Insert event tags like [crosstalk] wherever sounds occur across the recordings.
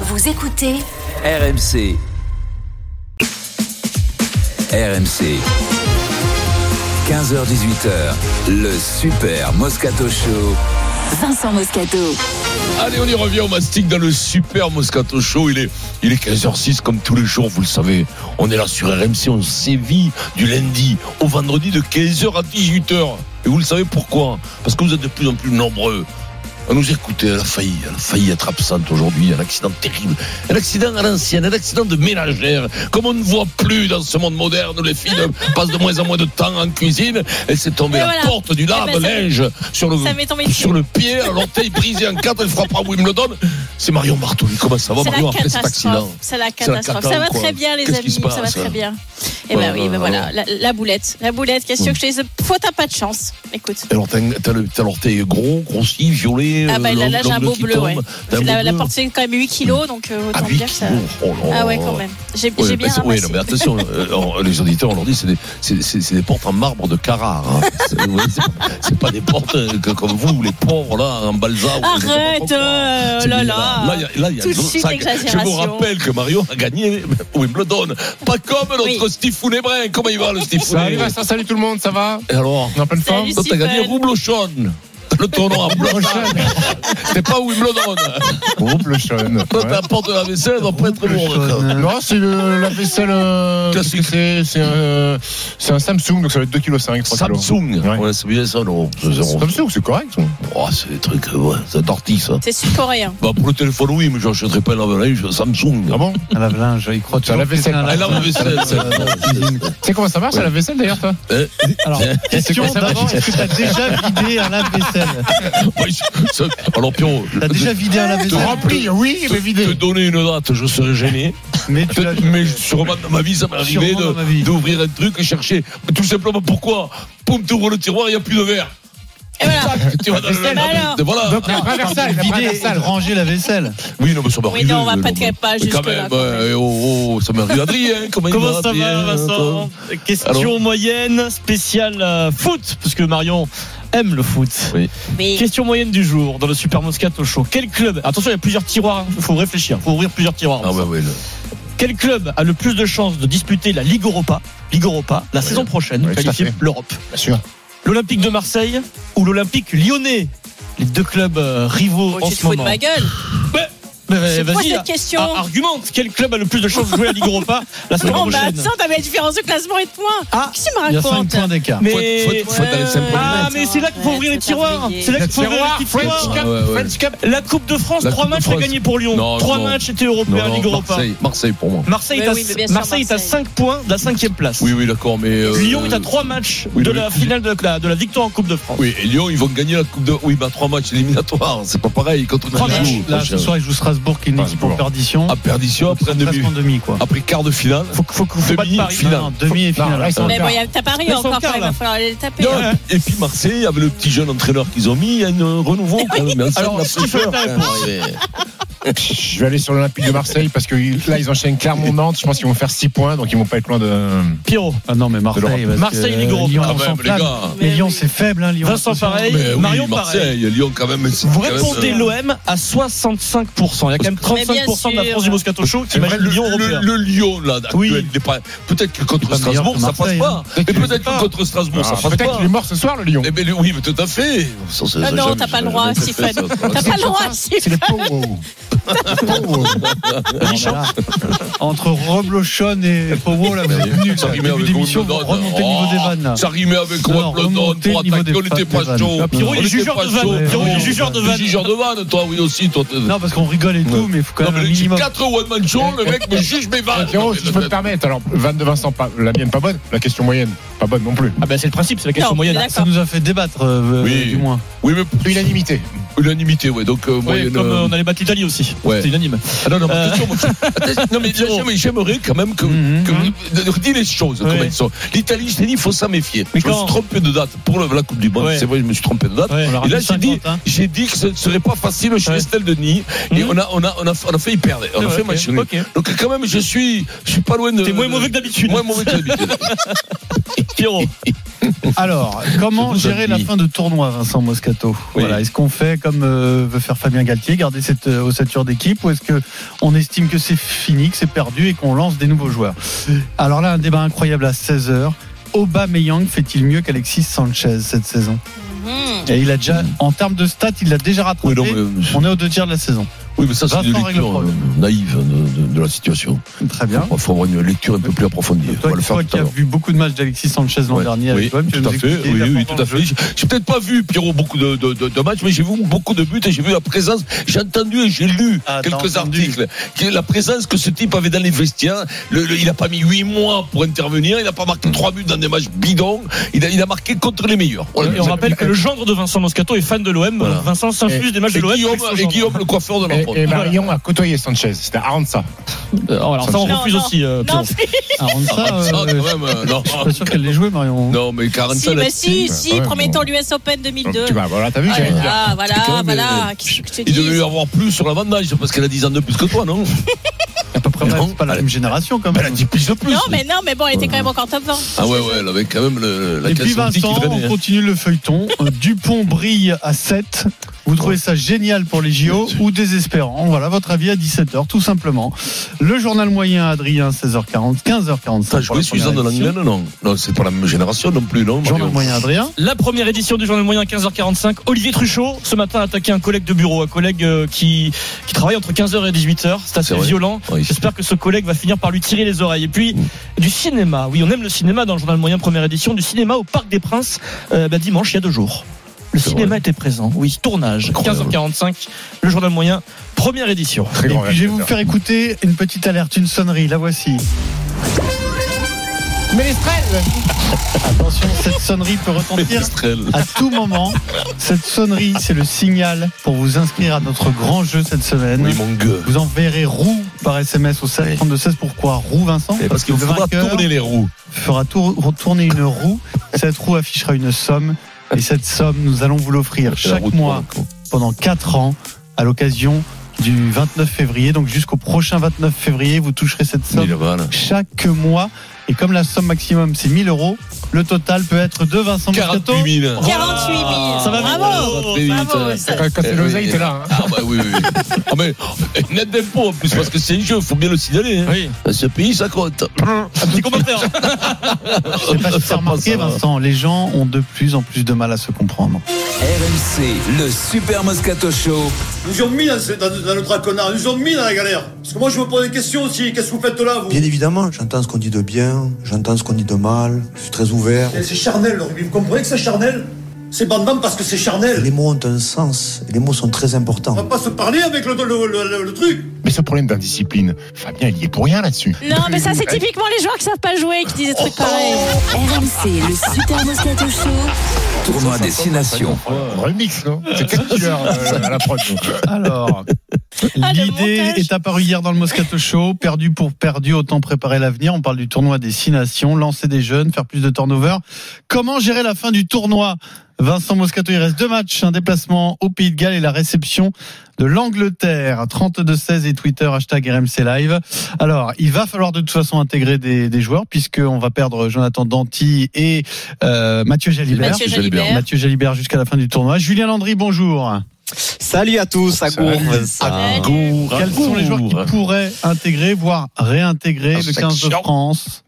Vous écoutez RMC. RMC. 15h18h, le Super Moscato Show. Vincent Moscato. [laughs] Allez, on y revient au Mastic dans le super Moscato Show. Il est, il est 15h06 comme tous les jours, vous le savez. On est là sur RMC, on sévit du lundi au vendredi de 15h à 18h. Et vous le savez pourquoi Parce que vous êtes de plus en plus nombreux à nous écouter. Elle a failli, elle a failli être absente aujourd'hui. Un accident terrible. Un accident à l'ancienne, un accident de ménagère. Comme on ne voit plus dans ce monde moderne où les filles [laughs] passent de moins en moins de temps en cuisine, elle s'est tombée Et à la voilà. porte du ben, ça lave-linge sur le ça m'est tombé dessus. sur le pied, à l'orteil brisé en quatre, elle frappera Wimbledon. C'est Marion Bartoli. Comment ça va, C'est Marion, la après cet catastrophe. accident C'est la C'est la catastrophe. cata, Ça va quoi. très bien, les Qu'est-ce qui amis. se Ça va passe, très hein bien. Eh ben Ouais, oui, ben ouais, voilà, la, la boulette. La boulette, qu'est-ce que je te dis Faut t'as pas de chance. Écoute. Alors, t'as t'as le- t'as l'orteil gros, grossi, violet. Ah bah euh, là, là j'ai un l'ongle beau qui bleu, tombe. ouais. T'as un beau La, la bleu. porte c'est quand même 8 kilos, donc euh, Ah, autant huit dire que ça. kilos. Oh là là Ah ouais là quand là. même. J'ai Ouais, j'ai mais bien c'est- ramassé. ouais, non, [laughs] mais attention, euh, alors, les auditeurs, on leur dit, c'est des, c'est- c'est- c'est des portes en marbre de Carrare. hein. C'est ouais, c'est- c'est pas des portes euh, que- comme vous, les pauvres, là, en balsa. ou je sais pas Arrête pourquoi. euh, C'est Là bizarre. là Là, il y a- là, il y a Tout de deux- suite, ça- Je vous exagération. rappelle que Mario a gagné [laughs] Wimbledon. Pas comme notre Oui. Steve Founébrin. Comment il va, le Steve Salut Founébrin Vincent, salut tout le monde, ça va Et alors On est en pleine forme Salut. Toi, t'as gagné Stephen. Roublochon. [laughs] Le tournoi à Blochon. C'était pas Wimbledon. Groupe le Sean. Toi, t'apportes de la vaisselle, elle doit pas être lourde. Non, c'est le- la vaisselle. euh, qu'est-ce que Classique. c'est C'est un, c'est un Samsung, donc ça va être 2,5 kg, 3 kg. Samsung. Ouais. Ouais, c'est bien ça, non C'est zéro. Samsung, c'est correct. Oh, c'est des trucs, euh, ouais, c'est d'ortie, ça. C'est sud-coréen. Bah, pour le téléphone, oui, mais j'achèterai pas un lave-linge Samsung. Ah bon À la linge, il croit Ça, la toujours que c'est vaisselle. un Ah, lave- lave-vaisselle, c'est- Tu sais comment ça marche à la vaisselle [laughs] d'ailleurs, toi Euh, [laughs] Alors, question d'abord, est-ce que t'as déjà vidé un lave-vaisselle [laughs] ouais, c'est- Alors, Pierrot, T'as déjà vidé un te lave-vaisselle remplir, oui, mais te vidé. donner une date, je serais gêné. Mais tu l'as Peut-être, mais sûrement dans ma vie, ça m'est arrivé Sûrement de- dans ma vie. d'ouvrir un truc et chercher. Mais tout simplement, pourquoi Poum, tu ouvres le tiroir, il n'y a plus de verre. Et voilà. Tac, tu vas dans le- Mais alors voilà. Ah, Donc, la première salle, la vidé première et de salle. ranger la vaisselle. Oui, non, mais ça m'est Oui arrivé, non, on va non, pas mais- tirer pas Mais quand jusque même, là. quand même. euh, oh, oh, ça m'est arrivé. Adrien, comment, il Comment ça Adrien, va Vincent Question Alors moyenne spéciale euh, foot, parce que Marion aime le foot. Oui. Mais Question moyenne du jour dans le Super Moscato Show. Quel club Attention, il y a plusieurs tiroirs, il faut réfléchir, il faut ouvrir plusieurs tiroirs. Ah, ouais, ouais. le- Quel club a le plus de chances de disputer la Ligue Europa, Ligue Europa la saison prochaine, Ouais, tout à qualifier fait. l'Europe Bien sûr. L'Olympique de Marseille ou l'Olympique lyonnais Les deux clubs euh, rivaux Oh, en tu te ce fous de moment. ma gueule. Mais Eh, C'est quoi Vas-y, hein. cette question ah, argumente. Quel club a le plus de chances de jouer la Ligue Europa la saison Non, mais prochaine Oh, bah, attends, t'avais la différence de classement et de points. Ah, Qu'est-ce que tu me Il y a racontes 5 points d'écart. Faut être- faut être- faut être dans les simples Ah, Ouais, mais c'est là qu'il faut ouais, ouvrir les c'est tiroirs. ouvrier. C'est là qu'il faut ouvrir les petits French tiroirs. Cup, Ah, ouais, ouais. French Cup. La Coupe de France, La trois Coupe de matchs à France. gagner pour Lyon. Non, Trois non. matchs étaient européens, Non, Ligue non, Europa. Marseille, Marseille pour moi. Marseille est Mais à- oui, mais bien sûr, Marseille est à Marseille. 5 points de la 5 place. Oui, oui, d'accord, mais. euh, Lyon est à trois matchs oui, de mais- la finale de la, de la victoire en Coupe de France. Oui, et Lyon, ils vont gagner la Coupe de. Oui, bah, trois matchs éliminatoires, c'est pas pareil. Contre Trois qui matchs. joue Là, ce soir, il joue Strasbourg, qui est une équipe en Strasbourg. perdition. À perdition, Donc, après, ils sont demi, presque en demi, quoi. après quart de finale. Faut, faut, faut, faut battre Demi, Paris. finale. Non, demi et Non, là, finale. ils sont en Mais bon, quart. il y a t'as Paris Ils sont encore, encore, quand même, il va là. falloir aller le taper. Non, hein. Et puis Marseille, avec le petit jeune entraîneur qu'ils ont mis, il y a un euh, renouveau quand même. mais Alors, on ce qu'il faut peur, faire, quand même. Je vais aller sur l'Olympique de Marseille parce que là, ils enchaînent Clermont-Nantes. Je pense qu'ils vont faire 6 points, donc ils vont pas être loin de. Pierrot. Ah non, mais Marseille. parce que euh, Marseille, Ligue Europa. Lyon, on Ah, ouais, mais les s'enflamme. gars. Mais Lyon, c'est faible, hein, Lyon. Vincent, Attention. pareil. Mais oui, Marion, Marseille, Lyon quand même. c'est- Vous quand même, répondez euh, l'OM à 65%. Il y a quand même Mais bien 35% de la sûr. France du Moscato Show qui C'est imagine vrai, le, Lyon le- européen. le Lyon, là, Oui. actuel, il est pas- peut-être que contre Il est pas meilleur Strasbourg, que ça passe Marseille, hein. pas. Mais peut-être que pas. contre Strasbourg, ça Ah, passe Peut-être pas. qu'il est mort ce soir, le Lyon. Eh ben, oui, mais tout à fait. Ça, ça, Ah ça, non, jamais, t'as pas le jamais droit, fait Stéphane. ça. T'as pas le droit, si. C'est le pauvre. Non, mais là, Entre Roblochon et Powo, là, vous êtes nuls. Ça là. rimait Début avec d'émission, vous Wimbledon. remontez le niveau des vannes, là. Ça rimait avec Non, Wimbledon remontez pour le niveau attaquer. des On n'était pas fa- des chaud. vannes. Ah, On Pierrot, il est était jugeur pas de vanne. chaud. Pierrot, il est jugeur de vanne. T'es jugeur de vanne, toi, oui aussi. Toi, t'es- Non, parce qu'on rigole et tout, mais il faut quand Non, même mais un là, j'ai minimum. 4 one man show, le mec me juge mes vannes. Pierrot, si je peux me permettre, alors, vanne de Vincent, pas- la mienne pas bonne, la question moyenne, pas bonne non plus. Ah ben c'est le principe, c'est la question Non, moyenne. mais Ça nous a fait débattre, euh, Oui. du moins. Oui, mais Unanimité. unanimité, ouais. Donc, euh, Ouais, moyenne, comme euh, euh, on allait battre l'Italie aussi. Ouais. C'était unanime. Ah non, non, mais Euh. attention, [laughs] moi, je- attention, non, mais Pierrot. j'aimerais- j'aimerais quand même que, Mhm. que de- de- dis les choses Ouais. comme elles sont. L'Italie, je t'ai dit, il faut s'en méfier. Mais je me quand suis trompé de date pour la, la Coupe du Monde. Ouais. C'est vrai, je me suis trompé de date. Ouais. On leur a Et là, mis j'ai dit, 50, hein. j'ai dit que ce ne serait pas facile chez Ouais. Estelle Denis. Et Mhm. on a, on a, on a, on a failli perdre. On a fait Ok, match nul. ok. Donc, quand même, je suis, je suis pas loin de. T'es moins de- mauvais que d'habitude. Moins mauvais que d'habitude. Pierrot. [laughs] Alors, comment Surtout gérer la samedi. fin de tournoi, Vincent Moscato Oui. Voilà, est-ce qu'on fait comme euh, veut faire Fabien Galtier, garder cette euh, ossature d'équipe, ou est-ce que on estime que c'est fini, que c'est perdu et qu'on lance des nouveaux joueurs Alors là, un débat incroyable à 16 h Aubameyang fait-il mieux qu'Alexis Sanchez cette saison Hmm. Et il a déjà, en termes de stats, il l'a déjà Oui, rattrapé. non, mais, euh, On est aux deux tiers de la saison. oui, mais ça, c'est une Vincent règle le lecture euh, naïve de, de- de la situation. Très bien. Il faut avoir une lecture un peu plus approfondie. On Toi, va le faire toi tout qui à as l'heure. vu beaucoup de matchs d'Alexis Sanchez l'an Ouais. dernier Oui, avec toi, tu vas tout à nous fait, expliquer oui, oui, l'importance tout à du fait. J'ai j'ai peut-être pas vu, Pierrot, beaucoup de, de, de- de matchs, mais j'ai vu beaucoup de buts et j'ai vu la présence. J'ai entendu et j'ai lu Ah, t'as quelques entendu. articles. qui- La présence que ce type avait dans les vestiaires. Le- le- il a pas mis huit mois pour intervenir. Il a pas marqué trois buts dans des matchs bidons. Il a, il a marqué contre les meilleurs. Voilà. Et on rappelle que le gendre de Vincent Moscato est fan de l'OM. Voilà. Eh. Vincent s'infuse des matchs de Et l'OM. Guillaume, et Guillaume, le coiffeur de Et, l'emploi. et Marion a côtoyé Sanchez. C'était à Arantxa. Alors ça, on Non, refuse non. aussi. euh, Non, Pierrot. si, Ah, on le sait, ça, euh, quand même, euh, non. Je suis pas sûr qu'elle l'ait joué, Marion. Non, mais 40 si, bah, Ah si, si, Ouais, premier bon. temps l'US Open Donc, 2002. tu vois, voilà, t'as vu, Ah j'avais dit. là, voilà, hein. quand même, voilà. euh, Qu'est-ce que je te Il devait dis y avoir plus sur l'avantage parce qu'elle a 10 ans de plus que toi, non [laughs] À peu près, Mais ouais, non. c'est pas la Allez. même génération quand Elle a même. 10 plus de plus. Non, mais non, mais bon, elle était quand même encore top 20. Ah ouais, ouais, elle avait quand même le, euh, la Et puis classe antique Vincent, qui traînait, on hein. continue le feuilleton. Euh, Dupont brille à 7. Vous trouvez ça génial pour les JO ou désespérant Voilà votre avis à 17h, tout simplement. Le journal moyen, Adrien, 16h40, 15h45. T'as pour la joué Suzanne de première édition. l'Anglaine, non Non, c'est pas la même génération non plus, non Journal Marion moyen, Adrien. La première édition du journal moyen 15h45. Olivier Truchot, ce matin, a attaqué un collègue de bureau, un collègue euh, qui, qui travaille entre 15h et 18h. C'est C'est assez vrai. violent. Oui. Mm. J'espère que ce collègue va finir par lui tirer les oreilles. Et puis, du cinéma. Oui, on aime le cinéma dans le journal moyen première édition. Du cinéma au Parc des Princes, euh, bah, dimanche, il y a deux jours. Le C'est cinéma était présent. Oui, tournage. Incroyable. 15h45, le journal moyen première édition. Très Et grand puis je vais vous réalisateur. faire écouter une petite alerte, une sonnerie, la voici. Attention, cette sonnerie peut retentir Estrelle. à tout moment. Cette sonnerie, c'est le signal pour vous inscrire à notre grand jeu cette semaine. Oui, mon gueux. Vous enverrez roue par SMS au 7 Oui. 32 16 pourquoi roue Vincent Et parce qu'il que le faudra vainqueur tourner les roues. fera tour- tourner une roue. Cette roue affichera une somme et cette somme nous allons vous l'offrir C'est la chaque route mois pour le con. pendant 4 ans à l'occasion du 29 février. Donc jusqu'au prochain 29 février, vous toucherez cette Il somme est là-bas, là. chaque mois. Et comme la somme maximum c'est 1000 euros, le total peut être de Vincent Moscato. 48 000. 48 000. Ça va vite, bravo. très vite, Bravo. hein. ça- Quand, quand c'est Eh l'oseille, oui. t'es là. hein. Ah bah oui, oui, oui. Ah mais [laughs] net d'impôt en plus parce que c'est un jeu, faut bien le signaler. hein. Oui. Dans ce pays, ça compte. Un [laughs] petit commentaire. Je sais pas si t'as remarqué Ça va. Vincent, les gens ont de plus en plus de mal à se comprendre. RMC, le Super Moscato Show. Nous ont mis dans, ce- dans- dans le traconnard, nous ont mis dans la galère. Parce que moi, je me pose des questions aussi. Qu'est-ce que vous faites là, vous Bien évidemment, j'entends ce qu'on dit de bien, j'entends ce qu'on dit de mal, je suis très ouvert. [laughs] C'est charnel, le rugby. Vous comprenez que c'est charnel C'est bandant parce que c'est Les charnel. mots ont un sens, et les mots sont très On va importants. pas se parler avec le, le- le- le- le truc. Mais ce problème d'indiscipline, Fabien, il y est pour rien là-dessus. Non, mais ça, c'est typiquement les joueurs qui savent pas jouer qui disent des Oh. trucs pareils. RMC, le Super Moscato Show. Tournoi Destination. Remix, non C'est quel tueur euh, à la prod Alors, Ah, le l'idée montage. est apparue hier dans le Moscato Show. Perdu pour perdu, autant préparer l'avenir. On parle du tournoi des six nations, lancer des jeunes, faire plus de turnover. Comment gérer la fin du tournoi Vincent Moscato, il reste deux matchs, un déplacement au Pays de Galles et la réception de l'Angleterre. 32-16 et Twitter, hashtag RMC Live. Alors, il va falloir de toute façon intégrer des, des joueurs puisqu'on va perdre Jonathan Danty et euh, Mathieu Jalibert. Mathieu Jalibert. Mathieu Jalibert jusqu'à la fin du tournois. Julien Landry, bonjour. Salut à tous, à Salut. Gourve. Salut. Quels sont les joueurs qui pourraient intégrer, voire réintégrer Ah, le 15 de section. [laughs] France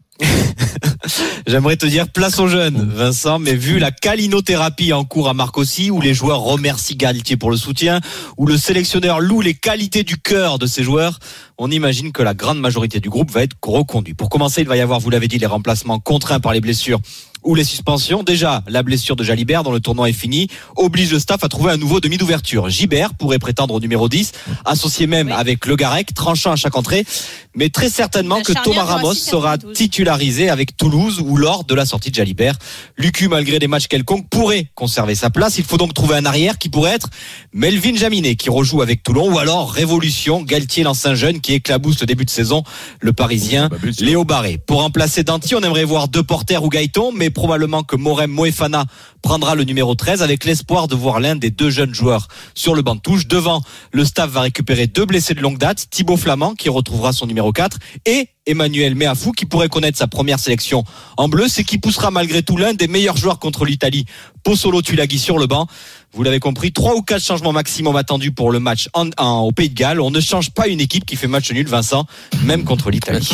J'aimerais te dire place aux jeunes, Vincent, mais vu la calinothérapie en cours à Marcoussis, où les joueurs remercient Galtier pour le soutien, où le sélectionneur loue les qualités du cœur de ces joueurs, on imagine que la grande majorité du groupe va être reconduit. Pour commencer, il va y avoir, vous l'avez dit, les remplacements contraints par les blessures ou les suspensions. Déjà, la blessure de Jalibert, dont le tournoi est fini, oblige le staff à trouver un nouveau demi d'ouverture. Gibert pourrait prétendre au numéro 10, associé même Oui. avec Le Garec, tranchant à chaque entrée, mais très certainement La que charnière Thomas doit Ramos aussi sera 92. titularisé avec Toulouse ou lors de la sortie de Jalibert. Lucu, malgré des matchs quelconques, pourrait conserver sa place. Il faut donc trouver un arrière qui pourrait être Melvin Jaminet, qui rejoue avec Toulon, ou alors Révolution, Galtier, l'ancien jeune, qui éclabousse le début de saison, le Parisien, Bah, bien sûr. Léo Barré. Pour remplacer Danti, on aimerait voir deux porteurs ou Gaëton, mais probablement que Morem Moefana prendra le numéro 13 avec l'espoir de voir l'un des deux jeunes joueurs sur le banc de touche. Devant, le staff va récupérer deux blessés de longue date, Thibaut Flamand qui retrouvera son numéro 4 et Emmanuel Meafou, qui pourrait connaître sa première sélection en bleu, c'est qui poussera malgré tout l'un des meilleurs joueurs contre l'Italie, Pozzolo Tulagi sur le banc. Vous l'avez compris, trois ou quatre changements maximum attendus pour le match en, en- au Pays de Galles. On ne change pas une équipe qui fait match nul, Vincent, même contre l'Italie.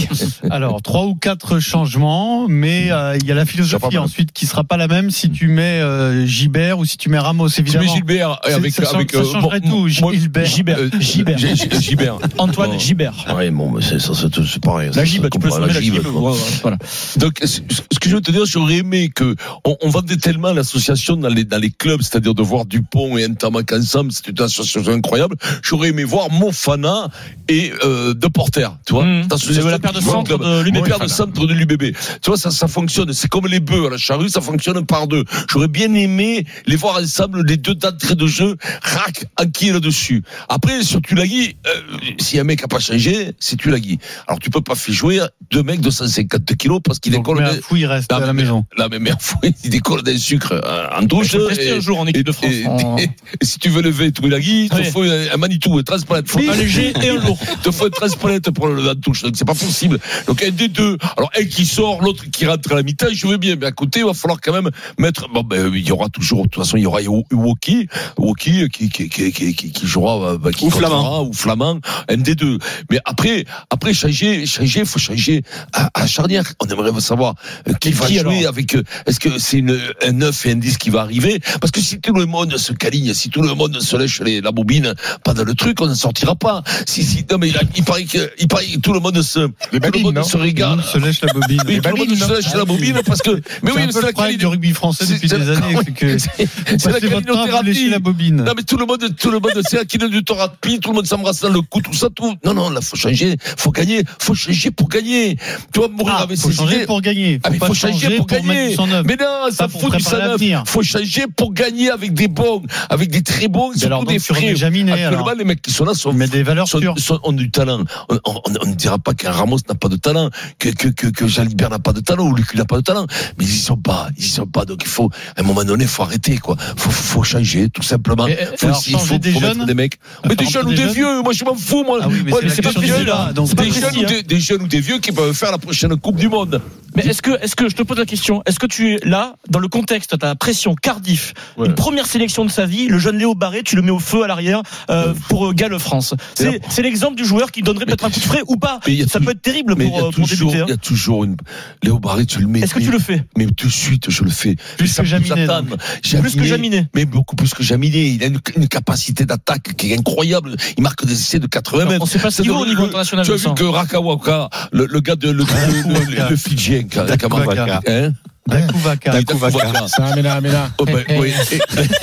Alors, trois ou quatre changements, mais euh, il y a la Ça va philosophie pas mal. ensuite qui sera pas la même si tu mets euh, Gilbert ou si tu mets Ramos, Mais évidemment. Gilbert, C'est- avec. ça change- avec euh, ça changerait bon, tout, moi- Gilbert. Gilbert. euh, Gilbert. G- G- [laughs] Gilbert. [laughs] Antoine Bon. Gilbert. Ouais, bon, mais c'est ça, c'est tout- c'est pareil. La ça, gibe, ça tu peux comprend, le la gibe. quoi. ouais, ouais, voilà. Donc, ce ce que je veux te dire, j'aurais aimé que on, on vendait tellement l'association dans les dans les clubs, c'est-à-dire de voir Dupont et Ntamak ensemble, c'était une association incroyable. J'aurais aimé voir Mofana et euh, de Porter, tu vois. Mhm. cette association C'est la paire de qui joue en centre club. de l'UBB, Ouais, paire de Fana. centre de l'UBB. Tu vois, ça ça fonctionne. C'est comme les bœufs à la charrue, ça fonctionne par deux. J'aurais bien aimé les voir ensemble, les deux d'entrée de jeu, rac, acquis là-dessus. Après, sur Tulagi, euh, si un mec a pas changé, c'est Tulagi. Alors tu peux pas faire jouer deux mecs de 150 kilos parce qu'il Donc, décolle. mais un d'un- fou, il reste Non, à la mais- maison. Là, mais merde, il décolle d'un sucre euh, en Il douche. faut tester Et, un jour en équipe de France. et- en- et- et si tu veux lever Tulagi, il Oui. te faut un un Manitou, un transplant. Un léger et un lourd. Il te faut un transplant pour le lever en touche. Donc c'est pas possible. Donc un des deux. Alors un qui sort, l'autre qui rentre à la mi-temps, je veux bien. Mais à côté, il va falloir quand même mettre. Bon, ben, il y aura toujours. De toute façon, il y aura Woki, Woki qui, qui, qui, qui, qui, qui jouera, bah, qui Ou comptera, Flamand. ou Flamand, un des deux. Mais après, après changer, changer, faut changer à, à charnière. On aimerait savoir euh, qui va Qui, jouer alors avec. euh, Est-ce que c'est une- un 9 et un 10 qui va arriver Parce que si tout le monde se caligne, si tout le monde se lèche les, la bobine, pas dans le truc, on ne sortira pas. Si, si, non mais il, il paraît que il paraît que tout le monde se, Les tout le babines, monde non se On regarde. se lèche la bobine. [laughs] Oui, tout le monde se lèche la bobine parce que. Mais Ah, C'est oui, un mais peu c'est le la problème qualité du rugby français depuis c'est- des [laughs] années, c'est que vous c'est la passez votre temps à vous lécher calinothérapie. la bobine. Non mais tout le monde, tout le monde, c'est un kilo du thérapie, tout le monde s'embrasse dans le cou, tout ça, tout. Non non, là faut changer, faut gagner, faut changer pour gagner. Tu vas mourir Ah, avec faut ces idées. changer pour gagner. Ah, mais pas faut changer pour mettre gagner. du sang neuf. Mais non, ça Pas pour fout du préparer sang neuf. l'avenir. Faut changer pour gagner avec des bons, avec des très bons, Mais alors, surtout des donc, sur frais. Benjamin, Actuellement, alors, les mecs qui sont là sont mais des valeurs sont- sûres. sont- ont du talent. On on- on ne dira pas qu'un Ramos n'a pas de talent, que, que, que, que Jalibert n'a pas de talent, ou Lucu n'a pas de talent. Mais ils y sont pas, ils y sont pas. Donc il faut, à un moment donné, faut arrêter, quoi. Faut, faut, faut changer, tout simplement. Et- faut, alors, il faut, changer des faut jeunes mettre des mecs. Ah, Mais des Faire jeunes ou rentrer des, des vieux, moi je m'en fous, moi. Ah oui, mais Moi, c'est la c'est pas question précis, du débat, là. donc c'est Des pas jeunes, précis, ou hein. des, des jeunes ou des vieux qui peuvent faire la prochaine Coupe du Monde. Mais est-ce que, est-ce que je te pose la question Est-ce que tu es là, dans le contexte, t'as la pression Cardiff, Ouais. une première sélection de sa vie, le jeune Léo Barré, tu le mets au feu à l'arrière euh, pour euh, Galles-France. C'est, c'est l'exemple du joueur qui donnerait peut-être un coup de frais ou pas. Mais il y a Ça tout- peut être terrible Mais il y, pour, a euh, pour toujours, débuter. hein. il y a toujours une. Léo Barré, tu le mets. Est-ce que mais- tu le fais Mais tout de suite, je le fais. Plus Mais ça que pousse Jaminet, à donc. table. Plus que Jaminet. Mais beaucoup plus que Jaminet. Il a une, une capacité d'attaque qui est incroyable. Il marque des essais de 80 On mètres. ne sait pas ce C'est qu'il vaut de- au niveau le- international. Tu as Vincent. vu que Rakawaka, le, le gars de le, le, le, le Fidjien, Rakawaka, Rakawaka. hein Dakouvaka. Rakawaka. Ça, mais là, mais là. Oh, ben, [laughs] oui. [laughs]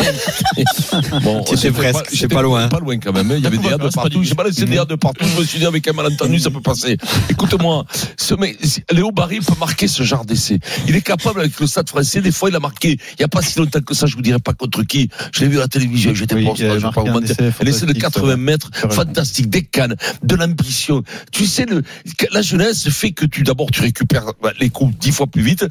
Eh, bon, C'était j'étais presque, c'est j'étais pas loin. Pas loin quand même. hein. Il y [laughs] avait des D'accord, hades c'est pas partout. du- J'ai balancé des hades partout. Je me suis dit avec un malentendu, ça peut passer. Écoute-moi, ce mec, Léo Barry peut marquer ce genre d'essai. Il est capable avec le Stade Français. Des fois, il a marqué. Il n'y a pas si longtemps que ça. Je vous dirai pas contre qui. Je l'ai vu à la télévision. J'étais Oui, proche. hein, il avait Je vais pas marqué vous un mentir. essai Un essai de fantastique, 80 mètres, Correct. fantastique, des cannes, de l'ambition. Tu sais, le, la jeunesse fait que tu d'abord tu récupères bah, les coups dix fois plus vite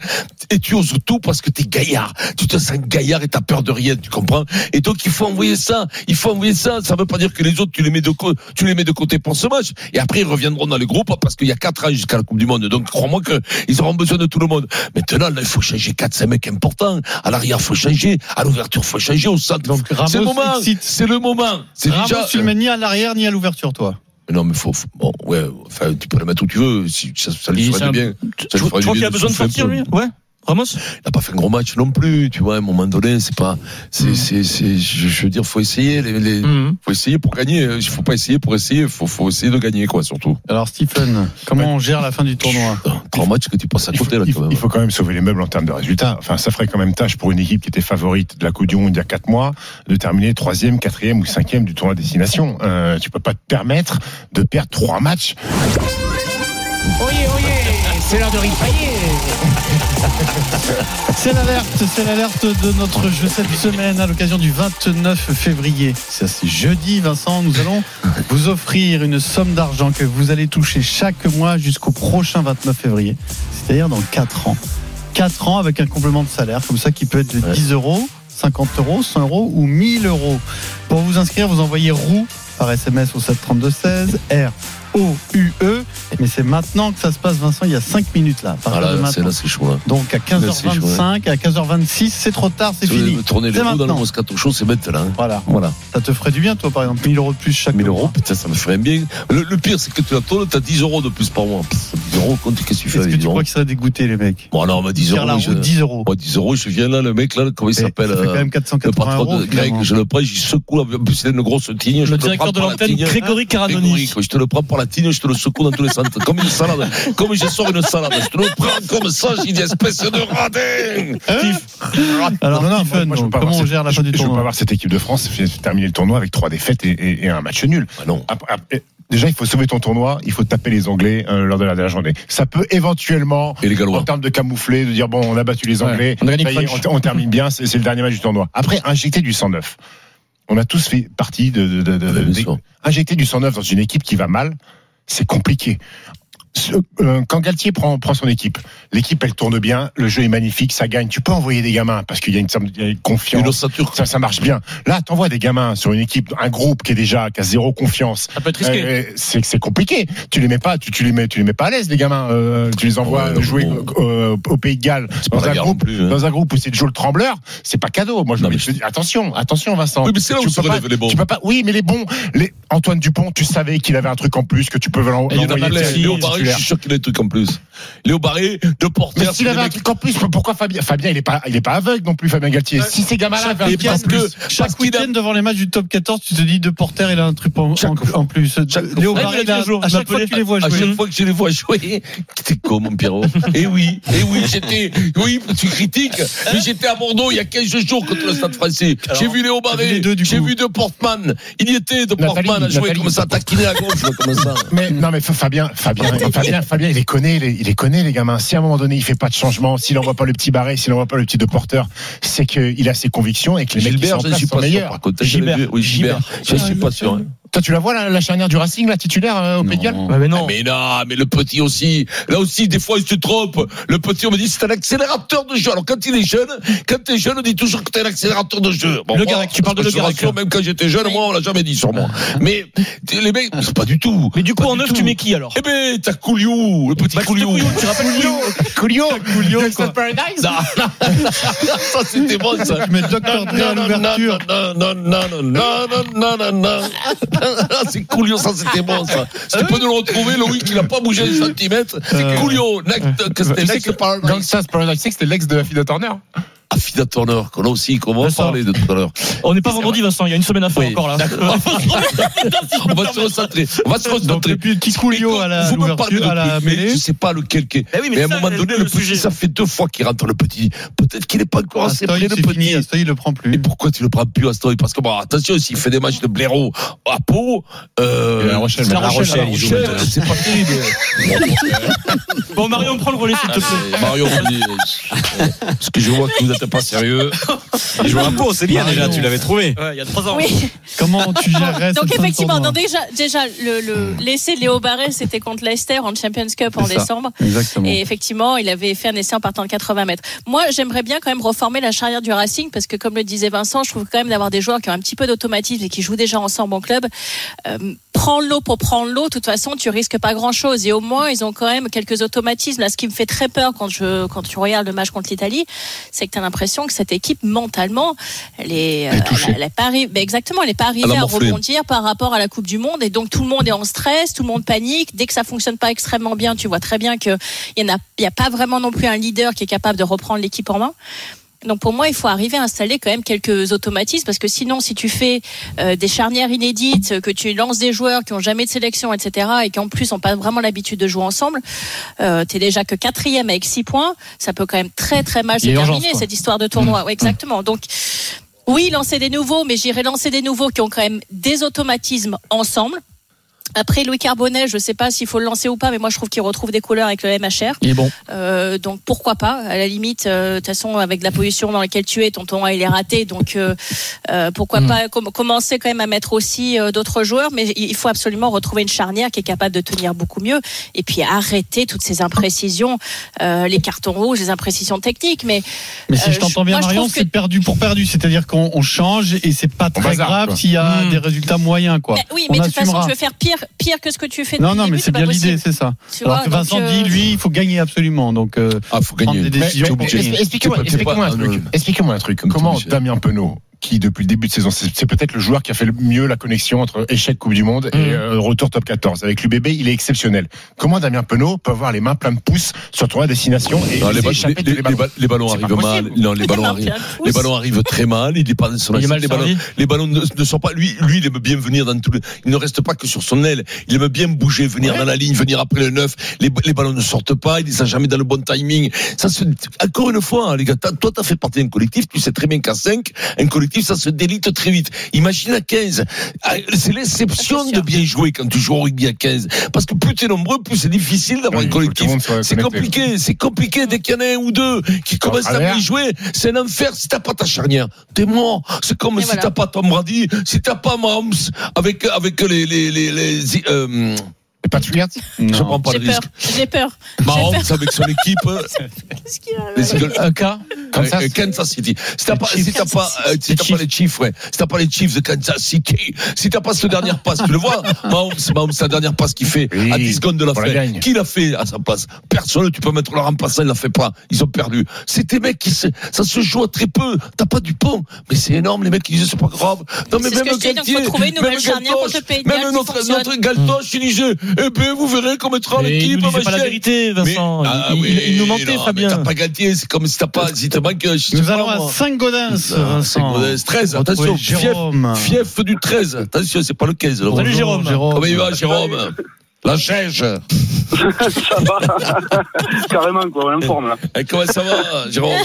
et tu oses tout parce que t'es gaillard. Tu te sens gaillard et t'as peur de rien, tu comprends Et donc il faut envoyer ça, il faut envoyer ça. Ça veut pas dire que les autres tu les mets de côté, tu les mets de côté pour ce match. Et après ils reviendront dans les groupes parce qu'il y a quatre ans jusqu'à la Coupe du Monde. Donc crois-moi que ils auront besoin de tout le monde. Maintenant là il faut changer quatre cinq mecs importants. À l'arrière faut changer, à l'ouverture faut changer, au centre. Donc, Ramos Oh, c'est le moment, excite. c'est le moment. C'est Ramos, déjà. euh, tu le mets ni à l'arrière ni à l'ouverture, toi. Non mais faut, faut- bon ouais, enfin tu peux le mettre où tu veux. Si ça, ça lui Il- c'est ferait un- du bien. Euh, Tu, Ça tu lui ferait crois du qu'il bien a besoin de souffler un sortir, peu. lui Ouais Ramos il n'a pas fait un gros match non plus, tu vois, à un moment donné, c'est pas, c'est, c'est, c'est, je, je veux dire, faut essayer, les, les- faut essayer pour gagner, hein. il faut pas essayer pour essayer, faut, faut essayer de gagner, quoi, surtout. Alors, Stephen, comment on gère la fin du tournoi Putain, Trois matchs que tu passes à Il faut, côté, là, il quand faut- même. il faut quand même sauver les meubles en termes de résultats. Enfin, ça ferait quand même tâche pour une équipe qui était favorite de la Coupe du Monde il y a 4 mois de terminer troisième, quatrième ou cinquième du tournoi destination. Euh, tu peux pas te permettre de perdre trois matchs. C'est l'alerte, c'est l'alerte de notre jeu cette semaine à l'occasion du 29 février. Ça, c'est jeudi, Vincent. Nous allons vous offrir une somme d'argent que vous allez toucher chaque mois jusqu'au prochain 29 février, c'est-à-dire dans 4 ans. 4 ans avec un complément de salaire, comme ça, qui peut être de 10 euros, 50 euros, 100 euros ou 1000 euros. Pour vous inscrire, vous envoyez roue par SMS au 732-16, R-O-U-E, E. Mais c'est maintenant que ça se passe, Vincent, il y a 5 minutes là. à partir Ah de là, c'est maintenant. là, c'est chaud. Là. Donc à c'est chaud, 15h25, à 15h26, c'est trop tard, c'est Si vous fini. voulez Tourner les C'est roues dans le maintenant. Moscato Show, c'est bête là. hein. Voilà. Voilà, Ça te ferait du bien, toi, par exemple, 1000 euros de plus chaque 1000 mois. euros, putain, ça me ferait bien. Le, le pire, c'est que tu la tournes, t'as 10 euros de plus par mois. Pff, 10 euros, compte, qu'est-ce que tu fais Est-ce avec que 10 tu euros crois qu'ils seraient dégoûtés, les mecs Bon, alors, on m'a 10 Faire la euros. je- route 10 euros. Moi, 10 euros, je viens là, le mec, là, comment il Eh, s'appelle Ça fait quand euh, même Le 480 patron euros. de Greg, finalement. je le prends, j'y secoue, en plus, c'est une grosse tigne. je Le te prends directeur de par la l'antenne, tigne. Grégory Grégory, Caranoni. quoi. Je te le prends par la tigne, je te le secoue dans tous les sens. Comme une salade. Comme je sors une salade. Je te le prends comme ça, j'ai une espèce de radin. Hein Alors, Non, non, Stephen, moi, moi, je veux donc, pas comment voir on cette- gère la fin je- du Je veux pas tournoi voir cette équipe de France terminer le tournoi avec trois défaites et, et- et un match nul. Ah non. Ap- ap- eh, Déjà, il faut sauver ton tournoi, il faut taper les Anglais euh, lors de la dernière journée. Ça peut éventuellement, Et les Gallois. en termes de camoufler, de dire bon, on a battu les Anglais, On a gagné ça y est, on, crunch. ter- on termine bien, c'est c'est le dernier match du tournoi. Après, injecter du 109. On a tous fait partie de, de- de- de- Ouais, bien des- sûr. injecter du 109 dans une équipe qui va mal, c'est compliqué. Ce- euh, quand Galtier prend, prend son équipe, l'équipe elle tourne bien, le jeu est magnifique, ça gagne. Tu peux envoyer des gamins parce qu'il y a une, sorte- il y a une Une confiance. ossature. Ça, ça marche bien. Là, t'envoies des gamins sur une équipe, un groupe qui est déjà qui a zéro confiance. Ça peut être risqué. Euh, c'est c'est compliqué. Tu les mets pas, tu, tu les mets, tu les mets pas à l'aise les gamins. Euh, tu les envoies Ouais, jouer bon. euh, au Pays de Galles C'est pas dans la un guerre groupe, non plus, hein. dans un groupe où c'est Joe le Trembleur. C'est pas cadeau. Moi, je Non, me mais dis, attention, attention, Vincent. Oui, mais c'est là où Tu se peux pas- relèvent les bons. Tu peux pas. Oui, mais les bons. Les Antoine Dupont, tu savais qu'il avait un truc en plus que tu peux l'en- Et il y en a l'envoyer. plein. titulaire. Léo Barré, je suis sûr qu'il a des trucs en plus. Léo Barré, deux Mais porteurs. s'il avait un truc en plus, pourquoi Fabien Fabien, il est pas, il est pas aveugle non plus, Fabien Galtier. Si ces gamins-là avaient un Et truc en parce plus. que, parce Chaque qu'il a week-end devant les matchs du top 14, tu te dis deux porters, il a un truc en, en- en plus. Léo Ah, Barré, Ouais, il a il a- dit un jour, à il chaque fois que m'appelait. tu les vois À chaque jouer. fois que je les vois jouer, [laughs] t'es con, mon Pierrot. Eh oui, eh oui, j'étais, oui, tu critiques, Hein mais j'étais à Bordeaux il y a 15 jours contre le Stade français. J'ai vu Léo t'as vu les Barré, deux, du j'ai coup. vu De Portman. Il y était, De Nathalie, Portman, à jouer Nathalie. comme ça, taquiner à gauche, comme [laughs] ça. Mais non, mais Fabien, Fabien, Fabien, Fabien, il les connaît, les- il les connaît les gamins. Si à un moment donné il fait pas de changement, s'il envoie pas le petit barré, s'il envoie pas le petit de porteur, c'est qu'il a ses convictions et que les mecs qui sont Gilbert, je en ne place suis sont pas sûr, meilleurs. par contre. Gilbert. Oui, Gilbert, je ne suis pas sûr. hein. Toi, tu la vois la, la charnière du Racing, la titulaire euh, au Pays de Galles Ouais, mais non. Mmh. Mais non, mais le petit aussi. Là aussi, des fois, il se trompe. Le petit, on me dit, c'est un accélérateur de jeu. Alors, quand il est jeune, quand t'es jeune, on dit toujours que t'es un accélérateur de jeu. Bon, Le moi, Garec, tu parles de je Le te Garec, rassure, là. Même quand j'étais jeune, moi, on l'a jamais dit sur [laughs] moi. Mais, les mecs, c'est pas du tout. Mais du coup, en neuf, tu mets qui alors Eh ben, t'as Couliou, le petit Couliou. Tu rappelles Couliou Coolio, Coolio, Non, non, [laughs] ça, c'était bon, ça. Tu mets Dr. Dre à Non, non, l'ouverture. non, non, non, non, non, non, non, non, non. [laughs] Ah, C'est Coulio, ça c'était bon ça. Si tu peux nous le retrouver, Loïc, il n'a pas bougé un centimètre. C'est Euh. Coulio, next, que c'était next par Gangsta's Paradise, tu sais que c'était l'ex de la fille de Turner. Affida Turner, qu'on a aussi, qu'on va en Vincent. parler de tout à l'heure. Oh, On n'est pas vendredi, Vincent, il y a une semaine à faire Oui. encore [laughs] là. D'accord. On va se recentrer. On va se Donc, recentrer. depuis le petit Coolio à la- Vous me parlez l'ouverture, de à la trucs, mais mêlée. Je sais pas lequel qui est. Eh oui, mais Mais à un ça, moment le- donné, le le petit, sujet. ça fait deux fois qu'il rentre le petit. Peut-être qu'il n'est pas encore assez prêt, Astoy, le c'est fini, petit. Astoy, il le prend Et plus. pourquoi tu le prends plus à Story Parce que bon, attention, s'il fait des matchs de blaireau à Pau, euh, Et à La Rochelle, La maintenant. Rochelle, La alors. Rochelle, c'est pas [laughs] terrible. Bon, Marion, prends le relais, Ah, s'il te plaît. Mario, on dit, euh, parce que je vois que vous n'êtes pas [laughs] sérieux. Il joue un pot, c'est bien déjà, tu l'avais trouvé. Ouais, il y a trois ans. [laughs] Oui. Comment tu gérerais Donc cette fin de effectivement, tournoi non, déjà, déjà le, le l'essai de Léo Barret, c'était contre Leicester en Champions Cup en C'est ça. décembre. Exactement. Et effectivement, il avait fait un essai en partant de 80 mètres. Moi, j'aimerais bien quand même reformer la charrière du Racing parce que, comme le disait Vincent, je trouve quand même d'avoir des joueurs qui ont un petit peu d'automatisme et qui jouent déjà ensemble en club. Euh, prends l'eau pour prendre l'eau. De toute façon, tu risques pas grand chose. Et au moins, ils ont quand même quelques automatismes. Là, ce qui me fait très peur quand je, quand tu regardes le match contre l'Italie, c'est que tu as l'impression que cette équipe, mentalement, elle est, euh, touchée. elle, elle est pas arri- ben exactement, elle est pas arrivée Elle a à morflé. rebondir par rapport à la Coupe du Monde. Et donc, tout le monde est en stress, tout le monde panique. Dès que ça fonctionne pas extrêmement bien, tu vois très bien que il n'y a, il y a pas vraiment non plus un leader qui est capable de reprendre l'équipe en main. Donc pour moi, il faut arriver à installer quand même quelques automatismes parce que sinon, si tu fais euh, des charnières inédites, que tu lances des joueurs qui ont jamais de sélection, etc., et qui en plus n'ont pas vraiment l'habitude de jouer ensemble, euh, t'es déjà que quatrième avec six points, ça peut quand même très très mal se Il y a urgence, terminer quoi. Mmh. cette histoire de tournoi. Oui, exactement. Donc oui, lancer des nouveaux, mais j'irai lancer des nouveaux qui ont quand même des automatismes ensemble. Après Louis Carbonnet, je sais pas s'il faut le lancer ou pas, mais moi je trouve qu'il retrouve des couleurs avec le MHR. Il est bon. Euh, donc pourquoi pas À la limite, euh, de toute façon, avec la position dans laquelle tu es, ton tournoi il est raté. Donc euh, euh, pourquoi Hmm. pas com- commencer quand même à mettre aussi euh, d'autres joueurs Mais il il faut absolument retrouver une charnière qui est capable de tenir beaucoup mieux. Et puis arrêter toutes ces imprécisions, euh, les cartons rouges, les imprécisions techniques. Mais Mais si Euh, je t'entends je- bien, moi, je Marion, trouve que- c'est perdu pour perdu. C'est-à-dire qu'on on change et c'est pas très bazarde, grave quoi. Hmm. s'il y a des résultats moyens, quoi. Mais oui, On mais de toute façon, assumera. tu veux faire pire pire que ce que tu fais depuis Non, non, le mais début, c'est bien pas l'idée, possible. c'est ça. Tu Alors vois, que donc, Vincent euh, dit, lui, il faut gagner absolument. Donc, euh, Ah, faut prendre gagner. des Mais- décisions. t'es obligé. Expli- Expliquez-moi T'es pas- t'es expliquez-moi pas un truc. anonyme. Expliquez-moi un truc. Comme Comment Michel. Damien Penaud, qui depuis le début de saison, c'est c'est peut-être le joueur qui a fait le mieux la connexion entre échec Coupe du Monde Mm. et euh, retour top 14 avec l'UBB, il est exceptionnel. Comment Damien Penaud peut avoir les mains pleines de pouces sur trois destinations et Non, les, ba- s'échapper les- tous les- les ba- les ballons C'est pas arrivent mal. possible. [laughs] Non, les ballons Marc arrivent. Yann Les Pousse. ballons arrivent très mal. Il est pas sur la Il est cible. mal Les ballons, servi. les ballons ne, ne sont pas. Lui, lui, il aime bien venir dans tout. Le, il ne reste pas que sur son aile. Il aime bien bouger, venir dans la ligne, venir après le 9 Les, les ballons ne sortent pas. Il ne sont jamais dans le bon timing. Ça se, encore une fois, hein, les gars, t'as- toi, t'as fait partie d'un collectif. Tu sais très bien qu'à 5 un collectif, ça se délite très vite. Imagine à 15 Ah, C'est l'exception C'est sûr. de bien jouer quand tu joues au rugby à 15 Parce que plus t'es nombreux, plus c'est difficile d'avoir Oui, un il faut que tout le collectif. monde soit C'est connecté. compliqué compliqué, c'est compliqué dès qu'il y en a un ou deux qui commencent à travers. bien jouer. C'est un enfer si t'as pas ta charnière. T'es mort. C'est comme Et si voilà. t'as pas Tom Brady, si t'as pas Mahomes avec, avec les, les, les, les- euh, Pas de flirt je prends pas euh, J'ai le peur, risque. j'ai peur. [laughs] Bah, Mahomes avec son équipe, hein. Qu'est-ce qu'il y a les Eagles. un cas. Kansas. Euh, Kansas City. Si t'as pas, Chiefs. si t'as pas, Kansas euh, si t'as pas les Chiefs, ouais. Si t'as pas les Chiefs de Kansas City, si t'as pas cette dernière passe, tu le vois, [laughs] Mahomes, Mahomes, c'est la dernière passe qu'il fait Oui, à 10 secondes de la on la fin. gagne. Qui l'a fait à sa place? Personne, tu peux mettre le remplaçant, il l'a fait pas. Ils ont perdu. C'est des mecs qui se, ça se joue à très peu. T'as pas du pont. Mais c'est énorme, les mecs qui disent c'est pas grave. Non, mais C'est ce même que je dis, donc Galtier, faut trouver une nouvelle même charnière Galtoche, contre le Pays de Galles qui même notre, fonctionne. notre Galtoche, il disait, eh ben, vous verrez comment mettra Mais il l'équipe, nous disait pas la machin. vérité, Vincent. Mais- ah il, il- oui, il nous mentait, non, mais Fabien. T'as pas Galtier, c'est comme si t'as pas, si t'as pas que, je sais Nous pas, allons moi. à Saint-Gaudens, Ah, c'est Vincent. Gaudens. 13, attention, Oui, Jérôme. fief, fief du 13. Attention, c'est pas le 15. le Salut, Romain. Jérôme. Comment il va, Jérôme La chèche. ça [laughs] va, carrément quoi, on forme là. Eh, comment ça va, Jérôme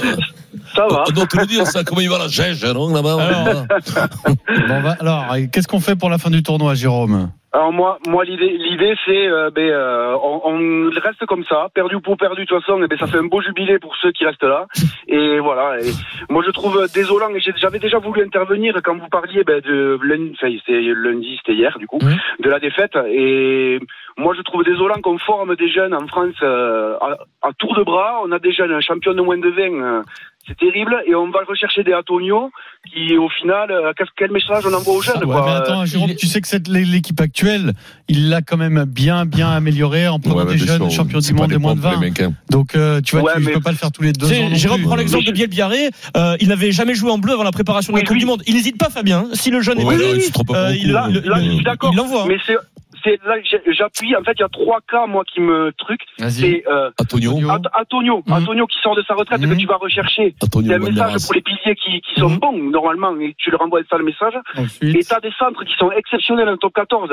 Ça va. On doit te le dire, ça. Comment il va, la chèche, non, là-bas Alors. Bon, bah, alors, et qu'est-ce qu'on fait pour la fin du tournoi, Jérôme Alors moi, moi l'idée, l'idée c'est, euh, ben, euh, on, on reste comme ça, perdu pour perdu. De toute façon, eh ben, ça fait un beau jubilé pour ceux qui restent là. Et voilà. Et moi, je trouve désolant. et j'ai- J'avais déjà voulu intervenir quand vous parliez ben, de lundi, enfin, c'était lundi, c'était hier du coup, de la défaite. Et moi, je trouve désolant qu'on forme des jeunes en France euh, à, à tour de bras. On a des jeunes champions de moins de 20. euh, c'est terrible et on va rechercher des Antonio qui au final euh, qu'est-ce- quel message on envoie aux jeunes Ah Ouais, quoi. mais attends, Jérôme, il- tu sais que cette, l'équipe actuelle, il l'a quand même bien, bien améliorée en prenant des jeunes champions du monde de moins de 20. hein. Donc, euh, tu vois, Ouais, tu mais- peux pas le faire tous les deux Tu sais, ans. non Jérôme plus. prend l'exemple de Biel Biarré. Euh, il n'avait jamais joué en bleu avant la préparation de la Oui, Coupe oui. du Monde. Il n'hésite pas, Fabien. Si le jeune est Ouais, bleu, non, il se trompe pas euh, beaucoup. hein. il- Là, il- là, je suis d'accord. il l'envoie. hein. Mais c'est, c'est là que j'ai- j'appuie. En fait, il y a trois cas, moi, qui me truc. Vas-y. C'est euh, Antonio, Antonio. Ant- Antonio, Mhm. Antonio qui sort de sa retraite Mhm. que tu vas rechercher. Il y Antonio a un message Banderas. pour les piliers qui, qui sont Mhm. bons normalement et tu leur envoies ça le message. Et Ensuite. t'as des centres qui sont exceptionnels en top 14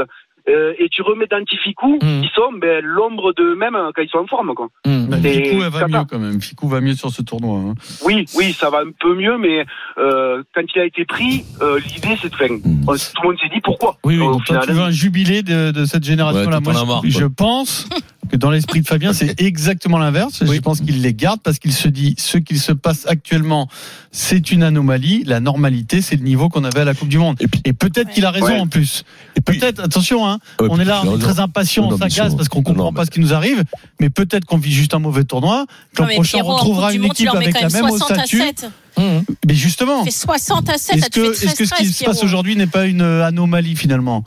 euh, et tu remets Dantificou Mhm. qui sont ben, l'ombre d'eux-mêmes euh, quand ils sont en forme quoi. Bah, Et Ficou, elle va Tata. mieux quand même. Ficou va mieux sur ce tournoi. hein. Oui, oui, ça va un peu mieux, mais euh, quand il a été pris, euh, l'idée c'est de faire. Mhm. On- Tout le monde s'est dit pourquoi. Oui, oui, Au donc toi, final. tu veux un jubilé de, de cette génération-là. Ouais, Moi, t'en as marre, je, toi. je [laughs] pense que dans l'esprit de Fabien, c'est exactement l'inverse. Je pense qu'il les garde parce qu'il se dit ce qu'il se passe actuellement, c'est une anomalie. La normalité, c'est le niveau qu'on avait à la Coupe du Monde. Et puis- Et peut-être qu'il a raison Ouais. en plus. Et puis- peut-être, attention, hein, Ouais, on est là, puis- on est non, très impatient, Non, on non, mais s'agace sûr. parce qu'on comprend Non, pas mais- ce qui nous arrive. Mais peut-être qu'on vit juste un mauvais tournoi. [laughs] que Non, L'an mais prochain, Pierrot, on en retrouvera Coupe du une Monde, tu équipe leur mets avec quand la même même 60 à statut. 7. Mais Mmh. justement. Fait 60 à 7, Est-ce ça te que, fait est-ce que 13 ce qui se passe aujourd'hui n'est pas une anomalie finalement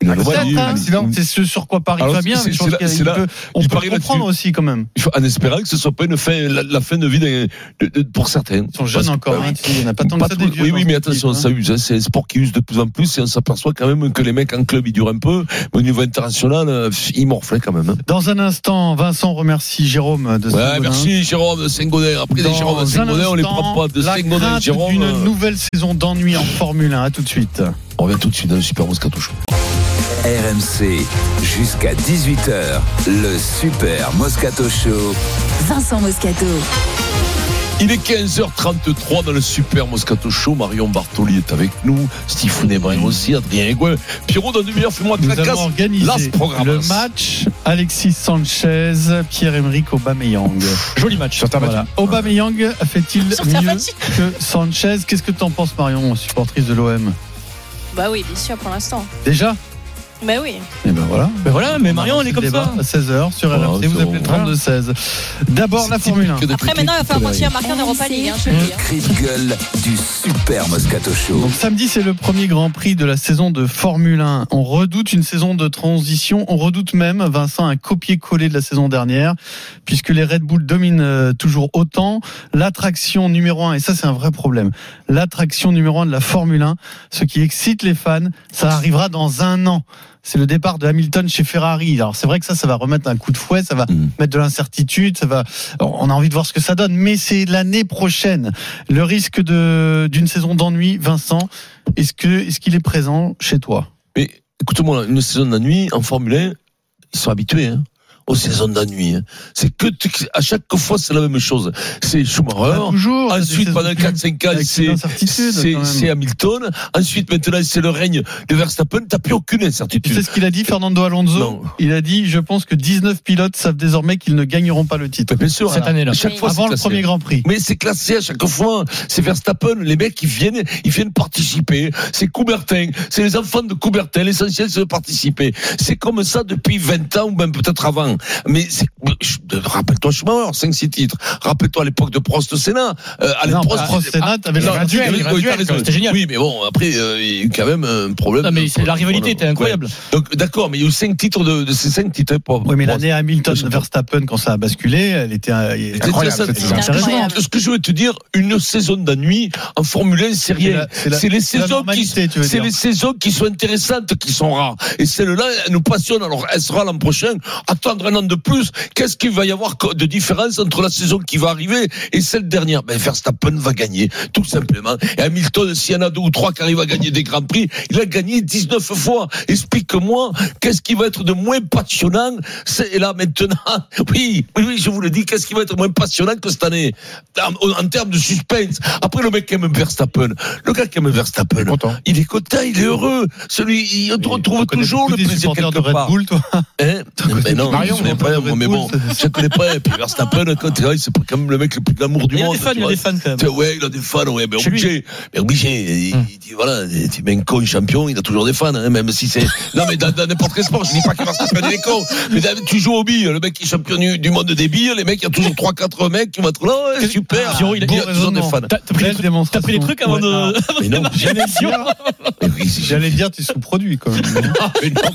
Une Peut-être, anomalie, hein. accident. C'est ce sur quoi Paris Alors, Fabien. c'est- mais je pense c'est là- qu'il c'est là- peut- on il peut parie le comprendre aussi quand même. Il faut- en espérant que ce soit pas une fin, la, la fin de vie d'un- de- de- pour certains. Ils sont jeunes Parce que- encore. bah, hein, Il n'y en a pas tant que Pas ça trop- des vieux. oui, dans oui, mais cette attention, équipe, ça hein. use. hein. C'est un sport qui use de plus en plus et on s'aperçoit quand même que les mecs en club, ils durent un peu. Mais au niveau international, euh, pff, ils morflent quand même. hein. Dans un instant, Vincent remercie Jérôme de Ouais, Saint-Gaudens. merci Jérôme de Saint-Gaudin. Après les Dans Jérôme un de Saint-Gaudin, on les prend instant, pas. De la Saint-Gaudin, crainte Jérôme. d'une euh, nouvelle saison d'ennui en Formule 1. À tout de suite. On revient tout de suite dans le Super Moscato Show. RMC, jusqu'à 18h, le Super Moscato Show. Vincent Moscato. Il est 15h33 dans le Super Moscato Show. Marion Bartoli est avec nous. Steve Nebrain aussi. Adrien Egouin. Pierrot, dans demi-heure, fais-moi de Nous la allons casse. Las organiser Programas. le match Alexis Sanchez, Pierre-Emerick Aubameyang. Joli match. Sur ta Voilà. Aubameyang fait-il Sur ta mieux fatigue. que Sanchez Qu'est-ce que t'en penses Marion, supportrice de l'OM Bah oui, bien sûr, pour l'instant. Déjà Mais oui. Et ben voilà. Ben voilà, mais Marion, elle est comme Débat ça. À 16h sur Voilà, RMC, vous c'est appelez bon. 32-16. D'abord la Formule 1. Après, maintenant, il va falloir continuer à marquer en Europa League. hein, je te Mmh. le dis, hein. Cri de gueule du Super Moscato Show. Donc samedi, c'est le premier Grand Prix de la saison de Formule 1. On redoute une saison de transition. On redoute même, Vincent, un copier-coller de la saison dernière, puisque les Red Bull dominent euh, toujours autant. L'attraction numéro 1, et ça c'est un vrai problème, l'attraction numéro 1 de la Formule 1, ce qui excite les fans, ça arrivera dans un an. C'est le départ de Hamilton chez Ferrari. Alors c'est vrai que ça, ça va remettre un coup de fouet, ça va Mhm. mettre de l'incertitude, ça va. On a envie de voir ce que ça donne, mais c'est l'année prochaine. Le risque de d'une saison d'ennui, Vincent, est-ce que est-ce qu'il est présent chez toi Mais écoute-moi, une saison d'ennui en Formule 1, ils sont habitués hein, aux saisons d'ennui. hein. C'est que tu- à chaque fois, c'est la même chose. C'est Schumacher. Pas Toujours. t'as des Ensuite, saisons pendant de- 4-5 ans, avec des c'est- incertitudes, c'est quand même. c'est Hamilton. Ensuite, maintenant, c'est le règne de Verstappen. T'as plus aucune Tu sais incertitude. ce qu'il a dit, Fernando Alonso Non. Il a dit Je pense que 19 pilotes savent désormais qu'ils ne gagneront pas le titre. Mais Bien sûr, Cette hein, année-là. à chaque Oui. fois, Avant c'est le classé. premier Grand Prix. Mais c'est classé à chaque fois. C'est Verstappen. Les mecs, ils viennent, ils viennent participer. C'est Coubertin. C'est les enfants de Coubertin. L'essentiel, c'est de participer. C'est comme ça depuis 20 ans ou même peut-être avant. Mais c'est- je- rappelle-toi Schumacher, 5-6 titres. Rappelle-toi à l'époque de Prost Sénat. Euh, à Non, l'époque Prost Ah, Senna, t'avais le Non, graduel, oui, le oui, graduel, t'as raison. c'était génial. Oui, mais bon, après, euh, il y a eu quand même un problème. Non, mais c'est la rivalité Voilà. était incroyable. Ouais. Donc, d'accord, mais il y a eu 5 titres de, de ces 5 titres. hein, pour- Oui, mais pour- l'année Hamilton-Verstappen, quand ça a basculé, elle était euh, elle était C'était incroyable. ça, cette c'est saison. ça. Sérieusement. Incroyable. Ce que je veux te dire, une saison d'ennui en Formule 1, c'est rien. C'est la- C'est les c'est la saisons qui, normalité, tu veux c'est dire. les saisons qui sont intéressantes, qui sont rares. Et celle-là, elle nous passionne. Alors, elle sera l'an prochain. Attendre un an de plus, qu'est-ce qu'il va y avoir co- de différence entre la saison qui va arriver et celle dernière Ben, Verstappen va gagner, tout simplement. Et Hamilton, s'il y en a deux ou trois qui arrivent à gagner des grands prix, il a gagné 19 fois. Explique-moi, qu'est-ce qui va être de moins passionnant C'est et là maintenant. [laughs] Oui, oui, oui, je vous le dis, qu'est-ce qui va être moins passionnant que cette année en, en termes de suspense Après, le mec qui aime Verstappen, le gars qui aime Verstappen, Il est content. il est content, il est heureux. Celui, il On retrouve connaît toujours beaucoup le des plaisir supporters quelque de Red part. Bull, toi. Hein mais non, Marion, je connais on pas, parle de Red mais bon, Bull, je connais pas. Et puis Verstappen, quand il arrive, c'est quand même le mec le plus glamour du Il y a monde. des fans, tu il y a vois. des fans quand même. Tu sais, Ouais, il a des fans, ouais, mais Chez lui. obligé. Mais obligé. Il- Hum. il dit, voilà, tu mets un con champion, il a toujours des fans, hein, même si [laughs] c'est. Non, mais dans dans n'importe quel sport, je dis pas qu'il va [laughs] se faire des cons. Mais dans- tu joues au billes, le mec qui est champion du, du monde des billes, les mecs, il y a toujours 3-4 mecs qui vont être là, ouais, super. Giro, il a- il y a toujours des fans. T'as t'as pris, les Belle trucs- démonstration. t'as pris les trucs avant Ouais. de. Mais non, J'allais dire, mais oui, c'est- j'allais dire, tu sous-produis quand même. [laughs] mais non, mais pas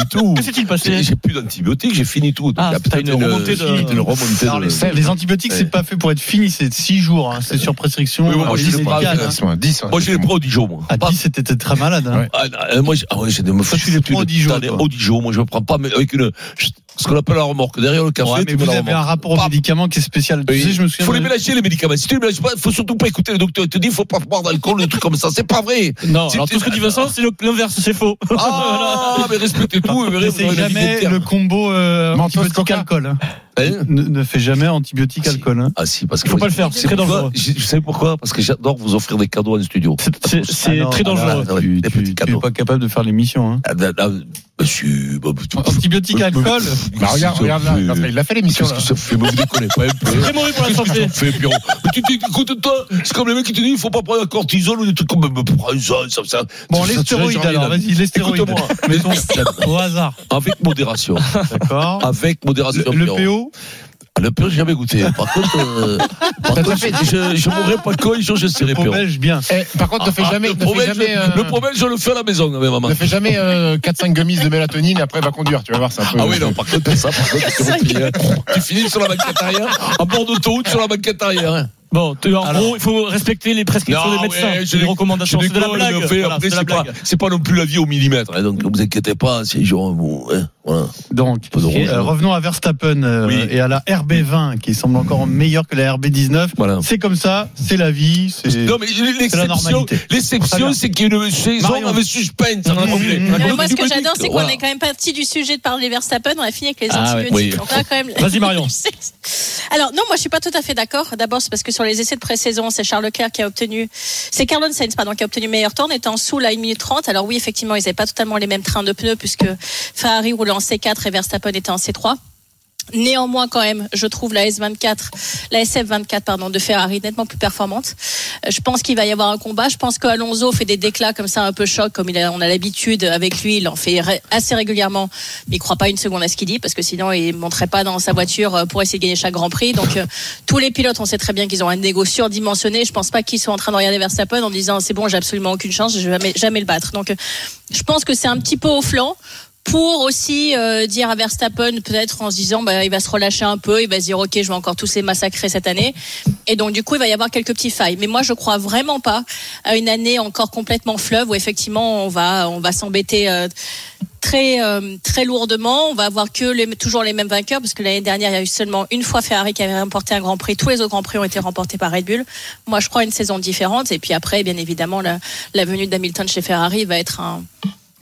du [laughs] tout. Que s'est-il J'ai passé j'ai plus d'antibiotiques, j'ai fini tout. Donc, Ah, il y a t'as peut-être une remontée de- une remontée Alors, de- les, les antibiotiques, c'est Ouais. pas fait pour être fini, c'est 6 jours, hein, c'est sur prescription. Oui, oui, moi, euh, je c'est sais pas, médical, je hein. Ils sont à 10. hein. Moi, j'ai les pros au Dijon, moi. À Pas- 10, c'était t'étais très malade. hein. Ouais. Ah, ah, moi, j'ai- ah ouais, j'ai des me Toi, tu les prends au Dijon, toi. Au Dijon, moi, je me prends pas, mais avec une, ce qu'on appelle la remorque. Derrière le café, Ouais, mais tu mets vous la avez un remorque. rapport aux Pam. médicaments qui est spécial. Tu Oui. sais, je me souviens. faut les de- mélanger les médicaments. Si tu les mélanges pas, faut surtout pas écouter le docteur. Il te dit, faut pas boire d'alcool, des trucs comme ça. C'est pas vrai. Non, C'est- alors tout ce que dit Vincent, c'est le- l'inverse, c'est faux. [laughs] Ah, mais respectez tout. Vous verrez, vous N'essaye aurez la vie jamais des le combo euh, Mentos, Coca. antibiotique-alcool. hein. termes. Hein Ne, ne fais jamais antibiotique-alcool. hein. Ah si, parce que Faut pas le faire, c'est très pourquoi- dangereux. je- Vous savez pourquoi Parce que j'adore vous offrir des cadeaux en studio. C'est- C'est Ah c'est non, très ah là, dangereux. Ah, ouais, Tu des petits tu- tu es cadeaux. pas capable de faire l'émission. hein. Ah, là, là, monsieur, bah, Antibiotique-alcool. Bah, regarde, regarde là, regarde là, il l'a fait l'émission. Qu'est-ce là. que ça fait Mais vous déconnez pas un peu. Très mauvais pour la Qu'est-ce que santé. t'en fais, Pierrot Mais tu t'écoutes, toi, c'est comme les mecs qui te disent, il faut pas prendre la cortisone ou des trucs comme, mais prends ça, ça, ça. Bon, ça, les ça, stéroïdes ça, ça, alors, ça, vas-y, les stéroïdes. Écoute-moi. Mettons au hasard. Avec modération. D'accord. Avec modération. Le, le Pierrot. PO Ah, Le PO, j'ai jamais goûté. Par contre, euh, par contre, je, je mourrai pas de coin, je, je serai Au Pierrot. belge, bien. Eh, par contre, ne fais Ah, jamais, le ne fais problème, jamais, je, euh, le problème, je le fais à la maison, avec ma maman. ne fais jamais euh, 4-5 gummies de mélatonine et après va conduire. Tu vas voir, c'est un peu. Ah oui, non, par contre, ça, par contre, c'est compliqué, hein. tu finis sur la banquette arrière, à bord d'autoroute sur la banquette arrière. hein. Bon, tu- en Alors. gros, il faut respecter les prescriptions des médecins, Ah ouais, je les dé- recommandations. je C'est de la déconne, blague. mais enfin, Voilà, après, c'est de la c'est pas, blague. c'est pas non plus la vie au millimètre. hein, donc ne vous inquiétez pas, c'est genre. Bon, hein, voilà. Donc, Pas de rouge, euh, hein. revenons à Verstappen euh, Oui. et à la RB20 qui semble encore meilleure que la RB19. Voilà. C'est comme ça, c'est la vie. c'est- Non, mais l'exception, normalité. Très bien. l'exception, c'est qu'il y a une saison Marion. avec suspense. Mmh, mmh, mmh. Non, mais moi, ce que j'adore, c'est qu'on est quand même parti du sujet de parler Verstappen. On a fini avec les Ah ouais, antibiotiques. oui. Donc là, quand même- [laughs] Vas-y, Marion. Alors, non, moi, je suis pas tout à fait d'accord. D'abord, c'est parce que sur les essais de pré-saison, c'est Charles Leclerc qui a obtenu, c'est Carlon Sainz, pardon, qui a obtenu meilleur temps en étant sous la 1 minute 30. Alors oui, effectivement, ils n'avaient pas totalement les mêmes trains de pneus puisque Ferrari roulait en C4 et Verstappen était en C3. Néanmoins, quand même, je trouve la S24, la SF24, pardon, de Ferrari nettement plus performante. Euh, Je pense qu'il va y avoir un combat. Je pense qu'Alonso fait des déclats comme ça un peu choc, comme il a- on a l'habitude avec lui. Il en fait ré- assez régulièrement, mais il croit pas une seconde à ce qu'il dit parce que sinon il monterait pas dans sa voiture euh, pour essayer de gagner chaque Grand Prix. Donc euh, tous les pilotes, on sait très bien qu'ils ont un négo surdimensionné. Je pense pas qu'ils soient en train de regarder Verstappen en disant c'est bon, j'ai absolument aucune chance, je vais jamais, jamais le battre. Donc euh, je pense que c'est un petit peu au flanc pour aussi euh, dire à Verstappen peut-être en se disant bah, il va se relâcher un peu, il va se dire ok je vais encore tous les massacrer cette année et donc du coup il va y avoir quelques petits failles mais moi je crois vraiment pas à une année encore complètement fleuve où effectivement on va on va s'embêter euh, très euh, très lourdement on va avoir que les, toujours les mêmes vainqueurs parce que l'année dernière il y a eu seulement une fois Ferrari qui avait remporté un Grand Prix tous les autres Grands Prix ont été remportés par Red Bull moi je crois à une saison différente et puis après bien évidemment la, la venue d'Hamilton chez Ferrari va être un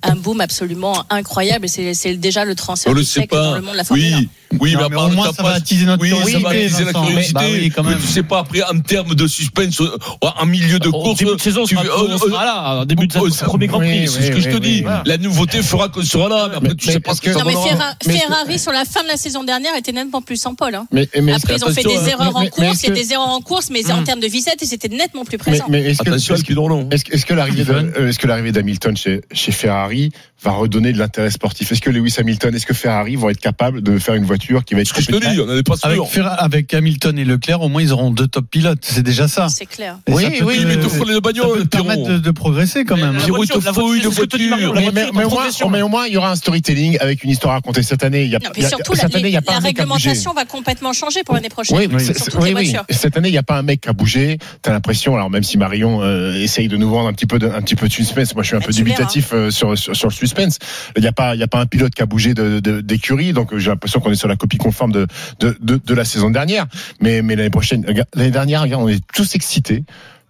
un boom absolument incroyable. et C'est c'est déjà le transfert Oh, On le du sait siècle dans pas. le monde de la Formule hein. Oui, oui, Non, mais à mais part au le moins, ça tapage- va attiser notre oui, curiosité, ça va attiser la Vincent. curiosité. Bah oui, quand mais même. tu sais pas après en termes de suspense euh, en milieu de Au course. début de saison, on tu- sera- euh, on sera euh, là, au début de euh, saison, premier Grand Prix, oui, c'est c'est ce oui, que je te oui, dis. oui, voilà. La nouveauté fera qu'on sera là, mais après Mais- tu sais mais pas ce est-ce que que- ça Non, mais donnera. Ferra- mais c'est- Ferrari sur la fin de la saison dernière était nettement plus sans Paul. hein. Mais, mais Après, ils ont fait attention, des hein. erreurs en Mais- mais course, est-ce il y a que- des erreurs en course, mais en termes de visette, ils étaient nettement plus Mais, présents. mais est-ce que, Attention à est-ce ce que, qu'ils auront. est-ce que- est-ce que l'arrivée de- euh, est-ce que l'arrivée d'Hamilton chez, chez Ferrari va redonner de l'intérêt sportif Est-ce que Lewis Hamilton, est-ce que Ferrari vont être capables de faire une voiture qui va être Ce que je te compétitive dis, on n'en est pas Avec, sûr. Ferra- avec Hamilton et Leclerc, au moins ils auront deux top pilotes. C'est déjà ça. C'est clair. Et Oui, ça peut oui, te- mais il te ça faut les peut bagnoles, te permettre Pierrot. de, de progresser quand même. hein. la Pierrot, il voiture, te la faut voiture, une c'est ce que te dit Mario, voiture. la Mais, mais- voiture est mais en au moins, progression. mais au moins, il y aura un storytelling avec une histoire à raconter. Cette année, il y a, Non, il y mais a- surtout, la, cette année, il y a pas la un mec à bouger. réglementation va complètement changer pour l'année prochaine. Oui, mais sur c'est- toutes oui, les oui. voitures. Cette année, il n'y a pas un mec à bouger. T'as l'impression, alors même si Marion euh, essaye de nous vendre un petit peu de, un petit peu de suspense, moi je suis un Bah, peu tu verras. dubitatif euh, sur, sur, sur le suspense. Il n'y a pas, il y a pas un pilote qui a bougé de- de- d'écurie, donc euh, j'ai l'impression qu'on est sur la copie conforme de, de, de, de la saison dernière. Mais, mais l'année prochaine, regarde, l'année dernière, regarde, on est tous excités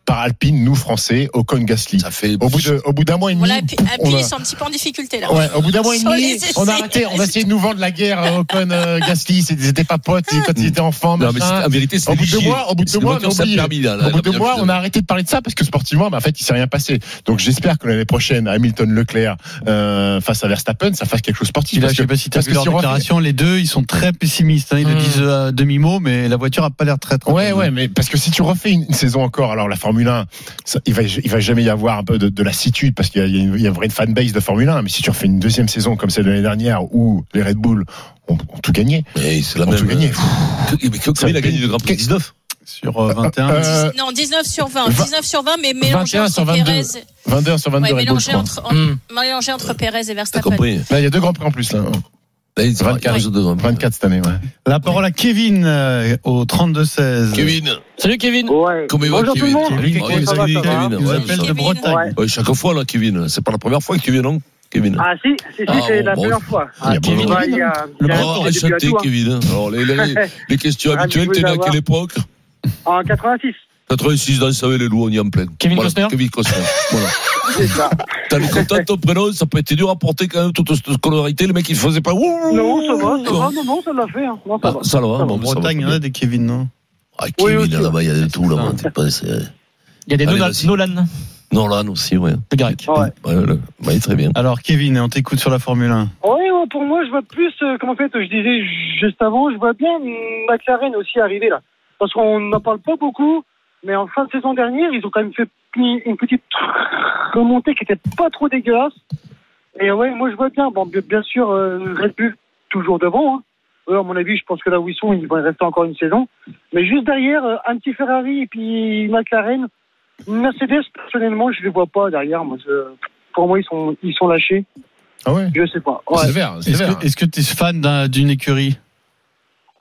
par Alpine, nous Français, Ocon Gasly. Ça fait Au bout de- au bout d'un mois et demi, Voilà, puis- on puis a- ils sont un petit peu en difficulté là. Ouais, au bout d'un mois et [laughs] Sur demi, les essais. on a arrêté, on a essayé de nous vendre la guerre euh, Ocon euh, Gasly, c'est- ils n'étaient pas potes ils- quand ils étaient enfants. Non, mais c'est- machin. en vérité, c'est Au bout de léger. deux mois, au bout de C'est deux une mois, voiture on a sans oublié. permis, là, là, au bout la de deux première mois, finale. on a arrêté de parler de ça parce que sportivement, bah, en fait, il s'est rien passé. Donc j'espère que l'année prochaine, Hamilton Leclerc euh, face à Verstappen, ça fasse quelque chose de sportif. Puis là, parce je sais que- pas si tu as parce vu que leur si on refait- déclaration, les deux, ils sont très pessimistes. hein. Ils le Hmm. disent à demi-mot, mais la voiture a pas l'air très très Ouais, bonne. ouais, mais parce que si tu refais une, une saison encore, alors la Formule 1, ça, il va, il va jamais y avoir un peu de, de lassitude parce qu'il y a, il y a une, il y a une vraie fanbase de Formule 1. Mais si tu refais une deuxième saison comme celle de l'année dernière où les Red Bull ont, ont tout gagné, Mais c'est la ont même. euh, tout gagné. Mais que- Ça Comment il a fait- gagné le Grand Prix 19 Sur euh, 21. Euh, Non, 19 sur 20, 20, 19 sur 20, mais mélangé 21 entre sur 22. Perez, 22 sur 22 ouais, Red Bull, je Hmm. mélangé crois. entre, en- Hmm. mélangé entre Perez et T'as Verstappen. compris Là, il y a deux grands prix en plus, là. Là, Bah, il sera 24. 15 de Grand Prix. 24 cette année, ouais. La parole à Kevin euh, au 32-16. Kevin, Salut Kevin. Ouais. comment il va Bonjour tout le Kevin monde. Kevin, Ouais, Kevin, ça va, salut, ça va. Kevin. Il nous Ouais, appelle de Kevin. Bretagne. Ouais. Ouais, chaque fois, là, Kevin. C'est pas la première fois que tu viens, non Kevin Ah si, si, si, Ah, c'est bon, la bon. première fois. Il y a tu pas vois, mal. il y a, il y a un Alors, petit début à Ah, enchanté, tout, hein. Kevin. hein. Alors, [laughs] les, les- les questions Ravi de habituelles, vous t'es né à avoir. quelle époque En 86, 86 dans Savez les loups, on y est en plein. Kevin Voilà, Costner Kevin Costner. [laughs] voilà. c'est ça. T'as [laughs] le content de ton prénom, ça peut être dur à porter quand même toute cette scolarité. Le mec, il faisait pas. Ouh Non, ça va, ça va, non, non, ça l'a fait. Hein. Non, ça Ah, va. ça, alors, hein, Ça bon, En mais ça va. Bretagne, il y en a des Kevin, non Ah, Oui, Kevin, aussi, là-bas, il y a de tout, là-bas, t'es pas. c'est- Il y a des Allez, Nolan, vas-y. Nolan, Nolan aussi, ouais. le grec. Ouais. Ouais, ouais, ouais, très bien. Alors, Kevin, on t'écoute sur la Formule 1. Oui, ouais, pour moi, je vois plus, euh, comme en fait, je disais juste avant, je vois bien McLaren aussi arriver là. Parce qu'on n'en parle pas beaucoup, mais en fin de saison dernière, ils ont quand même fait une une petite remontée qui était pas trop dégueulasse. Et ouais, moi, je vois bien. Bon, bien bien sûr, euh, Red Bull toujours devant. Hein. Eux, à mon avis, je pense que là où ils sont, ils vont y rester encore une saison. Mais juste derrière, euh, un petit Ferrari et puis McLaren. Mercedes, personnellement, je les vois pas derrière. Moi, je- pour moi, ils sont, ils sont lâchés. Ah ouais? Je sais pas. C'est Ouais. sévère, c'est Est-ce sévère. que- est-ce que tu es fan d'un- d'une écurie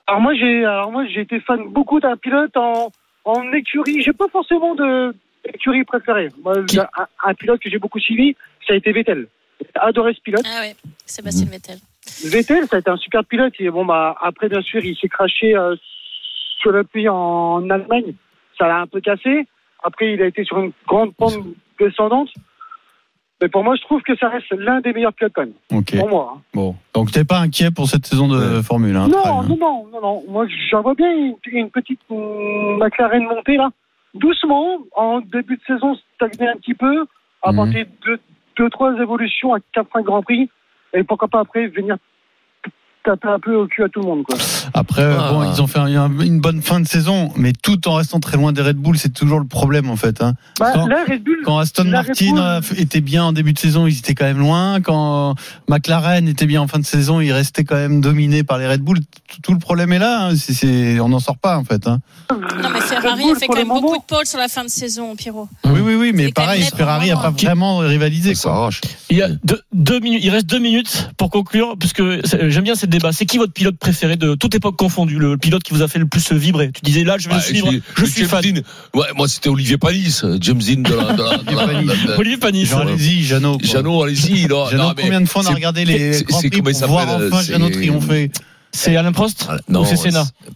Alors moi j'ai alors moi j'ai été fan beaucoup d'un pilote en en écurie. J'ai pas forcément de écurie préférée. Moi, j'ai un, un pilote que j'ai beaucoup suivi, ça a été Vettel. J'ai adoré ce pilote. Ah ouais, Sébastien Vettel. Vettel, ça a été un super pilote. Et bon bah après bien sûr il s'est craché euh, sur la pluie en Allemagne. Ça l'a un peu cassé. Après il a été sur une grande pente descendante. Mais pour moi je trouve que ça reste l'un des meilleurs pilotes quand même. Ok. Pour moi. hein. Bon. Donc, t'es pas inquiet pour cette saison de Formule 1 très Non, bien. non, non, non, non. Moi, j'en vois bien une, une petite mm, McLaren montée, là. Doucement, en début de saison, stagner un petit peu, apporter deux, deux, trois évolutions à quatre, cinq grands prix, et pourquoi pas après venir taper un peu au cul à tout le monde. Quoi. Après, Ah. bon, ils ont fait un- une bonne fin de saison, mais tout en restant très loin des Red Bull, c'est toujours le problème en fait. hein. Bah, Quand- là, Red Bull, Quand Aston la Martin réponse- euh, était bien en début de saison, ils étaient quand même loin. Quand McLaren était bien en fin de saison, ils restaient quand même dominés par les Red Bull. Tout- Tout le problème est là. hein. C'est- c'est- on n'en sort pas en fait. hein. Non, mais Ferrari a fait quand même beaucoup de pôles sur la fin de saison, Pierrot. Mmh. Oui, oui, oui, mais C'est quand pareil, même net Ferrari n'a pour pas vraiment rivalisé. quoi. Il, y a deux, deux minutes, il reste deux minutes pour conclure, puisque c'est- euh, j'aime bien ce débat. C'est qui votre pilote préféré de toute époque confondue, le pilote qui vous a fait le plus vibrer Tu disais là, je vais Bah, le suivre, j'ai- je j'ai suis James fan. Dean. Ouais, moi, c'était Olivier Panis. James Dean de la. de la- de la- de la- de la- Olivier Panis. Genre, allez-y, Jeannot. quoi. Jeannot, allez-y. non, Jeannot, non, mais combien de fois on a c'est- regardé les c'est- grands c'est prix comment il pour voir s'appelle, enfin c'est- Jeannot triompher C'est Alain Prost Ah, Non, Ou c'est Senna c'est-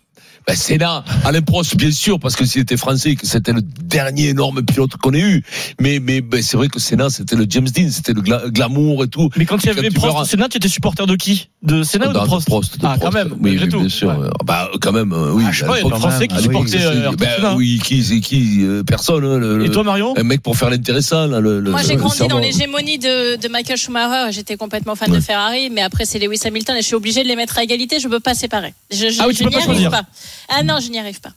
Ben, Senna, Alain Prost, bien sûr, parce que s'il était français, que c'était le dernier énorme pilote qu'on ait eu. Mais, mais ben, c'est vrai que Senna, c'était le James Dean, c'était le gla- glamour et tout. Mais quand il y avait tu Prost, verras- Senna, tu étais supporter de qui De Senna ou de Non, Prost de Ah, quand Prost. même, Oui, malgré oui, tout. bien sûr. Ouais. Bah, quand même, euh, oui. Ah, je sais à pas, il y a l'époque, un quand Français qui même, supportait, à l'époque, euh, c'est- ben, Argentina. oui, qui, c'est qui, euh, personne. hein, le- Et toi, Marion Un mec pour faire l'intéressant, là, le- le- Moi, j'ai le grandi cerveau. dans l'hégémonie de, de Michael Schumacher et j'étais complètement fan de Ferrari, mais après, c'est Lewis Hamilton et je suis obligée de les mettre à égalité, je peux pas séparer. Je, je- Ah oui, je tu peux n'y pas arrive choisir. pas. Ah non, je n'y arrive pas.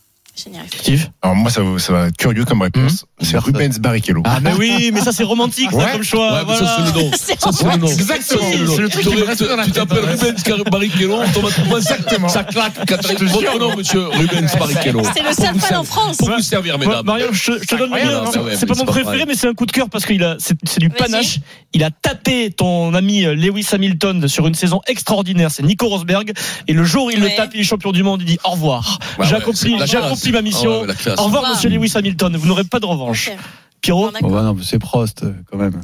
Je n'y arrive pas. Steve Mmh. Alors moi, ça, va- ça va être curieux comme réponse. C'est Rubens Barrichello. Ah, mais [laughs] oui, mais ça, c'est romantique, ça, Ouais. comme choix. Ouais, mais ça, voilà. [laughs] c'est le nom. [laughs] Ça, c'est le nom. Exactement. Ça, le nom. C'est le truc qui me T'aurais- reste dans la Tu tête. hein. t'appelles Rubens Car- Bah. Barrichello, on t'en va trouver un sac. Exactement. Ça claque. Je Quand te t'arrives votre jure. nom, monsieur Rubens Barrichello. C'est le seul fan en France. Pour vous servir, Moi, mesdames. Marion, je, je te donne le incroyable, mien. hein. C'est- Ah ouais, c'est pas mais mon c'est pas préféré, vrai. mais c'est un coup de cœur parce qu'il a, c'est c'est du Vas-y. panache. Il a tapé ton ami euh, Lewis Hamilton sur une saison extraordinaire. C'est Nico Rosberg. Et le jour où il Ouais. le tape, il est champion du monde. Il dit au revoir. Ouais, J'ai ouais, c'est accompli, la j'ai classe. accompli ma Ah mission. ouais, la classe. Au revoir, Au revoir. monsieur Lewis Hamilton. Vous n'aurez pas de revanche. Ok. Pierrot, Bon, Bon, d'accord. bah non, mais c'est Prost euh, quand même.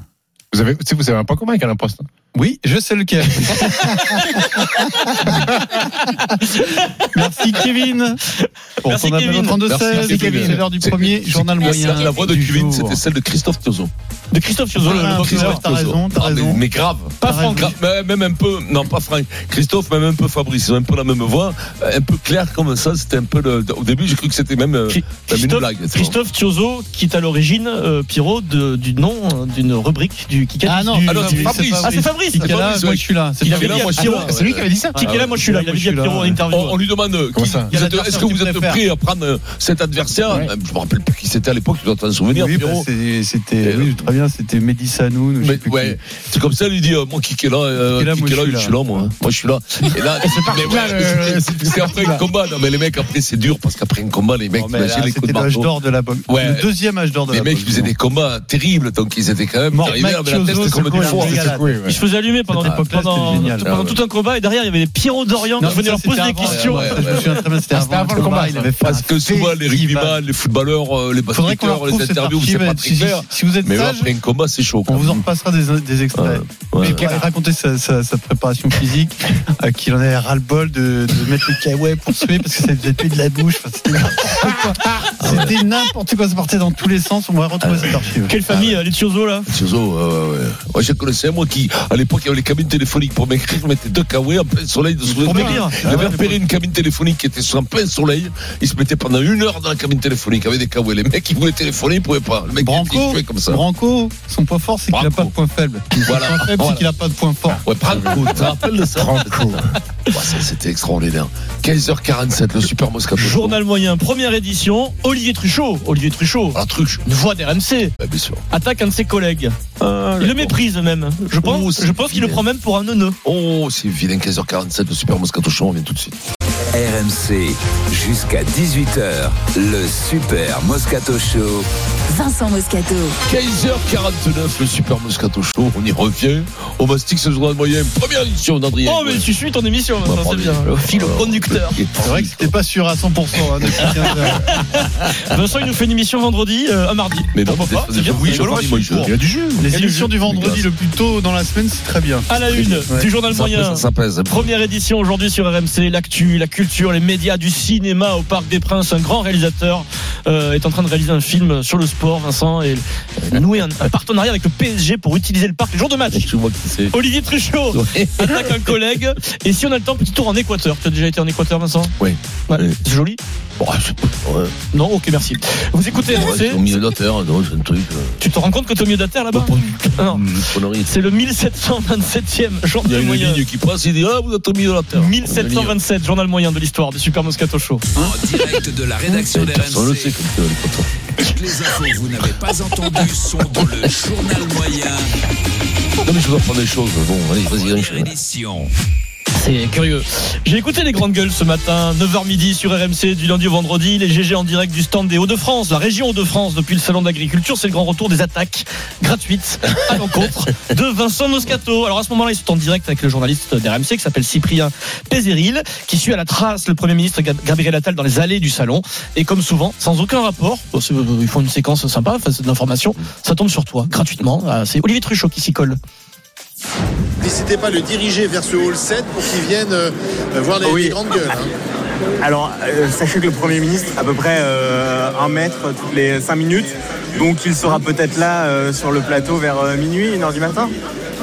Vous avez, tu sais, vous avez un point commun avec Alain Prost. Oui, je sais lequel. Merci Kevin. Pour Merci, ton appel au Kevin. 32 Merci, 16, Kevin. c'est l'heure du C'est- premier journal c'est- moyen. c'est- La voix de du Cuvine, jour. c'était celle de Christophe Tozon. de Christophe Fiozzo, le Ah, boxeur. Christophe, t'as raison, t'as Ah, mais- raison. Mais grave. Pas T'as raison. Franck. Gra- mais Même un peu, non pas Franck, Christophe, même un peu Fabrice, ils ont un peu la même voix, euh, un peu clair comme ça, c'était un peu le- Au début, j'ai cru que c'était même euh, Qui- même une Christophe, blague. c'est bon. Christophe Tiozzo, qui est à l'origine, euh, Pierrot, de- du nom euh, d'une rubrique du Kikat. Ah non, du- Ah non, c'est c'est Fabrice. Fabrice. Ah, c'est Fabrice. Qui est là, Fabrice, moi ouais. je suis là. C'est Il Ah, mais avait là, dit à moi, je suis Pierrot, là. euh, C'est lui qui avait dit ça Qui qui est là, moi je suis là. Il Moi, avait je dit à suis là. Pierrot en interview. On, on lui demande euh, Comment qui- ça vous Quel êtes- est-ce que adversaire vous tu êtes préfères prêt à prendre euh, cet adversaire Ouais. Euh, Je me rappelle plus qui c'était à l'époque, tu dois t'en souvenir, Oui, bah, Pierrot. Euh, c'est- c'était oui, très bien, c'était Mehdi Sanoun, ou je sais Mais, plus ouais, qui. c'est comme ça, il lui dit euh, Moi, qui qui est là, euh, Qui est là, qui moi, qui est je là, suis je là. suis là, moi. hein. Moi, je suis là. Et [laughs] là, mais ouais, là, le- c'est- c'est après un combat. Non, mais les mecs, après, c'est dur parce qu'après un combat, les mecs, Non, mais là, imagine les coups C'était de l'âge marteau. d'or de la boxe. Ouais. Le deuxième âge d'or de Les la mecs, boxe. ils faisaient des combats terribles, donc ils étaient quand même Mort- arrivés avec la Mike tête Chiozo, comme c'est des quoi, fours. la régalade. Oui, ouais. Il se faisait allumer pendant, Cette les- époque-là, pendant- c'était génial. pendant tout un combat et derrière il y avait les Pierrot d'Orient Non, qui venaient ça, leur poser c'était des avant, questions. ouais, ouais, je me souviens très bien, c'était C'était avant le combat. Il avait fait Parce un que souvent, les festival. rugbyman, les footballeurs, euh, les Faudrait qu'on basketteurs, retrouve les cette interviews, archive. c'est pas très Si, si- clair. si vous êtes Mais ouais, sage, après un combat, c'est chaud. on quand vous en même. repassera des, des extraits. Ouais. Mais Pierre a raconté sa, sa- sa préparation [laughs] physique, euh, qu'il en avait ras-le-bol de, de mettre le kawaii pour suer parce que ça faisait tuer de la bouche. Enfin, c'était n'importe Ah quoi. C'était n'importe quoi, ça partait dans tous les sens. On va retrouver cette archive. Quelle Ah famille, euh, les Tiozzo là Tiozo, ouais, ouais, ouais. Moi, je connaissais un, moi qui, à l'époque, il y avait les cabines téléphoniques pour m'écrire. Je mettais deux kawaii en plein soleil de sous Pour m'écrire. Ah Il avait repéré une cabine téléphonique qui était sur un plein soleil. Il se mettait pendant une heure dans la cabine téléphonique avec des kawaii. Les mecs, ils voulaient téléphoner, ils pouvaient pas. Le mec, il était Branco, tué comme ça. Branco, son point fort, c'est qu'il n'a Branco. pas de point faible. [laughs] Voilà. Son point faible, Voilà. c'est qu'il n'a pas de point fort. Ouais, Branco, tu te rappelles de ça Ouais, ça, C'était extraordinaire. 15h47, le Super Moscato. Show. Journal moyen, première édition, Olivier Truchot. Olivier Truchot, Ah, truc. une voix d'RMC, Ouais, bien sûr. attaque un de ses collègues. Il le méprise même. Je Oh, pense, c'est je pense qu'il le vilain. prend même pour un neuneu. Oh, c'est vilain, 15h47, le Super Moscato Show, on vient tout de suite. RMC jusqu'à 18h, le Super Moscato Show. Vincent Moscato. 15h49, le Super Moscato Show, on y revient. Au Mastic, ce journal moyen, première édition d'Adrien. Oh, mais tu suis ton émission, On va Vincent, parler- c'est bien. Le fil Alors, conducteur. C'est vrai que c'était pas sûr à 100% [laughs] hein, depuis 15 heures. Vincent, il nous fait une émission vendredi, euh, un mardi. Mais non, Pourquoi mais pas c'est- C'est bien. oui, Mais je voilà, parle, je moi, suis je- pour. Il y a du jeu. Les Et émissions le- du vendredi les le plus tôt dans la semaine, c'est très bien. À la une Ouais. du journal Ça moyen. pèse, ça pèse. Première édition aujourd'hui sur RMC, l'actu, la culture, les médias, du cinéma au Parc des Princes. Un grand réalisateur euh, est en train de réaliser un film sur le sport, Vincent, et euh, nouer un, un partenariat avec le PSG pour utiliser le parc le jour de match. Je vois qui c'est. Olivier Truchot [laughs] Ouais. [laughs] attaque un collègue. Et si on a le temps, petit tour en Équateur. Tu as déjà été en Équateur, Vincent Oui. Ouais. Oui. C'est joli. Bon, c'est- ouais. Non, ok, merci. Vous écoutez Ouais, RMC c'est au milieu de la terre, non, c'est un truc. euh, Tu te rends compte que t'es au milieu de la terre là-bas Ah non. une connerie. C'est le 1727e Il y a journal une moyen. ligne qui passe, il dit Ah, vous êtes au milieu de la terre. Une ligne. 1727, journal moyen de l'histoire du Super Moscato Show. En direct de la rédaction Personne ne le sait d'RMC, comme ça, les potes. toutes les infos que vous n'avez pas entendues sont dans le journal moyen, Non, mais je dois prendre des choses. Bon, allez, vas-y, première Richard. édition. C'est curieux. J'ai écouté les grandes gueules ce matin, 9h midi sur RMC, du lundi au vendredi, les GG en direct du stand des Hauts-de-France, la région Hauts-de-France depuis le salon d'agriculture. C'est le grand retour des attaques gratuites à l'encontre de Vincent Moscato. Alors à ce moment-là, ils sont en direct avec le journaliste d'RMC qui s'appelle Cyprien Pézéril, qui suit à la trace le Premier ministre Gab- Gabriel Attal dans les allées du salon. Et comme souvent, sans aucun rapport, parce que, euh, ils font une séquence sympa, enfin, c'est de l'information, ça tombe sur toi, gratuitement. Ah, C'est Olivier Truchot qui s'y colle. N'hésitez pas à le diriger vers ce hall 7 pour qu'il vienne euh, voir les, Oui. les grandes gueules. hein. Alors, euh, sachez que le Premier ministre, à peu près euh, un mètre toutes les cinq minutes, donc il sera peut-être là euh, sur le plateau vers euh, minuit, une heure du matin.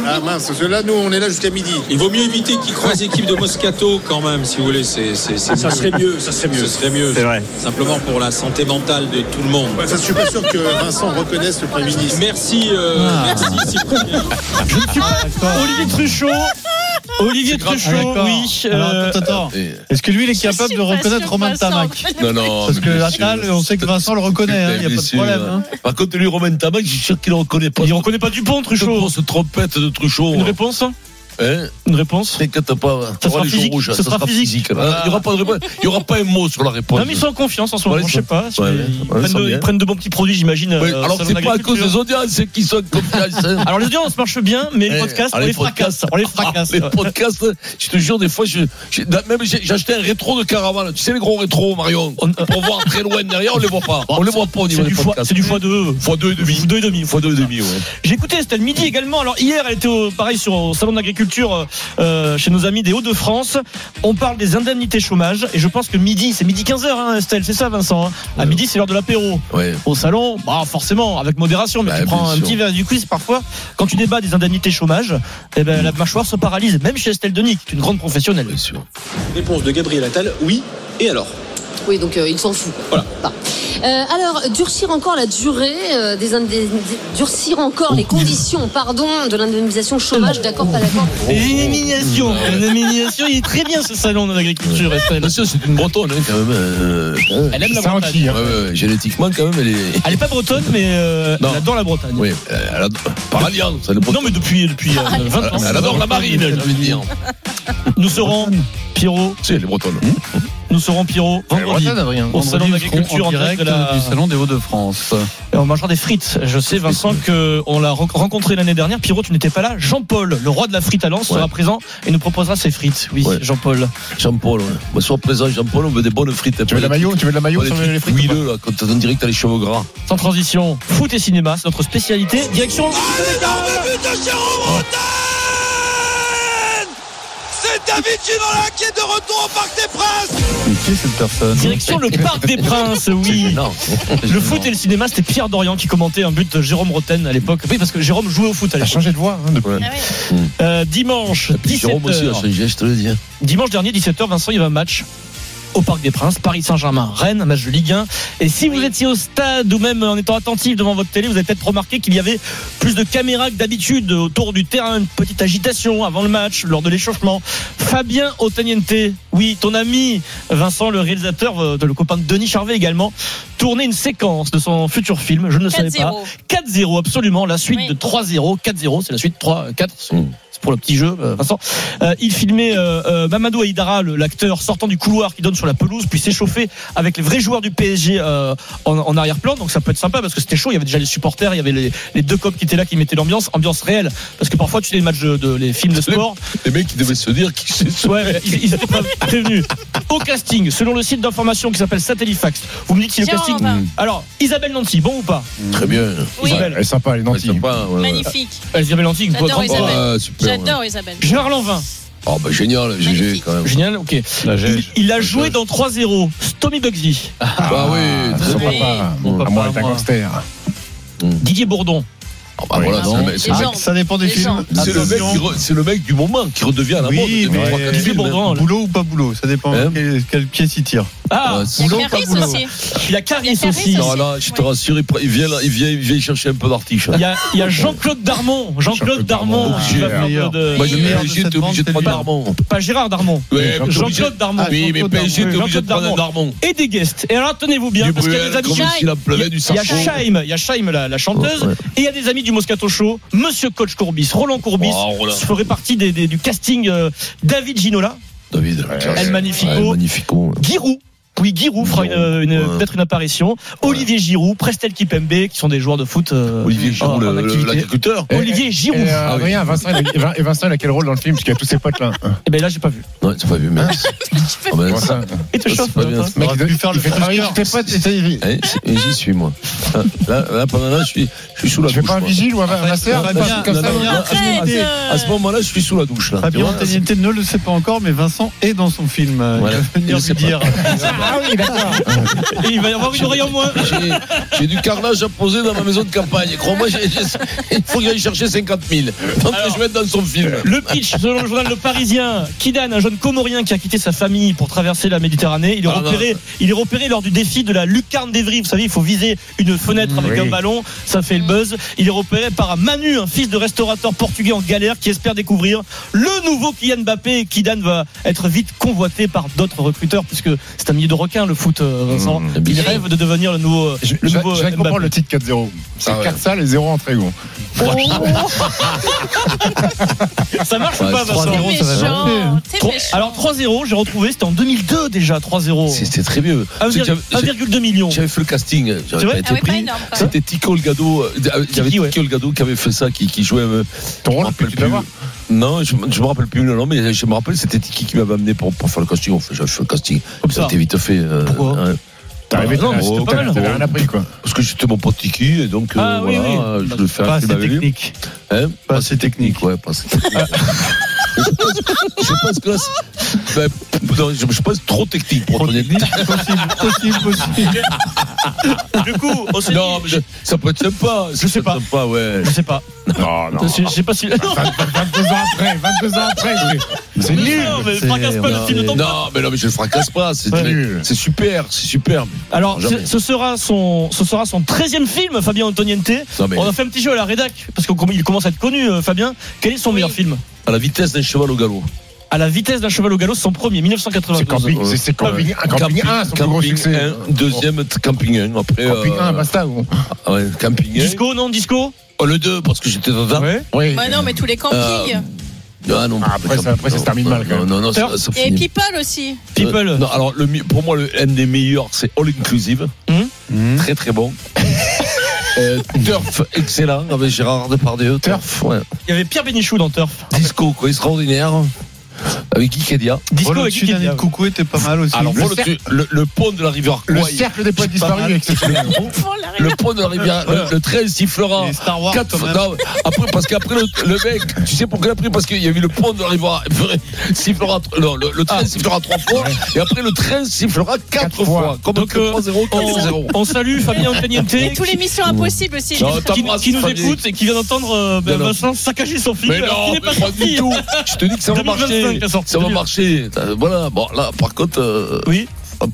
Ah mince, cela nous on est là jusqu'à midi. Il vaut mieux éviter qu'il croise l'équipe de Moscato quand même, si vous voulez. C'est, c'est- c'est- ça serait mieux, ça serait mieux. C'est vrai. Simplement pour la santé mentale de tout le monde. Ouais, ça, je suis pas sûr que Vincent reconnaisse le Premier ministre. Merci, euh, Ah. merci Cyprien. Je ne suis pas- Ah, Olivier Truchot Olivier Ah, Truchot, oui. euh, Alors, attends, attends. Et- Est-ce que lui, il est Je capable suis de pas reconnaître sûre, Romain Vincent. Tamac Non, non. Parce mais que monsieur, Attal, on sait que Vincent le reconnaît, hein, il n'y a pas de monsieur, problème. hein. Par contre, lui, Romain Tamac, je suis sûr qu'il ne reconnaît pas. Il reconnaît pas Dupont, Cette Truchot. grosse trompette de Truchot. Une réponse Hein Une réponse T'inquiète pas, Ça t'auras sera les joues physique, rouges, ça ça sera physique. Ah. là. Il n'y aura pas de réponse. Il y aura pas un mot sur la réponse. Non, mais ils sont en confiance en ce moment, Ouais, je sais pas. ouais, ils, ouais, prennent ça de, bien. ils prennent de bons petits produits, j'imagine. Ouais, euh, alors salon c'est pas à cause d'agriculture. des audiences c'est qu'ils sont comme ça. hein. [laughs] Alors, les audiences marchent bien, mais les Eh, podcasts, ah, on les podcasts. fracasse. On les fracasse. Ah, les ouais. podcasts, je te jure, des fois, je, j'ai- même j'ai j'ai acheté un rétro de caravane. Tu sais, les gros rétros, Marion, On- euh, pour voir très loin derrière, on les voit pas. On les voit pas au niveau C'est des du fois- podcasts. c'est du fois deux. Fois deux et demi. Deux et demi, Fois deux et demi, ouais. J'écoutais, c'était le midi également. Alors hier, elle était au, pareil sur au salon de l'agriculture euh, euh, chez nos amis des Hauts-de-France. On parle des indemnités chômage et je pense que midi, c'est midi 15h, hein, Estelle, c'est ça Vincent hein À Ouais. midi, c'est l'heure de l'apéro. Ouais. Au salon, bah forcément, avec modération, mais Bah, tu prends bien un sûr. petit verre du quiz parfois. Quand tu débats des indemnités chômage, eh ben, la mâchoire se paralyse, même chez Estelle Denis, qui est une grande professionnelle. Bien sûr. Réponse de Gabriel Attal, oui. Et alors Oui, donc euh, il s'en fout. Voilà. Bah. Euh, alors, durcir encore la durée, euh, des indé- durcir encore les conditions, pardon, de l'indemnisation chômage, d'accord, pas d'accord. Et une élimination, une élimination, il est très bien ce salon de l'agriculture, Estelle. Bien sûr, c'est une bretonne, hein, quand même. euh, hein. Elle aime la C'est un Bretagne. qui, hein. Ouais, ouais, ouais, génétiquement, quand même, elle est. Elle est pas bretonne, mais euh, Non. elle adore la Bretagne. Oui, elle a- par alliance, elle est Non, bretonne. mais depuis, depuis euh, 20 ans. Elle adore la marine, j'ai envie de dire. [laughs] Nous serons, Pierrot, Hmm Si, elle est bretonne. nous serons Pierrot vendredi. Au salon Vendredi, d'agriculture ils seront euh, en direct de la- du salon des Hauts-de-France. Et on mangera des frites. Je sais, Vincent, qu'on l'a ren- rencontré l'année dernière. Pierrot, tu n'étais pas là. Jean-Paul, le roi de la frite à Lens, Ouais. sera présent et nous proposera ses frites. Oui, Ouais. Jean-Paul. Jean-Paul, ouais. Bah, sois présent, Jean-Paul, on veut des bonnes frites. Tu veux de la maillot Tu veux de la maillot Pas sur des les frites frites ou pas huileux, là, quand on dirait que t'as les cheveux gras. Sans transition, foot et cinéma, c'est notre spécialité. Direction. Mais qui est cette personne Direction le Parc des Princes, oui. Non. Le foot et le cinéma, c'était Pierre Dorian qui commentait un but de Jérôme Roten à l'époque. Oui, parce que Jérôme jouait au foot à T'as l'époque. changé de voix hein, depuis. Ah ouais. Mm. Euh, dimanche, Puis Jérôme aussi, à 17h. saint je te le dis. hein. Dimanche dernier, 17h, Vincent, il y avait un match au Parc des Princes, Paris Saint-Germain, Rennes, un match de Ligue 1. Et si vous étiez au stade ou même en étant attentif devant votre télé, vous avez peut-être remarqué qu'il y avait plus de caméras que d'habitude autour du terrain, une petite agitation avant le match, lors de l'échauffement. Fabien Otaniente, oui, ton ami Vincent, le réalisateur, euh, de le copain de Denis Charvet également, tournait une séquence de son futur film, je ne le savais pas. 4-0. 4-0, absolument. La suite Oui. de 3-0. 4-0, c'est la suite 3-4. C'est Mm. c'est pour le petit jeu, euh, Vincent. Euh, il filmait euh, euh, Mamadou Aïdara, le- l'acteur sortant du couloir qui donne sur la pelouse, puis s'échauffer avec les vrais joueurs du PSG euh, en, en arrière-plan. Donc ça peut être sympa parce que c'était chaud. Il y avait déjà les supporters, il y avait les, les deux copes qui étaient là qui mettaient l'ambiance, ambiance réelle. Parce que parfois tu fais les matchs de, de- les films de sport. Les mecs, ils devaient se dire qui c'est ce Ouais, mais ils, ils étaient pas prévenus. Au casting, selon le site d'information qui s'appelle Satellifax, vous me dites si le Tiens, casting. on va. Alors Isabelle Nanty, bon ou pas Très bien. Oui. Isabelle. Euh, Elle est sympa, elle est Ouais, gentille. sympa, ouais, ouais. Magnifique. Isabelle Nanty, J'adore grande- Isabelle. Ouais, Ah, super. ouais. J'adore Isabelle. Ah, Gérard Lanvin. Ah bah génial, GG Magnifique. quand même. Génial, ok. Il, il a joué dans 3-0, Tommy Bugsy, Bah oui, Ah, très son bien. papa. Mon Mmh. papa, Ah, moi, elle est un moi. gangster. Didier Bourdon. Hmm. Ah bah Oui, voilà, non, c'est le les mec- c'est le mec- gens. Ça dépend des Les gens. films. c'est le mec qui re- c'est le mec du moment qui redevient à la mode. Oui, depuis trois, quatre mais Didier films, hein. Bourdon, là. boulot ou pas boulot ça dépend quel, quel pied s'y tire. Ah, Il y a Clarisse aussi. Il Il a Caris y a Caris aussi. aussi. Non, Ah, là, je te rassure, il, pr- il vient, là, il, vient, il vient chercher un peu d'artiche. Il y a, il y a Jean-Claude Darmon. Jean-Claude Darmon. Darmon, qui va le faire meilleur. de- Moi, je de- mets de PSG, cette t'es obligé bande, de c'est prendre lui. Darmon. Pas Gérard Darmon. Ouais, Jean-Claude Darmon. Ah, Oui, mais Jean-Claude PSG, t'es Darmon. obligé de prendre un Darmon. Et des guests. Et alors, tenez-vous bien, Du parce qu'il y a des Bruel, amis. comme s'il en pleuvait Il du y a- il y a sarcasme. Shaim, il y a Shaim, la, la chanteuse. Et il y a des amis du Moscato Show. Monsieur Coach Courbis, Roland Courbis, Oh, Roland. qui ferait partie des- des- du casting euh, David Ginola. David, El Magnifico. Ouais, El Magnifico. Giroud. Oui, Giroud fera une, une- peut-être une apparition. Olivier Giroud, Prestel Kipembe, qui sont des joueurs de foot. euh, Olivier en- Giroud, en le- le- activité. Oh, l'agriculteur. Ah Olivier Giroud. Oh, Et, euh, Adrien, Vincent, il a- et Vincent, il a hein. quel rôle dans le film Parce qu'il y a tous ses potes là. Eh ben là, j'ai pas vu. Non, t'as pas vu, mais. [laughs] Ah, ben, Comment ça Et te c'est chauffe, pas bien, Valentin. ça. Mec, T'aurais il doit- pu faire il le fait travailler Oscar. tous tes potes et t'as- Eh, c'est- et J'y suis, moi. Ah, Là, là, pendant là, je suis, je suis sous la Tu fais douche. pas un moi. Ah, vigile ou un Arrête, master Fabien, Pas un truc comme Non, ça, non, non, non à ce moment- À ce moment-là, je suis sous la douche. Là. Tu Fabien vois, là, c'est- Antoniente ne le sait pas encore, mais Vincent est dans son film. euh, Voilà. Il va Il le venir sait lui [laughs] dire. Ah oui, d'accord. Et [laughs] il va y avoir une oreille en moins. J'ai- J'ai du carnage à poser dans ma maison de campagne. Crois-moi, j'ai- j'ai- il faut que j'aille chercher 50 000. Donc, Alors, je vais être dans son film. Le pitch, selon le journal Le Parisien, Kidane, un jeune Comorien qui a quitté sa famille pour traverser la Méditerranée, il est, Ah, repéré, il est repéré lors du défi de la lucarne d'Evry. Vous savez, il faut viser une fenêtre avec Oui. un ballon, ça fait le buzz. Il est repéré par un Manu, un fils de restaurateur portugais en galère qui espère découvrir le nouveau Kylian Mbappé. Kidane va être vite convoité par d'autres recruteurs, puisque c'est un milieu de requins, le foot, euh, Vincent. Mm. Mmh, il bien sûr. rêve de devenir le nouveau, Je le nouveau je viens de comprendre Mbappé. le titre 4-0. C'est Ah ouais. 4 salles et 0 entrée, gros. Oh. [laughs] Ça marche ou Ouais, pas, Vincent 3-0, T'es méchant. T'es Tro- méchant. Alors 3-0, j'ai retrouvé, c'était en 2002 déjà, 3-0. C'était très vieux. C'est que j'avais- j'ai- 1,2 million. J'avais fait le casting, euh, j'avais vrai pas Ah été ouais, pas pris. énorme, quoi. C'était Tico le Gado, euh, il y avait Tiki, ouais. Tico le Gado qui avait fait ça, qui, qui jouait. euh, Ton rôle, je me rappelle tu dois plus. voir. Non, je, je me rappelle plus le nom, mais je me rappelle c'était Tiki qui m'avait amené pour, pour faire le casting. Enfin, j'avais fait le casting. Comme ça. C'était vite fait. euh, Pourquoi ouais. T'es arrivé, Ah, non, t'as- mais c'était t'as- pas mal. t'avais rien appris, quoi. Parce que j'étais mon pote Tiki, et donc euh, Ah, oui, voilà, oui. je le fais Pas un film assez avec lui. technique. Hein Pas assez technique. ouais, pas assez technique. Je pense- Je pense que là, c'est- ben, non, je, je pense trop technique pour ton Possible, possible, possible. Du coup, on s'est Non, dit- mais je- ça peut être sympa. ça Je sais peut être pas. Sympa, ouais. Ah, je sais pas. Non, non. Je je sais pas si. Non, 22 ans après, 22 ans après. C'est nul. non, mais c'est- fracasse pas le film de ton Non, mais non, mais je le fracasse pas. C'est Ouais. nul. C'est super, c'est super. Alors, Jamais. ce ce sera son, ce sera son 13e film, Fabien Antoniente. Non, mais- On a fait un petit jeu à la rédac, parce qu'il commence à être connu, euh, Fabien. Quel est son meilleur film À la vitesse d'un cheval au galop. À la vitesse d'un cheval au galop, son premier, C'est 1992. camping, c'est- c'est camping, un camping 1, son plus gros Camping succès. 1, deuxième t- camping 1. Après, Camping euh, 1, basta. gros. ah ouais, camping 1. Disco, non, disco Oh, le 2, parce que j'étais dedans. Ouais. Oui. Bah non, mais tous les campings. Ah non, Ah, après, camping- ça- après, ça se non, termine non, mal, quand Non, même. non, non, ça, Alors, ça Et finit. People aussi. People. Euh, non, alors, le, mi- pour moi, le, un des meilleurs, c'est All Inclusive. Hum. Très, très [laughs] bon. Euh, Turf, excellent, avec Ah, Gérard Depardieu. Turf, ouais. Il y avait Pierre Bénichou dans Turf. Disco, quoi, extraordinaire. Avec Ikedia. Disco Roland avec dessus Kid. d'année de coucou était pas mal aussi. Alors, Le pour le, cercle- le, le pont de la rivière Le Kouaï. cercle des poètes disparus avec cette [laughs] Oh, Le pont de la rivière, le, le train sifflera. Et Star Wars, Quatre quand même. fois- non, après, parce qu'après le, le mec, tu sais pourquoi après Parce qu'il y a eu le pont de la rivière sifflera, non, le, le Ah. train sifflera trois fois, et après le train sifflera quatre, Quatre fois. fois. Comme Donc, Donc, euh, 3-0, 4-0 On, on salue Fabien Antoniente. Et tous les missions impossibles aussi. Non, J'ai- attends. qui, qui nous Fabien. écoute et qui vient d'entendre euh, ben, Non, non. Vincent saccager son film. Mais alors non, qu'il mais n'est pas pas sorti. du tout. Je te dis que ça va 2025 marcher. la sortie Ça va du livre. marcher. Euh, Voilà, bon, là, par contre, euh, Oui,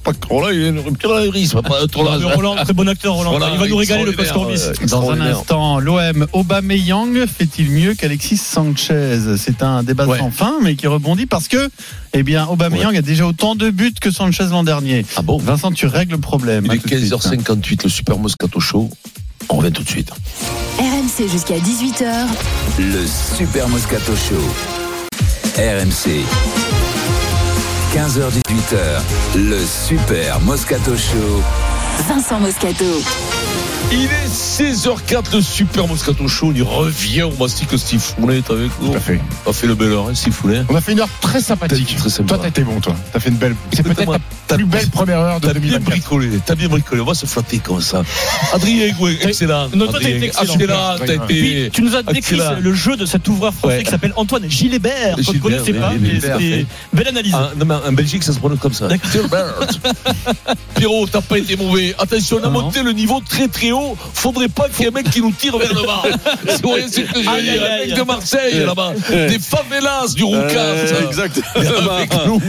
pas que Roland, il y a une rupture à l'anévrisme, pas un tournage. mais Roland, très bon acteur, Roland. Voilà, il va nous régaler le extraordinaire, post Corbis. euh, Dans un extraordinaire. instant, l'OM Aubameyang fait-il mieux qu'Alexis Sanchez C'est un débat Ouais. sans fin, mais qui rebondit parce que, eh bien, Aubameyang a déjà autant de buts que Sanchez l'an dernier. Ah bon Vincent, tu règles le problème. Il À est tout de suite. 15h58, le Super Moscato Show. On revient tout de suite. RMC jusqu'à 18h. Le Super Moscato Show. RMC. 15h18h. Le Super Moscato Show. Vincent Moscato. Il est 16h04, le Super Moscato Show. On y revient. On mastique que Steve Foulet est avec nous. Tout à fait. On a fait le bel heure, hein, Steve Foulet. On a fait une heure très sympathique. T'as- très sympa. Toi, t'as été bon, toi. T'as fait une belle. C'est peut-être Écoute-moi, la plus belle première heure de T'as bien 2024. bricolé, t'as bien bricolé, on va se flatter comme ça. Adrien Gouin, excellent. Non, toi, t'as été Adrien, excellent. excellent, t'as Adrien. Puis, été. tu nous as décrit Excellent. le jeu de cet ouvreur français Ouais. qui s'appelle Antoine Gilébert, qu'on ne Gilbert, connaissait oui, pas, oui, mais Gilbert, c'était oui. belle analyse. Ah, non, mais en Belgique, ça se prononce [laughs] comme ça. Gilbert. Pierrot, t'as pas été mauvais. Attention, on a Non. monté le niveau très très Théo, faudrait pas qu'il y ait un mec qui nous tire vers [laughs] le bas. Si vous voyez ce que je veux Aïe, dire, aïe, un aïe. mec de Marseille là-bas, Ouais. des favelas du Roucas. Euh, ça. [laughs] exactement. Avec nous.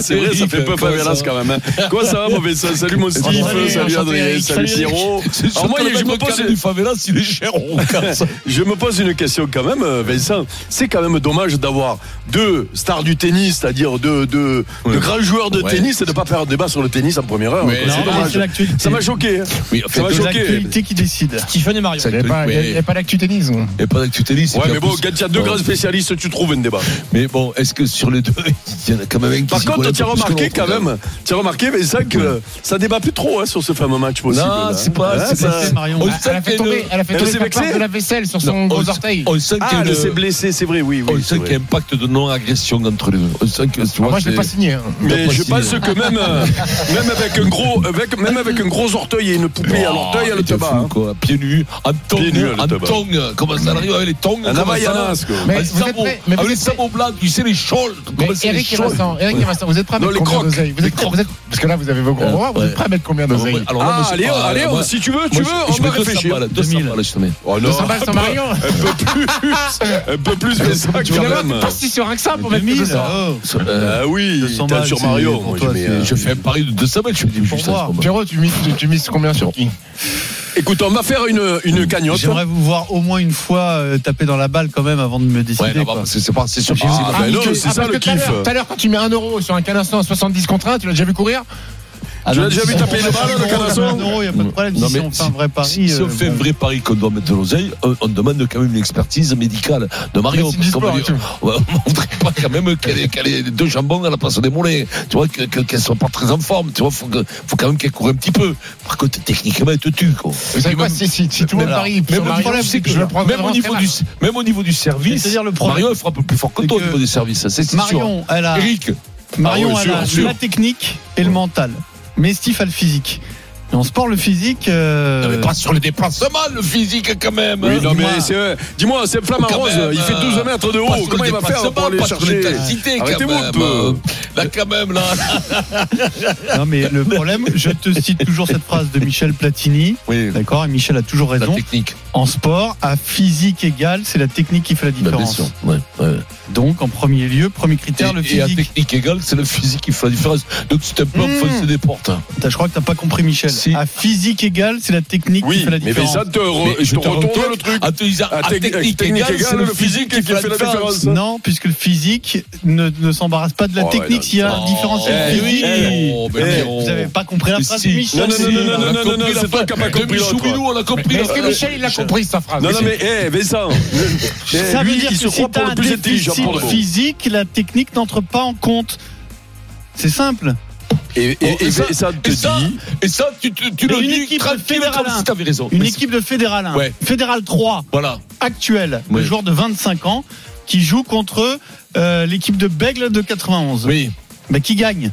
C'est vrai, ça fait horrible, pas quoi, favelas ça. quand même. hein. Quoi ça va, mauvais sang Salut mon Steve, Salut, salut enchanté, Adrien, Eric. salut Salut, Eric. Siro. C'est sûr Alors moi, que le je me mec au pose carré du favelas, il est [laughs] cher au Roucas. je me pose une question quand même, euh, Vincent. C'est quand même dommage d'avoir deux stars du tennis, c'est-à-dire deux, deux, de grands joueurs de Ouais. tennis, et de ne pas faire un débat sur le tennis en première Ah, heure. bah, Mais quoi. non, C'est mais dommage. c'est l'actualité. Ça m'a choqué. hein. Oui, en fait, Ça m'a c'est choqué. l'actualité qui décide. Stephen et Mario. Il n'y a pas- il y a pas d'actu tennis. non Et pas d'actualité. Ouais, mais bon, quand il y a deux grands spécialistes, tu trouves un débat. Mais bon, est-ce que sur les deux, [laughs] il y en a quand même un qui Par s'y connaît contre, tu as plus que remarqué l'autre, hein. quand même, tu as remarqué, Vincent, que ça débat plus trop hein, sur ce fameux match possible. Non, là. c'est pas- Hein, c'est pas- c'est Marion. Ah, On Elle a sait fait qu'il y tomber- une- elle a fait Elle tomber s'est sa vexée part de la vaisselle sur Non, on- On sent qu'il y a Ah, une- elle s'est blessée, c'est vrai, oui. oui on c'est sent qu'il y a un pacte de non-agression entre les deux. On sent que, Ah, tu vois, Ah, moi, je l'ai c'est- pas signé, hein. T'as Mais pas je signé. pense que même, euh, même avec un gros, avec, même avec un gros orteil et une poupée à Oh, l'orteil, elle mais te t'es bat. fou, hein. quoi. Ah, Pieds nus, en tongs, Pieds nus, elle en te bat. tongs. Comment ça arrive avec les tongs Un comment ça Havaianas, quoi. Mais Mais les vous êtes sabots, prêts- mais vous avec les êtes prêts- sabots blancs, tu sais, les shoals. Mais Comment c'est les Eric et shoals Vincent, Eric et Vincent, vous êtes prêts à Non, mettre les combien crocs. d'oseilles vous, êtes prêts- vous êtes- Parce que là, vous avez vos gros Euh, Ouais, bras, vous ouais. êtes prêts à mettre combien Alors, moi, d'oseilles alors, moi, Ah, je sais allez, pas, allez, moi, si tu veux, tu moi, veux, on je- je va mets 200 réfléchir. balles, 200 balles, je te mets. Oh non, 200 balles sur Marion un peu plus, un peu plus, mais ça Tu quand vas même. pas si sur un que ça pour mettre 2000. 200 oh. Euh, Ah oui, 200 t'as balles, sur c'est Mario. pour moi, toi, je mets, c'est- euh, Je fais un pari de 200 balles, je dis juste moi. à ce moment. Pierrot, tu mises, tu, tu mises combien sur qui Écoute, on va faire une, une cagnotte. J'aimerais vous voir au moins une fois euh, taper dans la balle quand même avant de me décider. Ouais, non, quoi. parce que c'est pas- c'est sûr que Ah, c'est- ben non, parce c'est que ça le tout à kiff. l'heure- Tout à l'heure, quand tu mets un euro sur un canasson à 70 contre 1, tu l'as déjà vu courir Ah, Tu l'as déjà vu taper une balle, le Un canasson euro, il n'y a pas de problème. Mm. Non, si mais on fait un vrai pari. Si, si on euh, fait un bon. vrai pari qu'on doit mettre de l'oseille, euh, on, on demande quand même une expertise médicale de Mario. Médecine du parce qu'on va sport, lui- on va [laughs] montrer pas quand même qu'elle ait, qu'elle ait deux jambons à la place des mollets. Tu vois, que- que- qu'elle soit pas très en forme. Tu vois, faut, que- faut quand même qu'elle coure un petit peu. Par contre, techniquement, elle te tue, quoi. Vous savez quoi, si, si, si tout le monde Mais alors, parie, même sur le Marion, problème, je c'est sais que que je le prends même au niveau du, même au niveau du service, C'est-à-dire le problème- Mario, elle frappe plus fort que c'est toi que au niveau du service. C'est c'est sûr. Marion, elle a, Eric, Marion Ah ouais, elle a sûr, sûr. la technique et le mental. Mais Steve a le physique. Et en sport, le physique. euh, non, mais pas sur le déplacement, le physique quand même. Oui, hein. non, mais Dis-moi. c'est vrai. Dis-moi, c'est Flamme Quand Rose, même, il fait euh, 12 mètres de Pas haut. sur Comment le il va faire pour déplacement, aller pas sur chercher l'intensité, quand Arrêtez-vous un même. euh, peu. Là, quand même, là. [laughs] Non, mais le problème, je te cite toujours cette phrase de Michel Platini. Oui, D'accord, et Michel a toujours la raison. technique. En sport, à physique égale, c'est la technique qui fait la Bah, bien différence. sûr. Ouais, ouais. Donc, en premier lieu, premier critère, le Et, et à physique. technique égale, c'est le physique qui fait la différence. Donc, c'est un peu Mmh. enfoncer des portes. hein. T'as- Je crois que t'as pas compris, Michel. Si. À physique égale, c'est la technique qui Oui, fait la mais différence. Vincent, te re- Mais je te retourne le truc. en te disant, À à tec- technique, égale, c'est le physique qui fait la différence. ça. Non, puisque le physique ne, ne s'embarrasse pas de la Oh, ouais, technique non, s'il y a non. une différence. Eh, entre le oui, physique. eh, oh, mais Eh, non. Vous avez pas compris la Mais phrase si. de Michel. Non, non, non, On non, a non, non, compris non, la c'est phrase. toi qui n'as pas compris l'autre. Choubinou, on a compris. Mais est-ce Euh, que la- Michel, il l'a compris, sa phrase Non, non, mais eh, Vincent, eh, Ça veut lui, dire il que se si croit pour t'as le un plus intelligent. déficit pour le coup. physique, la technique n'entre pas en compte. C'est simple. Et, et, et, Oh, Et ça- ça te et ça- dit. Et ça, tu, tu, tu Mais le une dis équipe tranquille fédérale, comme si hein. t'avais raison. Une Mais équipe de Fédéral 1, Ouais. Fédéral 3 Voilà. actuel, le Oui. joueur de 25 ans qui joue contre euh, l'équipe de Bègle de 91. Oui. Bah, qui gagne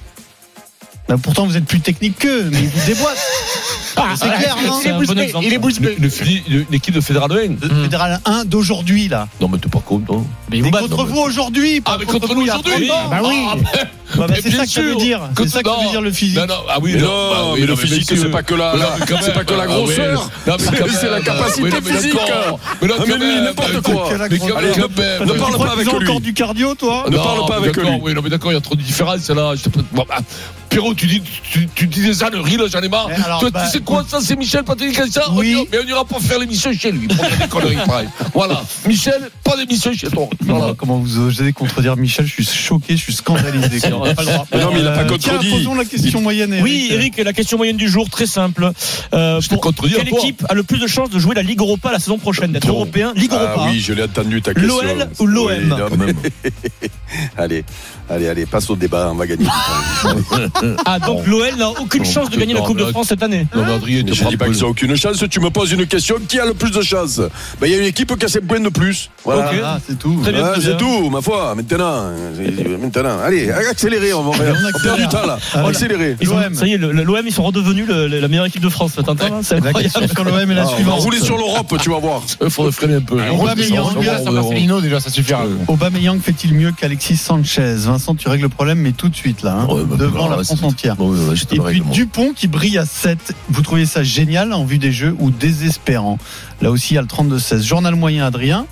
Bah, Pourtant, vous êtes plus technique qu'eux, mais ils vous [laughs] déboîtent. Ah, c'est clair, non Il est bon bousculé, exemple, il est bousculé. Le- le fili- le- L'équipe de Fédéral 1. Le Fédéral 1 d'aujourd'hui, là. Non, mais t'es pas hein. con, toi. Mais Mais vous contre vous aujourd'hui, pas Ah, mais contre nous il y a aujourd'hui 30 ans. Bah oui. Ah, Bah, bah, Mais c'est bien ça que ça veut sûr. dire. C'est Contre- ça que ça veut non. dire le physique. Non, non, ah oui, Mais non, non, bah oui, mais le non, physique, messieurs. c'est pas que la, Mais non, mais quand c'est même, pas que la Ah bah oui. grosseur. Non, mais quand C'est- c'est même, la bah, capacité mais non, mais physique. d'accord. Mais non, Ah, mais quand lui, même, n'importe bah, quoi. écoute, Mais quand Allez, même, ne bah, parle Tu pas crois qu'ils avec ont lui. encore du cardio, toi Ne Non, parle pas mais avec d'accord, lui. Oui, non, mais d'accord, il y a trop de différences là. Je te prête- Bon, bah, Pierrot, tu dis, tu, tu disais ça, le rire, j'en ai marre. Eh, alors, Toi, bah, tu sais quoi, ça, c'est Michel Patrick ça On Oui. ira- Mais on n'ira pas faire l'émission chez lui. pour faire des conneries [laughs] pareilles. Voilà. Michel, pas d'émission chez toi. Voilà. Voilà, Comment vous osez contredire Michel Je suis choqué, je suis [laughs] scandalisé. quoi. Mais non, mais il a pas Euh, contredit. Tiens, posons la question moyenne. Oui, Eric, la question moyenne du jour, très simple. Euh, Je te contredis, quelle à toi. équipe a le plus de chances de jouer la Ligue Europa la saison prochaine D'être Bon. européen Ligue Europa. Ah oui, je l'ai entendu ta question. L'OL ou l'OM? Oui, non, [laughs] mais- Allez, allez, allez, passe au débat, on va gagner du temps. [laughs] Ah, donc l'OL n'a aucune Non, chance de gagner la non, Coupe de mais- France cette année. Non, mais Adrien, Mais t'es je dis pas qu'ils ont aucune chance, tu me poses une question, qui a le plus de chance Ben, Il y a une équipe qui a 5 points de plus. Voilà. Ok. Ah, c'est tout. Très bien, Ah, très c'est bien. tout, ma foi, maintenant. Euh, Maintenant, allez, accélérez, on va faire. On On perd du accélère. temps Ah, là, Voilà. accélérez. Ils ont- L'OM. ça y est, le- le- l'OM, ils sont redevenus le- le- la meilleure équipe de France. T'entends hein C'est La question incroyable. sur l'OM est la Ah, on va suivante. rouler sur l'Europe, tu vas voir. Il faudrait freiner un peu. Aubameyang, Romain San Marcelino, déjà, ça suffira. Aubameyang fait-il mieux qu'Alexis Sanchez Vincent Vincent, tu règles le problème, mais tout de suite, là, hein, bah, devant la France entière. Et puis Dupont qui brille à 7. Vous trouvez ça génial en vue des jeux ou désespérant Là aussi, il y a le 32-16. Journal moyen, Adrien.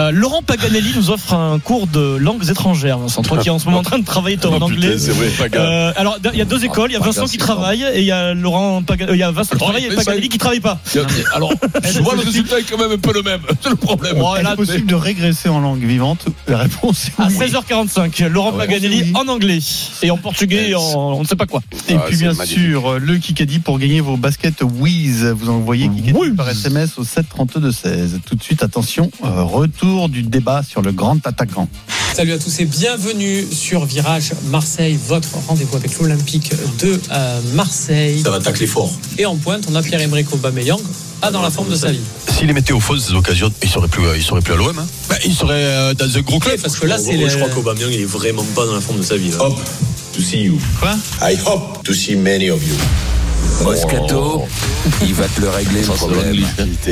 Euh, Laurent Paganelli nous offre un cours de langues étrangères, Vincent. Toi qui est en ce moment en train de travailler toi, en Oh, putain, anglais. c'est vrai, Paga. Euh, alors, il y a deux écoles. Il y a Paga, Vincent qui c'est travaille et il y a Laurent Paga- euh, il y a Vincent qui travaille et mais ça, Paganelli il- qui travaille pas. [laughs] Alors, Eh, je vois le résultat est quand même un peu le même. C'est le problème. Oh, Est-ce possible de régresser en langue vivante La réponse est Oh, À oui. 16h45, Laurent Paganelli en anglais et en portugais, et en, on ne sait pas quoi. Ah, Et Ah, puis bien sûr, euh, le Kikadi pour gagner vos baskets Wiz. Vous envoyez Kikadi par SMS au 732-16. Tout de suite, attention, euh, retour du débat sur le grand attaquant. Salut à tous et bienvenue sur Virage Marseille, votre rendez-vous avec l'Olympique de euh, Marseille. Ça va tacler fort. Et en pointe, on a Pierre-Emerick Aubameyang, pas dans la forme de sa vie. S'il les mettait aux fausses occasions, il serait euh, plus, il serait plus à hein. l'OM. Bah, il serait dans un gros club. Parce que là, c'est Oh, Je le- crois qu'Aubameyang, il est vraiment pas dans la forme de sa vie. Hop, to see you. Quoi I hope to see many of you. Oh. Moscato, il va te le régler le problème.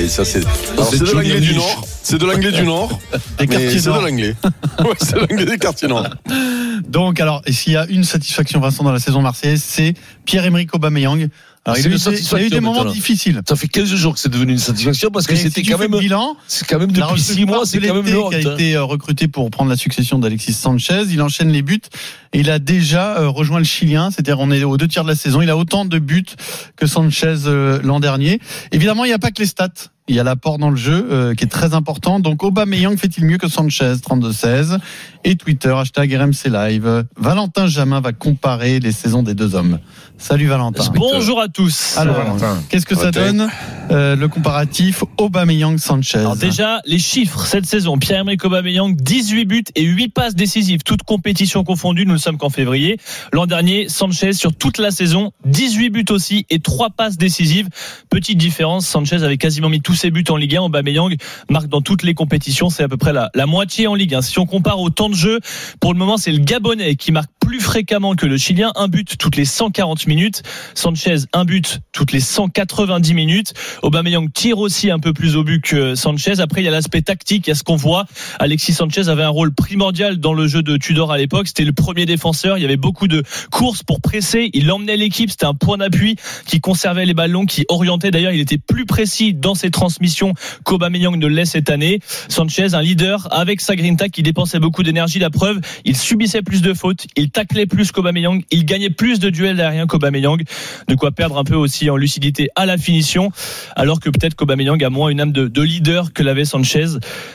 Ça, c'est Alors, Alors, c'est de Johnny l'anglais du English. Nord. C'est de l'anglais du Nord. [laughs] Des mais quartiers C'est de noirs. l'anglais. [laughs] Ouais, c'est de l'anglais des [laughs] quartiers Nord. Donc, alors, et s'il y a une satisfaction, Vincent, dans la saison marseillaise, c'est Pierre-Emerick Aubameyang. Alors, il, C'est a eu des- il a une eu satisfaction, des moments maintenant. difficiles. Ça fait 15 jours que c'est devenu une satisfaction parce que Mais c'était si tu quand fais même. le bilan, C'est quand même La depuis recrue 6 mois, de c'est quand même l'été une honte. qui a hein. été euh, recruté pour prendre la succession d'Alexis Sanchez. Il enchaîne les buts. Et il a déjà euh, rejoint le Chilien. C'est-à-dire, on est aux deux tiers de la saison. Il a autant de buts que Sanchez euh, l'an dernier. Évidemment, il n'y a pas que les stats. Il y a l'apport dans le jeu euh, qui est très important. Donc, Aubameyang fait-il mieux que Sanchez 32-16 et Twitter hashtag RMC Live. Valentin Jamin va comparer les saisons des deux hommes. Salut Valentin. Bonjour à tous. Alors, qu'est-ce que ça donne euh, le comparatif Aubameyang-Sanchez Alors déjà, les chiffres cette saison. Pierre-Emerick Aubameyang, 18 buts et 8 passes décisives, toutes compétitions confondues. Nous ne sommes qu'en février. L'an dernier, Sanchez sur toute la saison, 18 buts aussi et 3 passes décisives. Petite différence, Sanchez avait quasiment mis tous ses buts en Ligue 1. Aubameyang marque dans toutes les compétitions. C'est à peu près la, la moitié en Ligue 1. Si on compare au temps de jeu, pour le moment, c'est le Gabonais qui marque plus fréquemment que le Chilien. Un but toutes les 140 minutes. Sanchez, un but toutes les 190 minutes. Aubameyang tire aussi un peu plus au but que Sanchez. Après, il y a l'aspect tactique, il y a ce qu'on voit. Alexis Sanchez avait un rôle primordial dans le jeu de Tudor à l'époque. C'était le premier défenseur. Il y avait beaucoup de courses pour presser. Il emmenait l'équipe. C'était un point d'appui qui conservait les ballons, qui orientait. D'ailleurs, il était plus précis dans ses transmissions qu'Aubameyang ne l'est cette année. Sanchez, un leader avec sa grinta qui dépensait beaucoup d'énergie. La preuve, il subissait plus de fautes, il taclait plus qu'Aubameyang, il gagnait plus de duels aériens qu'Aubameyang. De quoi perdre un peu aussi en lucidité à la finition, alors que peut-être qu'Aubameyang a moins une âme de, de leader que l'avait Sanchez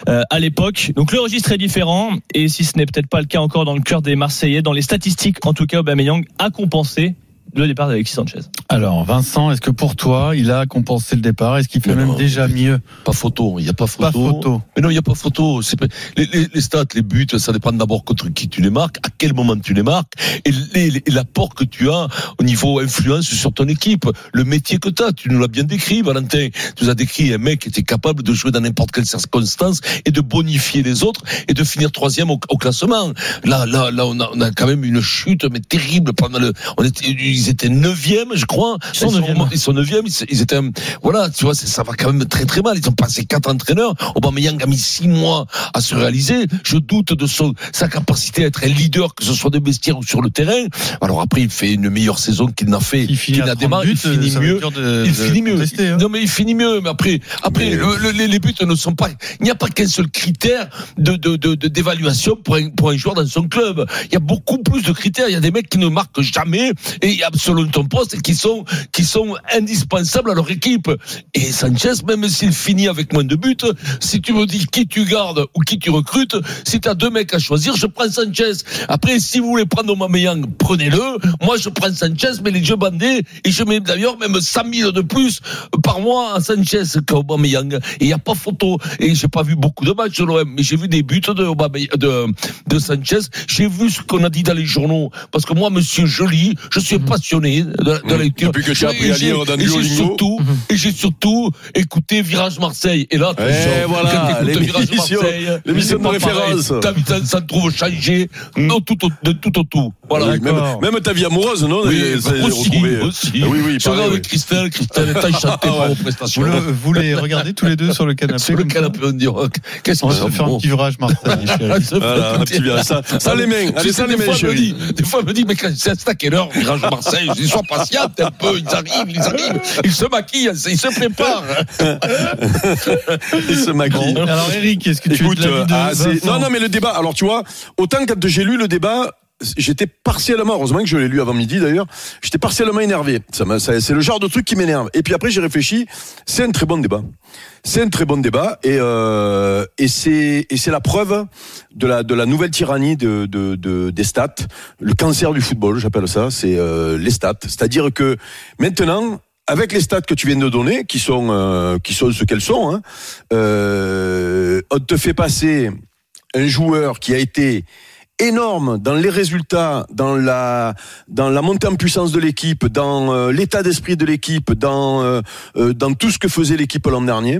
euh, à l'époque. Donc le registre est différent, et si ce n'est peut-être pas le cas encore dans le cœur des Marseillais, dans les statistiques, en tout cas, Aubameyang a compensé le départ d'Alexis Sanchez. Alors, Vincent, est-ce que pour toi, il a compensé le départ Est-ce qu'il fait même déjà mieux Pas photo, il n'y a pas photo. Pas [laughs] photo. Mais non, il n'y a pas photo. C'est pas- Les, les- les stats, les buts, ça dépend d'abord contre qui tu les marques, à quel moment tu les marques, et les- les- et l'apport que tu as au niveau influence sur ton équipe, le métier que tu as. Tu nous l'as bien décrit, Valentin. Tu nous as décrit un mec qui était capable de jouer dans n'importe quelle circonstance et de bonifier les autres et de finir troisième au, au classement. Là, là, là, on a, on a quand même une chute, mais terrible. Pendant le, on était, ils étaient neuvième, je crois. Ils sont neuvième. Ils sont neuvième. Ils, ils étaient, voilà, tu vois, c'est- ça va quand même très très mal. Ils ont passé quatre entraîneurs. Aubameyang a mis six mois à se réaliser. Je doute de son, sa capacité à être un leader, que ce soit de vestiaire ou sur le terrain. Alors après, il fait une meilleure saison qu'il n'a fait, finit qu'il à n'a 30 démarré. buts, euh, Il finit ça va être mieux. dur de- il de finit mieux. contester, hein. Non mais il finit mieux. Mais après, après, le- le- les, les buts ne sont pas. Il n'y a pas qu'un seul critère de de- de- de- d'évaluation pour un pour un joueur dans son club. Il y a beaucoup plus de critères. Il y a des mecs qui ne marquent jamais et selon ton poste et qui sont qui sont indispensables à leur équipe. Et Sanchez, même s'il finit avec moins de buts, si tu me dis qui tu gardes ou qui tu recrutes, si tu as deux mecs à choisir, je prends Sanchez. Après, si vous voulez prendre Aubameyang, prenez-le. Moi, je prends Sanchez, mais les yeux bandés. Et je mets d'ailleurs même 100 000 de plus par mois à Sanchez qu'à Aubameyang. Et il n'y a pas photo. Et j'ai pas vu beaucoup de matchs de l'OM, mais j'ai vu des buts de, Aubamey- de, de Sanchez. J'ai vu ce qu'on a dit dans les journaux. Parce que moi, monsieur Joly, je suis pas passionné de, la- de la Mhm. Mmh. lecture. Depuis que tu as Et appris à j'ai- lire Mhm. dans et j'ai Duolingo. surtout, et j'ai surtout écouté Virage Marseille. Et là, attention, Eh voilà, quand t'écoutes Virage l'émission- Marseille, euh, l'émission c'est de pas pareil. référence. Ta vie, ça, ça te trouve changé non, tout au, de tout au tout. Voilà. Oui, même, même ta vie amoureuse, non Oui, c'est- c'est aussi, retrouvé. aussi. Ah Oui, oui, Je pareil, regarde oui. Christelle, Christelle [laughs] est enchantée Ah ouais. par vos prestations. Vous, le- vous les regardez tous les deux sur le canapé Sur le canapé, on dit, oh, qu'est-ce On que va se c'est faire bon. un petit virage, Marseille. chérie. Ça me Voilà, fait un petit plaisir. virage. Ça- ça, les mains. Ah, Tu Allez, sais, ça, les des mains, fois, elle me chérie. dit- Des fois, elle me dit, mais quand- c'est à quelle heure, virage Marseille Je dis, sois patiente un peu, ils arrivent, ils arrivent, ils se maquillent, ils se [laughs] préparent. Il se maquille. Bon, alors, Eric, est-ce que tu es de Écoute, l'avis euh, de ah, c'est- Vincent Non, non, mais le débat. Alors, tu vois, autant quand j'ai lu le débat. J'étais partiellement, heureusement que je l'ai lu avant midi d'ailleurs, j'étais partiellement énervé. Ça m'a- ça- c'est le genre de truc qui m'énerve. Et puis après, j'ai réfléchi, c'est un très bon débat. C'est un très bon débat et, euh, et c'est et c'est la preuve de la de la nouvelle tyrannie de, de- de- des stats, le cancer du football, j'appelle ça, c'est euh, les stats. C'est-à-dire que maintenant, avec les stats que tu viens de donner, qui sont euh, qui sont ce qu'elles sont, hein, euh, on te fait passer un joueur qui a été énorme dans les résultats, dans la dans la montée en puissance de l'équipe, dans euh, l'état d'esprit de l'équipe, dans euh, euh, dans tout ce que faisait l'équipe l'an dernier,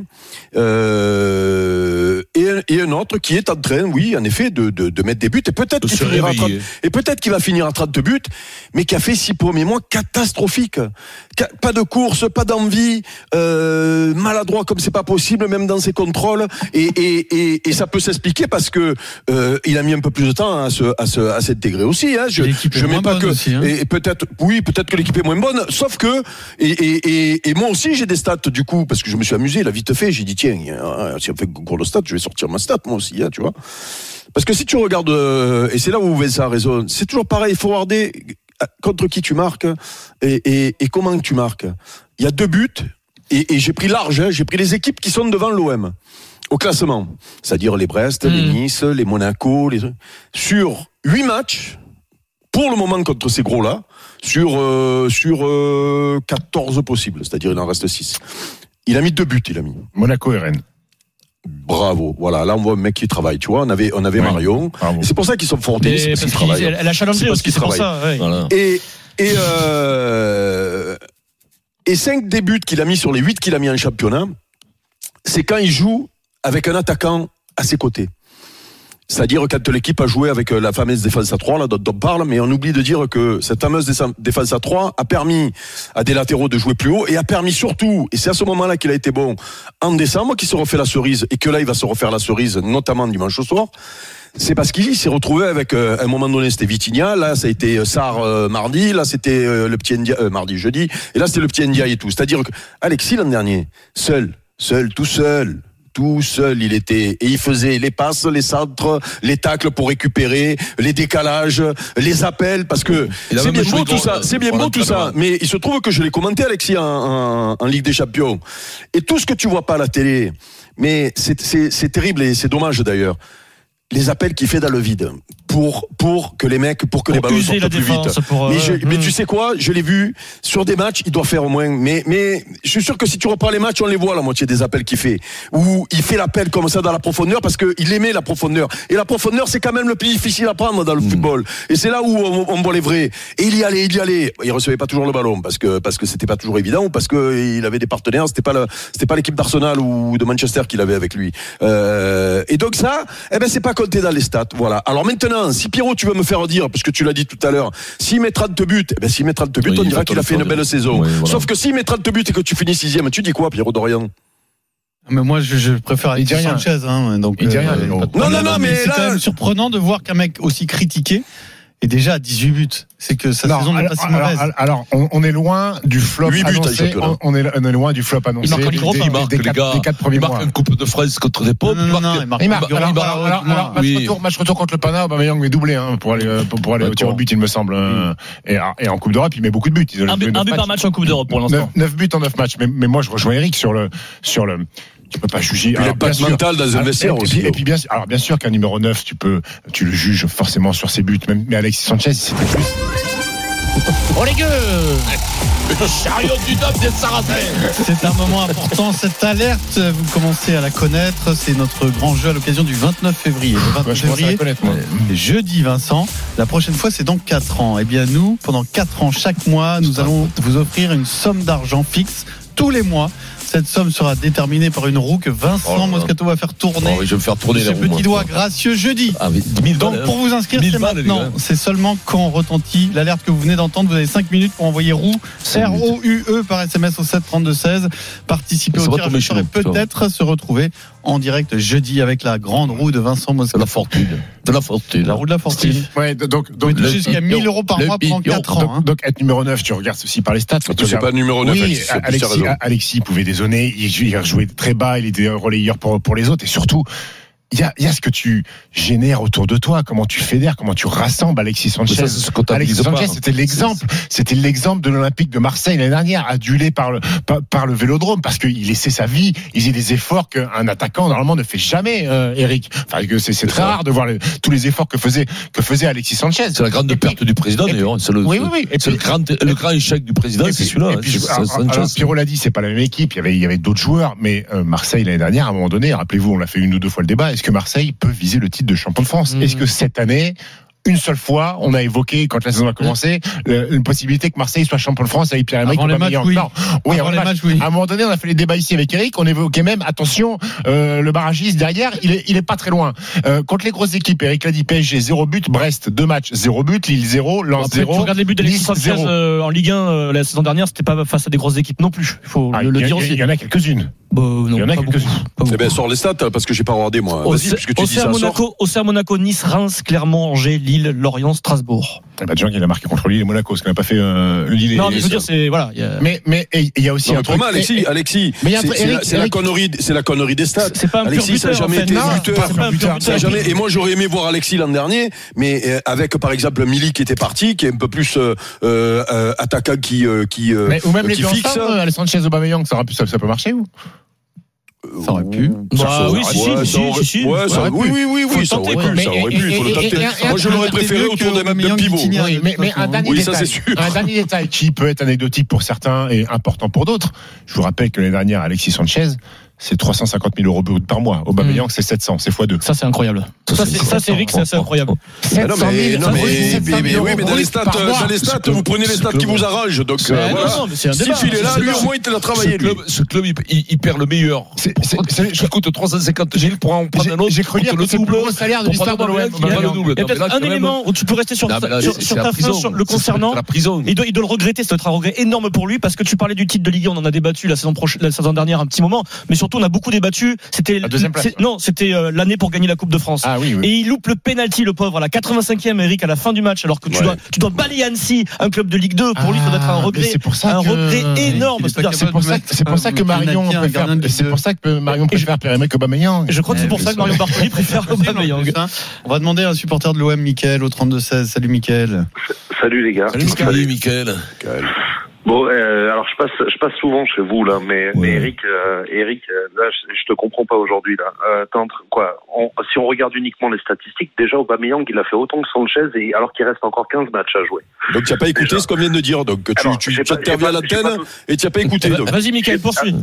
Euh, et, un- et un autre qui est en train, oui, en effet, de, de, de mettre des buts et peut-être qu'il se finira à réveiller. 30 et peut-être qu'il va finir à 30 buts, mais qui a fait six premiers mois catastrophiques, Ca- pas de course, pas d'envie, euh, maladroit comme c'est pas possible, même dans ses contrôles, et, et, et, et ça peut s'expliquer parce que euh, il a mis un peu plus de temps à se à se à s'intégrer aussi. Hein. Je L'équipe est je mets moins pas bonne que aussi, hein. et- et peut-être, oui, peut-être que l'équipe est moins bonne, sauf que, et, et- et- et moi aussi j'ai des stats du coup, parce que je me suis amusé, là vite fait, j'ai dit tiens, euh, si on fait concours de stats, je vais sortir ma stat moi aussi, hein, tu vois. Parce que si tu regardes, euh, et c'est là où ça raisonne, c'est toujours pareil, forwarder euh, contre qui tu marques et, et- et comment tu marques. Il y a deux buts, et, et j'ai pris large, hein, j'ai pris les équipes qui sont devant l'OM au classement, c'est-à-dire les Brest, les Nice, les Monaco, les... sur huit matchs pour le moment contre ces gros-là, sur, euh, sur euh, 14 possibles, c'est-à-dire il en reste 6. Il a mis deux buts, il a mis. Monaco et Rennes. Bravo. Voilà, là on voit un mec qui travaille, tu vois. On avait, on avait Ouais. Marion. Bravo. Et C'est pour ça qu'ils sont Mais fortés, c'est parce parce qu'ils qu'il- travaillent. elle- elle a challengé C'est parce aussi, qu'ils c'est pour travaillent. ça, ouais. Voilà. Et, et, euh, et 5 des buts qu'il a mis sur les 8 qu'il a mis en championnat, c'est quand il joue avec un attaquant à ses côtés. C'est-à-dire quand l'équipe a joué avec euh, la fameuse défense à 3, là, dont on parle, mais on oublie de dire que cette fameuse défense- défense à 3 a permis à des latéraux de jouer plus haut et a permis surtout, et c'est à ce moment-là qu'il a été bon, en décembre, qu'il se refait la cerise, et que là, il va se refaire la cerise, notamment dimanche au soir, c'est parce qu'il s'est retrouvé avec, euh, à un moment donné, c'était Vitinha, là, ça a été euh, Sarr euh, mardi, là, c'était euh, le petit Ndiaye, euh, mardi, jeudi, et là, c'était le petit Ndiaye et tout. C'est-à-dire que Alexis, l'an dernier, seul, seul, tout seul, tout seul, il était. Et il faisait les passes, les centres, les tacles pour récupérer, les décalages, les appels, parce que Il a c'est même bien joué beau tout grand, ça, euh, c'est bien voilà, beau tout ça, totalement. mais il se trouve que je l'ai commenté, Alexis, en, en- en Ligue des Champions. Et tout ce que tu vois pas à la télé, mais c'est- c'est c'est terrible et c'est dommage d'ailleurs. Les appels qu'il fait dans le vide pour pour que les mecs pour que Pour les ballons user sortent la plus défense, vite. pour, mais, euh, je- hmm. mais tu sais quoi, je l'ai vu sur des matchs, il doit faire au moins. Mais mais je suis sûr que si tu reprends les matchs, on les voit la moitié des appels qu'il fait. Où il fait l'appel comme ça dans la profondeur parce que il aimait la profondeur. Et la profondeur, c'est quand même le plus difficile à prendre dans le football. Et c'est là où on, on voit les vrais. Et il y allait, il y allait. Il recevait pas toujours le ballon parce que parce que c'était pas toujours évident ou parce que il avait des partenaires. C'était pas le- c'était pas l'équipe d'Arsenal ou de Manchester qu'il avait avec lui. Euh, et donc ça, eh ben c'est pas compté dans les stats. Voilà. Alors maintenant, si Pierrot, tu veux me faire dire parce que tu l'as dit tout à l'heure, s'il met 30 buts, eh ben s'il met 30 buts, Oui, on il dira va qu'il a te fait le une belle faire. saison. Oui, voilà. Sauf que s'il met 30 buts et que tu finis sixième, tu dis quoi, Pierrot Dorian Mais moi, je, je préfère dit Alexis rien. Sanchez. Hein, donc, Il dit rien, pas de non. problème. Non, non, non, mais c'est là- quand même surprenant de voir qu'un mec aussi critiqué est déjà à 18 buts. C'est que sa Non, saison n'est alors, pas si alors, mauvaise. alors, alors, on, on est loin du flop Huit buts, hein, annoncé. championnat. On, on est, on est loin du flop annoncé. Il marque en des- Ligue Europa, des- il marque, des les quatre- gars. des quatre premiers Il marque mois. une Coupe de France contre des pauvres. Non, non, non, il marque- Il marque. il Alors, marque- alors, alors, alors, match, Oui. retour, match retour contre le Pana, Aubameyang met doublé hein, pour aller, euh, pour, pour aller au tir au but, il me semble. hein. Et, et en Coupe d'Europe, il met beaucoup de buts. Ils ont Un joué but neuf un but matchs. par match en Coupe d'Europe pour Neuf- l'instant. neuf buts en 9 matchs. Mais, mais moi, je rejoins Eric sur le. Sur le tu peux pas juger. Puis Alors, le patte bien sûr. mental dans un Alors, vestiaire et, et aussi, puis- Et puis, bien, sûr- alors, bien sûr qu'un numéro 9, tu, peux, tu le juges forcément sur ses buts. Même, mais Alexis Sanchez, c'était plus. Oh les gueux Le chariot du dôme des Saracens C'est un moment important, cette alerte, vous commencez à la connaître, c'est notre grand jeu à l'occasion du 29 février. Le 29 Ouais, je commence à la février, connaître, moi. euh, jeudi Vincent, la prochaine fois c'est dans 4 ans. Et bien nous, pendant 4 ans chaque mois, nous allons vous offrir une somme d'argent fixe tous les mois. Cette somme sera déterminée par une roue que Vincent Oh là là. Moscato va faire tourner. Oh oui, je vais me faire tourner de la ses roue, petits moi. doigts gracieux jeudi. Ah, mais 10 000 Donc balles, pour vous inscrire, 1000 c'est balles, les maintenant. gars. C'est seulement quand retentit l'alerte que vous venez d'entendre. Vous avez 5 minutes pour envoyer roue R-O-U-E E par SMS au 7 32 16. Participer Ça au va tirage tomber au chez sort et nous, ça va. peut-être se retrouver en direct jeudi avec la grande roue de Vincent Moscato. De la fortune. De la fortune. La roue de la fortune. Ouais, donc, Vous donc mettez jusqu'à 1000 euros par mois pendant 4 ans. hein. Donc, être numéro 9, tu regardes ceci par les stats. tu sais pas numéro neuf, Oui, Alexis, c'est plus Alexis, sérieux. Alexis pouvait dézonner, il jou- il jouait très bas, il était relayeur pour, pour les autres et surtout. Il y, a, il y a ce que tu génères autour de toi, comment tu fédères, comment tu rassembles Alexis Sanchez. Mais ça, c'est ce qu'on t'habilite Alexis Sanchez, pas. c'était l'exemple, c'était l'exemple de l'Olympique de Marseille l'année dernière, adulé par le par, par le Vélodrome, parce qu'il laissait sa vie, il faisait des efforts qu'un attaquant normalement ne fait jamais, euh, Eric. Enfin, que c'est c'est très rare de voir le- tous les efforts que faisait que faisait Alexis Sanchez. C'est la grande perte du président, et puis- d'ailleurs. C'est le, Oui, oui, oui. Et c'est le puis- grand, le grand échec du président, Et c'est puis- celui-là. et hein, puis, c'est- je- alors, c'est Sanchez. alors, Pierrot l'a dit, c'est pas la même équipe. Il y avait, il y avait d'autres joueurs, mais euh, Marseille l'année dernière, à un moment donné, rappelez-vous, on l'a fait une ou deux fois le débat. Est-ce que Marseille peut viser le titre de champion de France Est-ce que cette année? Une seule fois, on a évoqué quand la saison a commencé le- une possibilité que Marseille soit champion de France avec Pierre-Emerick Avant les Aubameyang. matchs, oui. Non. Oui, Avant avant les les matchs, oui. À un moment donné, on a fait les débats ici avec Eric. On évoquait même, attention, euh, le barragiste derrière, il est, il est pas très loin. Euh, contre les grosses équipes, Eric l'a dit, PSG 0 but, Brest 2 matchs 0 but, Lille 0, Lens Après, 0. tu regardes les buts d'Alexis Nice, Sanchez 0. euh, en Ligue 1 euh, la saison dernière, c'était pas face à des grosses équipes non plus. Il faut Ah, le, le il y a- dire il y a- aussi. Il y en a quelques-unes. Bah, euh, non, Il y en a pas beaucoup. quelques-unes. Eh ben, sors les stats, parce que j'ai pas regardé, moi. Bah, Vas-y, Auxerre- puisque tu dis Auxerre, ça, sors. Monaco, Auxerre, Monaco, Nice, Reims, Clermont, Angers, Lille, Lorient, Strasbourg. Il y a pas de gens qui l'ont marqué contre Lille et Monaco, ce qu'on n'a pas fait euh, Lille et non, mais je veux et- dire, c'est voilà. il y a- Mais mais et il y a aussi Non, un mais pour truc. moi, Alexis, et- Alexis, Mais il y a un c'est truc- c'est la, Eric, c'est la Eric- connerie, c'est la connerie des stats. C'est pas un pur Alexis, ça n'a buteur, en jamais fait. été Non, buteur. c'est pas un pur buteur. Ça a jamais- Et moi, j'aurais aimé voir Alexis l'an dernier, mais euh, avec par exemple Milik qui était parti, qui est un peu plus euh, euh, euh, attaquant qui euh, qui, euh, mais- ou même les qui deux fixe. ensemble, euh, Alexandre Sanchez Aubameyang, ça, aurait pu- ça, ça peut marcher ou Ça aurait pu. Bah oui, si, Ouais, ça si, si, aurait- si, ouais, si. ça- oui, oui, oui, Faut oui, ça le aurait tenter, pu, quoi. ça Mais- aurait pu, il et- faut le et- tenter. et- Moi, je l'aurais Regardez préféré mieux autour que d'un même Aubameyang pivot. Vitinha, de Oui, toute mais, mais façon. un, dernier Oui, ça, détail, c'est sûr. un dernier détail qui peut être anecdotique pour certains et important pour d'autres. Je vous rappelle que l'année dernière, Alexis Sanchez, c'est 350 000 euros brut par mois. Aubameyang, Hmm. c'est 700, c'est x2. Ça, c'est incroyable. Ça, Ça, c'est c'est- incroyable. ça, c'est Eric, c'est assez incroyable. Ah non, mais, 700 non, 000, mais, oui, 700 mais- 000 mais oui, mais dans les euros stats, par euh, mois. dans les stats, C'est vous prenez les stats qui vous arrangent. Donc, euh, non, voilà. non, mais c'est un Si débat, il est là, c'est un lui, débat. au moins, il te l'a Ce travaillé, lui. club, ce club, il, il- il perd le meilleur. C'est- Pour c'est- prendre- c'est- Ça coûte 350 000 pour en prendre J'ai- un autre. j'ai cru pour lire te que c'est le plus gros salaire de Pour prendre l'histoire de le l'OM, double, Aubameyang. pas le double. Il y a Non, mais peut-être là, quand un même- élément où tu peux rester sur, Non, mais là, sur, c'est- sur c'est la ta fin, prison. sur le C'est- concernant. c'est la prison. Il doit, il doit le regretter, c'est un regret énorme pour lui parce que tu parlais du titre de Ligue 1, on en a débattu la saison prochaine, la saison dernière un petit moment, mais surtout on a beaucoup débattu. C'était La deuxième place. c'est- non, c'était euh, l'année pour gagner la Coupe de France. Ah oui, oui. Et il loupe le penalty, le pauvre, à la 85e, Eric, à la fin du match, alors que tu Ouais. dois, tu dois balayer Annecy, un club de Ligue 2. Pour lui, ça doit être un Ah, mais regret, c'est pour ça un que- regret énorme. Il est pas C'est-à-dire, capable c'est C'est pour ça que- c'est pour ça que Un Marion penalty, un préfère, gardien de c'est pour ça que Marion préfère Pierre-Emerick Aubameyang. Je crois que c'est Eh pour oui, ça que ça. Marion Bartoli préfère Possible, en Aubameyang. plus, hein. On va demander à un supporter de l'OM, Mickaël, au 32-16. Salut Mickaël. Salut les gars. Salut, Salut, Mickaël. Bon, euh, alors je passe, je passe souvent chez vous là, mais, mais Eric, euh, Eric, euh, là, je, je te comprends pas aujourd'hui là. Euh, t'es en train- quoi on- Si on regarde uniquement les statistiques, déjà Aubameyang il a fait autant que Sanchez, et alors qu'il reste encore 15 matchs à jouer. Donc, tu n'as pas écouté Déjà. ce qu'on vient de dire. Donc, tu, Alors, tu, j'ai tu pas- j'ai interviens à pas- j'ai l'antenne pas- et tu n'as pas écouté. donc. Vas-y, Mickaël, poursuis.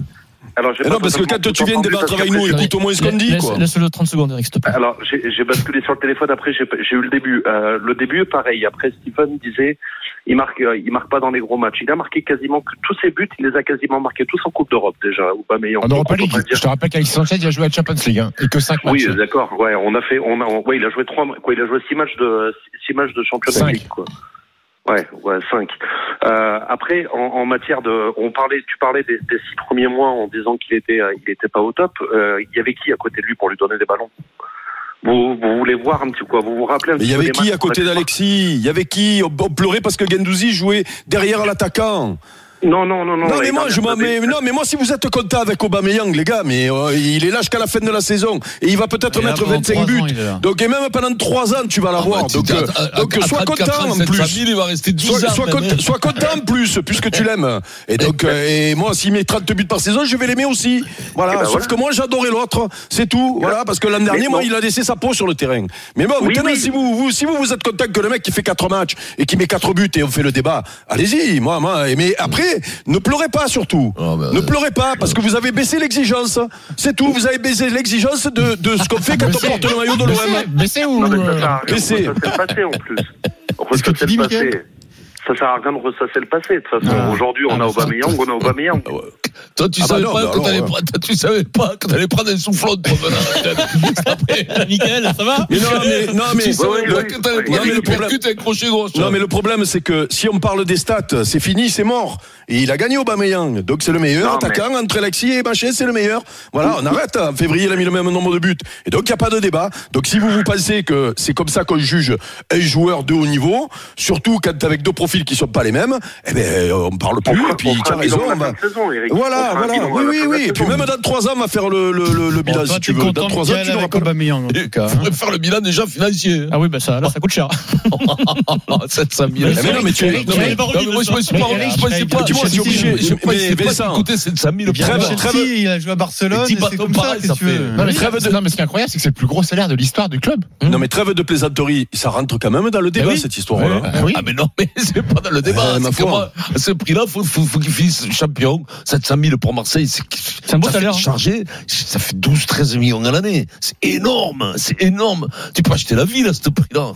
Alors, j'ai Eh pas Non, parce que totalement quand tu tout viens de entendu, débattre parce avec qu'après, nous, écoute au moins ce qu'on dit, Laisse- quoi. Laisse-le 30 secondes, Eric, s'il te plaît. Alors, j'ai j'ai basculé sur le téléphone. Après, j'ai j'ai eu le début. Euh, le début est pareil. Après, Stephen disait, il marque, euh, il marque pas dans les gros matchs. Il a marqué quasiment que tous ses buts. Il les a quasiment marqués tous en Coupe d'Europe déjà, ou pas meilleur. En Europa League, je te rappelle qu'Alexis Sanchez, il a joué à la Champions League, hein, et que 5 Oui, matchs. euh, d'accord. Ouais, on a fait, on a, on- ouais, il a joué trois, quoi, il a joué six matchs de, six matchs de championnat. Cinq. de ligue, quoi. Ouais, ouais, cinq. Euh, après, en, en matière de, on parlait, tu parlais des, des six premiers mois en disant qu'il était, euh, il était pas au top. Euh, Il y avait qui à côté de lui pour lui donner des ballons vous, vous voulez voir un petit quoi Vous vous rappelez un Mais il y petit peu avait des qui matchs à qu'on a côté pu voir d'Alexis Il y avait qui on, on pleurait parce que Gendouzi jouait derrière l'attaquant. Non, non, non, non. Non, mais Et moi, quand je m'en- même, mais- non, mais moi, si vous êtes content avec Aubameyang, les gars, mais euh, il est là jusqu'à la fin de la saison et il va peut-être Il est là mettre pendant 25 trois buts. ans, il est là. donc et même pendant 3 ans, tu vas l'avoir. Ah bah, donc t'es à- euh, à- donc, à- à sois 34 content ans, en plus. 700 000, il va rester 12 Sois- ans, sois même, cont- hein. sois content en plus puisque tu l'aimes. Et donc ben. euh, et moi, s'il met 30 buts par saison, je vais l'aimer aussi. Voilà. Eh ben, Sauf voilà. Eh ben. que moi, j'adorais l'autre. C'est tout. Voilà, parce que l'an Mais dernier, moi, bon. il a laissé sa peau sur le terrain. Mais bon, Oui, maintenant, oui. si vous, vous- si vous vous êtes content que le mec qui fait 4 matchs et qui met 4 buts et on fait le débat, allez-y, moi, moi. Mais après, ne pleurez pas surtout. Oh, ben, ne pleurez pas parce euh. que vous avez baissé l'exigence. C'est tout, vous avez baissé l'exigence de, de ce Ah, qu'on fait quand on porte le maillot de l'OM. Baissé ou. Non, mais euh, ça sert à rien de Baissé. ressasser le passé [laughs] en plus. Ressasser le passé. Ça sert à rien de ressasser le passé. De toute façon, Ah. aujourd'hui, on a Aubameyang, on a Aubameyang. Toi, tu Ah bah savais non, pas bah que t'allais alors, prendre- tu savais pas que t'allais prendre un soufflot de Après, Mickaël, ça va Mais non, mais, non, mais, Tu savais Ouais, pas ouais, que ouais. t'allais Non, prendre mais le une problème- percute avec crochet gros. Non, mais le problème, c'est que si on parle des stats, c'est fini, c'est mort. Et il a gagné Aubameyang, donc c'est le meilleur Non, mais- attaquant entre Alexis et Bachet, c'est le meilleur. Voilà, on arrête. En février, il a mis le même nombre de buts, et donc il n'y a pas de débat. Donc si vous vous pensez que c'est comme ça qu'on juge un joueur de haut niveau, surtout quand avec deux profils qui sont pas les mêmes, eh ben on parle plus. et puis on fera tu as un bilan raison. à la on va- fin de saison, Eric. On Voilà, fera un voilà. bilan à Oui, la oui, fin de la oui. Et puis saison. même dans trois ans, on va faire le, le- le- le bilan Bon, toi, si tu t'es veux. content Dans de trois ans, Gaël tu l'auras avec pas. Aubameyang, en tout cas. hein. pourrais faire le bilan déjà financier. Ah oui, bah ça, là, ça [laughs] coûte cher. 700 000. Mais non, mais tu- Non, mais- non, mais moi, je me suis pas revenu, je pensais pas. Tu vois, c'est obligé. Je pensais Mais pas Vincent, s'écouter 700 Eh 000 Il a Trêve- joué à trêve- Chelsea, il a joué à Barcelone, Petit et c'est bâton comme ça, pareil, qu'est-ce ça que tu veux fait- Non, mais, Trêve c'est- de- non, mais ce qui est incroyable, c'est que c'est le plus gros salaire de l'histoire du club. Non mais trêve de plaisanterie, ça rentre quand même dans le débat Ben oui. cette histoire-là. Ah oui. Ah mais non, [laughs] mais c'est pas dans le débat. Euh, ma c'est que foi. moi, à ce prix-là, faut, faut, faut qu'il finisse champion. 700 000 pour Marseille, c'est C'est un beau ça fait salaire, hein. chargé, ça fait 12-13 millions à l'année. C'est énorme, c'est énorme. Tu peux acheter la ville à ce [laughs] prix-là.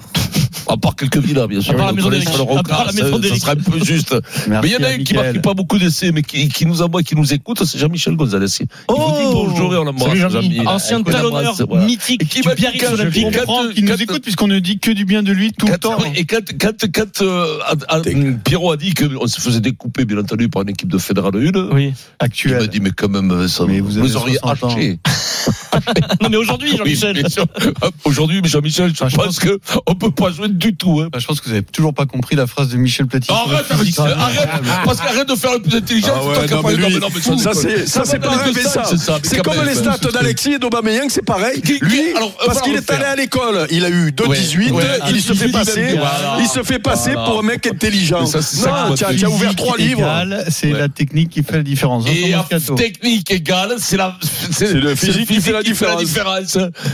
À part quelques villas, bien sûr. part la On maison connaît d'Éric. sur le À part Rocard, la ça, maison ça d'Éric. serait un [laughs] peu juste. mais il y en a un qui marque pas beaucoup d'essais, mais qui, qui nous envoie, qui nous écoute, c'est Jean-Michel Gonzalez. Il vous dit bonjour et on l'embrasse, Oh Salut, les Jean-Mi. amis. Ancien On l'embrasse, talonneur voilà. mythique Et qui du m'a dit Biarritz quand- Olympique. quand- Franck, il nous quand- écoute puisqu'on ne dit que du bien de lui tout le Quatre- temps. oui, Et quand, quand, quand euh, a- a- Pierrot a dit qu'on se faisait découper, bien entendu, par une équipe de Fédéral 1, Oui. il m'a Actuel. dit, mais quand même, ça, Mais vous vous, avez auriez 60 ans. acheté. Non, mais aujourd'hui, Oui, Jean-Michel. bien sûr. Hop, Aujourd'hui, mais Jean-Michel, je pense qu'on ne peut pas jouer du tout. Hein. Bah, je pense que vous avez toujours pas compris la phrase de Michel Platini. Arrête, C'est avec ça, arrête, incroyable. parce qu'arrête de faire le plus intelligent. Ah c'est ouais, toi qui as non, parlé. mais lui, Non, mais non, mais ça c'est ça c'est va dans les pareil deux mais stats, ça c'est ça. c'est Mais comme quand les même, stats c'est- d'Alexis et d'Aubameyang c'est pareil Qui- qui- lui alors, euh, parce on qu'il va est allé refaire. à l'école il a eu 2,18 Ouais, ouais, il se il fait dit passer même bien. il se fait passer Voilà. pour un mec intelligent Mais ça, c'est ça qu'on non doit tu te as- tu dire. as ouvert trois Physique livres égale, C'est Ouais. la technique qui fait la différence. Et Vincent à Moscato. technique égale, c'est la, C'est le physique qui fait la différence.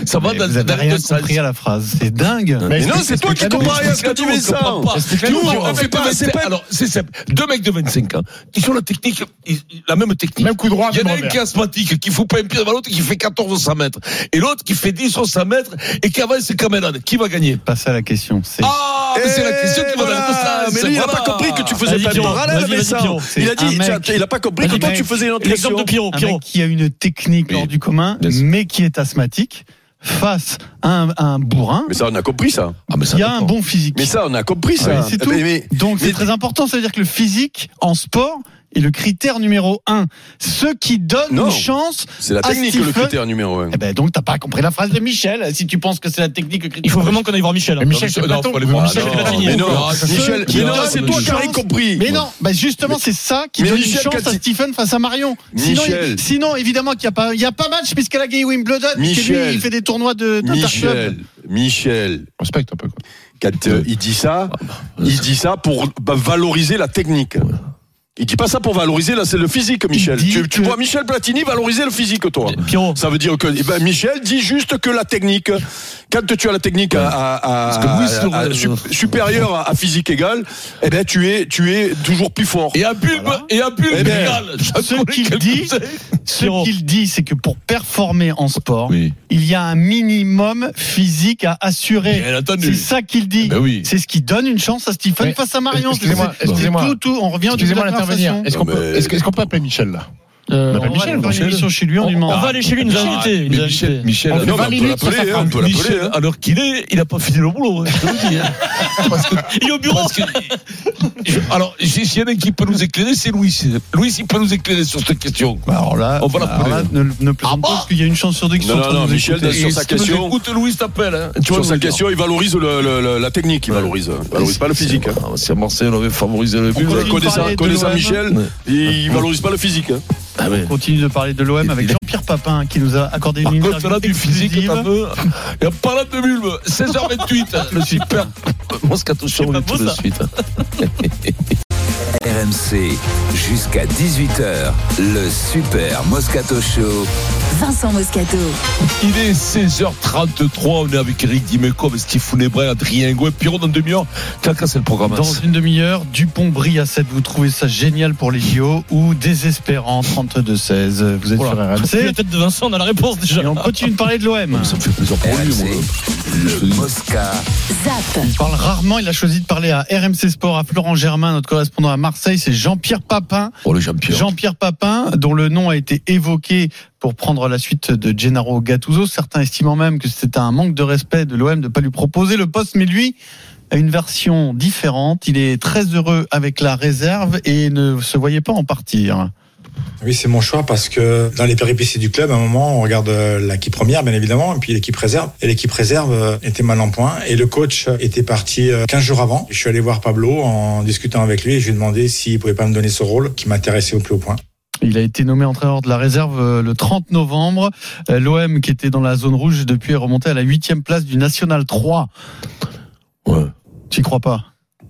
Ça va Mais dans Vous avez dans les rien deux sens. compris à la phrase. C'est dingue. mais non c'est toi qui explique-nous. compares à ce que tu dis ça comprends pas. Explique-nous, Nous, Laurent. on fait pas- c'est pas- Alors, c'est simple. Deux mecs de 25 ans, qui sont la technique, ils- la même technique. Même coup droit, Il y en même a un revers. qui est asthmatique, qui fout pas un pied devant l'autre, et qui fait 1400 mètres. Et l'autre qui fait 1000 mètres, et qui avance comme un âne. Qui va gagner? Passez à la question. C'est Ah, mais c'est la question qui va dans voilà. le sens. Mais lui, il n'a pas Voilà. compris que tu faisais Vas-y, pas de Pierrot. parallèle Vas-y, avec vas-y, ça. Il Pierrot. a C'est dit, un tu as- mec. il n'a pas compris que Vas-y, toi, mec. tu faisais une autre L'exemple question. de Pierrot, un Pierrot. mec qui a une technique hors du commun, Bien sûr. mais qui est asthmatique, face à un, à un bourrin, Mais ça, on a compris ça. Ah, mais ça il y a un dépend. bon physique. Mais ça, on a compris Ouais, ça. c'est Eh tout. ben, mais- Donc mais- c'est très important, ça veut dire que le physique en sport est le critère numéro un. Ce qui donne Non. une chance. C'est la à technique le Stephen- critère numéro un. Eh ben donc t'as pas compris la phrase de Michel, si tu penses que c'est la technique le Il critère. faut vraiment qu'on aille voir Michel. hein. Mais Michel, c'est Non, Platon. faut aller voir. Michel Ah, non, Platini. Mais non, Ah, c'est Michel, Michel, mais non, Michel, c'est toi qui as Michel. rien compris. Mais non, bah justement c'est ça qui Mais donne Michel, une chance quand à il- Stephen face à Marion. Sinon, Michel. il- sinon évidemment qu'il n'y a pas, il y a pas match puisqu'elle a gagné Wimbledon. et que Michel. lui, il fait des tournois de Michel, Michel, Respecte un peu. Quoi. quand euh, il dit Ah, ça, bah, il dit ça pour bah, valoriser la technique. Il dit pas ça pour valoriser là, c'est le physique, Michel. Il dit Tu, tu que- vois Michel Platini valoriser le physique, toi. Pierrot. Ça veut dire que eh ben, Michel dit juste que la technique, quand tu as la technique à, à- à- Parce que euh, oui, c'est à- à- vrai. sup- supérieure à, à physique égale, eh ben tu es, tu es toujours plus fort. Et un bulbe, et un bulbe Eh ben, égal. ce qu'il dit, ce Pierrot. qu'il dit, c'est que pour performer en sport, Oui. il y a un minimum physique à assurer. Bien entendu. C'est ça qu'il dit. Ben oui. C'est ce qui donne une chance à Stephen Mais, face à Marion. excusez-moi, C'est- c'est excusez-moi. Tout, tout, on revient au début de Excusez-moi la d'intervenir. conversation. Est-ce qu'on Non, peut, mais- est-ce que- est-ce qu'on peut appeler Michel là Euh, Madame on va- Michel, On va faire une émission chez lui, on lui On demande. va aller chez lui, il nous a invités. il nous Michel, Ah, a invités. Michel, On fait Non, 20 mais on peut minutes, ça, l'appeler, ça hein, on peut l'appeler. Michel, hein. alors qu'il est, il n'a pas fini le boulot. hein, je te le dis, hein. Parce que- Il est au bureau. parce que- Il je- alors, si s'il y en a qui peut nous éclairer, c'est Louis. Louis, il peut nous éclairer sur cette question. Alors là, bah, on va la Ah, alors là, poser. ne, ne plaisante pas, parce qu'il y a une chance sur deux qui sont en train de nous écouter. Et si tu nous écoutes, Louis t'appelle. hein. Tu vois, Sur nous sa le dire. question, il valorise le- le- le- la technique, il valorise, euh, il valorise pas le physique. hein. Si à Ah, Marseille, on avait favorisé le but. Vous on connaissant, aurait- connaissant l'OM. Michel, il il valorise pas le physique. hein. Ah ouais. On continue de parler de l'OM avec Jean-Pierre Papin qui nous a accordé Par une contre, interview là, du physique, exclusive. t'as peu. Il y a pas là de bulbe. [laughs] 16h28, hein, le super Moscato Show, on est tout de suite. RMC jusqu'à 18h, le Super Moscato Show. Vincent Moscato. Il est 16h33, on est avec Eric Dimeco, avec Steve Founébret, Adrien Gouet, Pierrot dans demi-heure. T'as cassé le programme. Dans une demi-heure, Dupont-Brie à 7, vous trouvez ça génial pour les JO ou désespérant 32-16. Vous êtes Voilà. sur [laughs] La RMC. tête de Vincent, on a la réponse déjà. Et on continue de parler de l'OM. Ça me fait plaisir pour lui, moi. Le Mosca. Zap. Il parle rarement, il a choisi de parler à RMC Sport, à Florent Germain, notre correspondant à Marseille, c'est Jean-Pierre Papin. Oh, le Jean-Pierre. Jean-Pierre Papin, dont le nom a été évoqué pour prendre la suite de Gennaro Gattuso, certains estimant même que c'était un manque de respect de l'OM de ne pas lui proposer le poste, mais lui a une version différente. Il est très heureux avec la réserve et ne se voyait pas en partir. Oui, c'est mon choix parce que dans les péripéties du club, à un moment, on regarde euh, l'équipe première, bien évidemment, et puis l'équipe réserve. Et l'équipe réserve euh, était mal en point. Et le coach était parti euh, 15 jours avant. Je suis allé voir Pablo en discutant avec lui et je lui ai demandé s'il pouvait pas me donner ce rôle qui m'intéressait au plus haut point. Il a été nommé entraîneur de la réserve euh, le 30 novembre. Euh, L'OM, qui était dans la zone rouge depuis, est remonté à la huitième place du National 3. Ouais. Tu y crois pas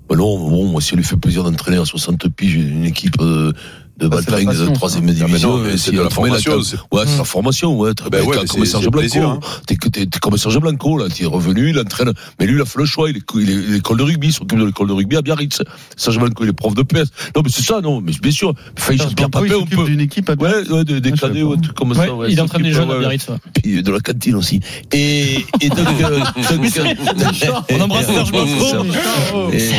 Bah non, mais bon, moi, si elle lui fait plaisir d'entraîner à 60 piges une équipe euh, de Ah, c'est la Baltringue de passion, 3 ça. Ah, mais non, division, mais et c'est si de la elle te met formation, c'est- Ouais, c'est la formation, ouais. Très Ben bien. ouais, T'as mais comme c'est- c'est Serge le plaisir, hein. Blanco. hein. T'es que- T'es t'es comme Serge Blanco, là. T'es revenu, il entraîne. Mais lui, il a fait le choix. Il est, il est- il est école de rugby, il s'occupe de l'école de rugby à Biarritz. Serge Blanco, il est prof de PS. Non, mais c'est ça, non. Mais bien sûr. Enfin, Serge Jean-Pierre Blanco, il Papé, on s'occupe peut. d'une équipe à Ouais, ouais, des, des Ah, je savais cadets ou pas. un truc comme Ouais, ça. ouais, il s'occupe, entraîne les jeunes à ouais, Biarritz. ouais. Puis de la cantine aussi. Et, et [laughs] donc, euh, donc- On embrasse Serge Blanco. Et-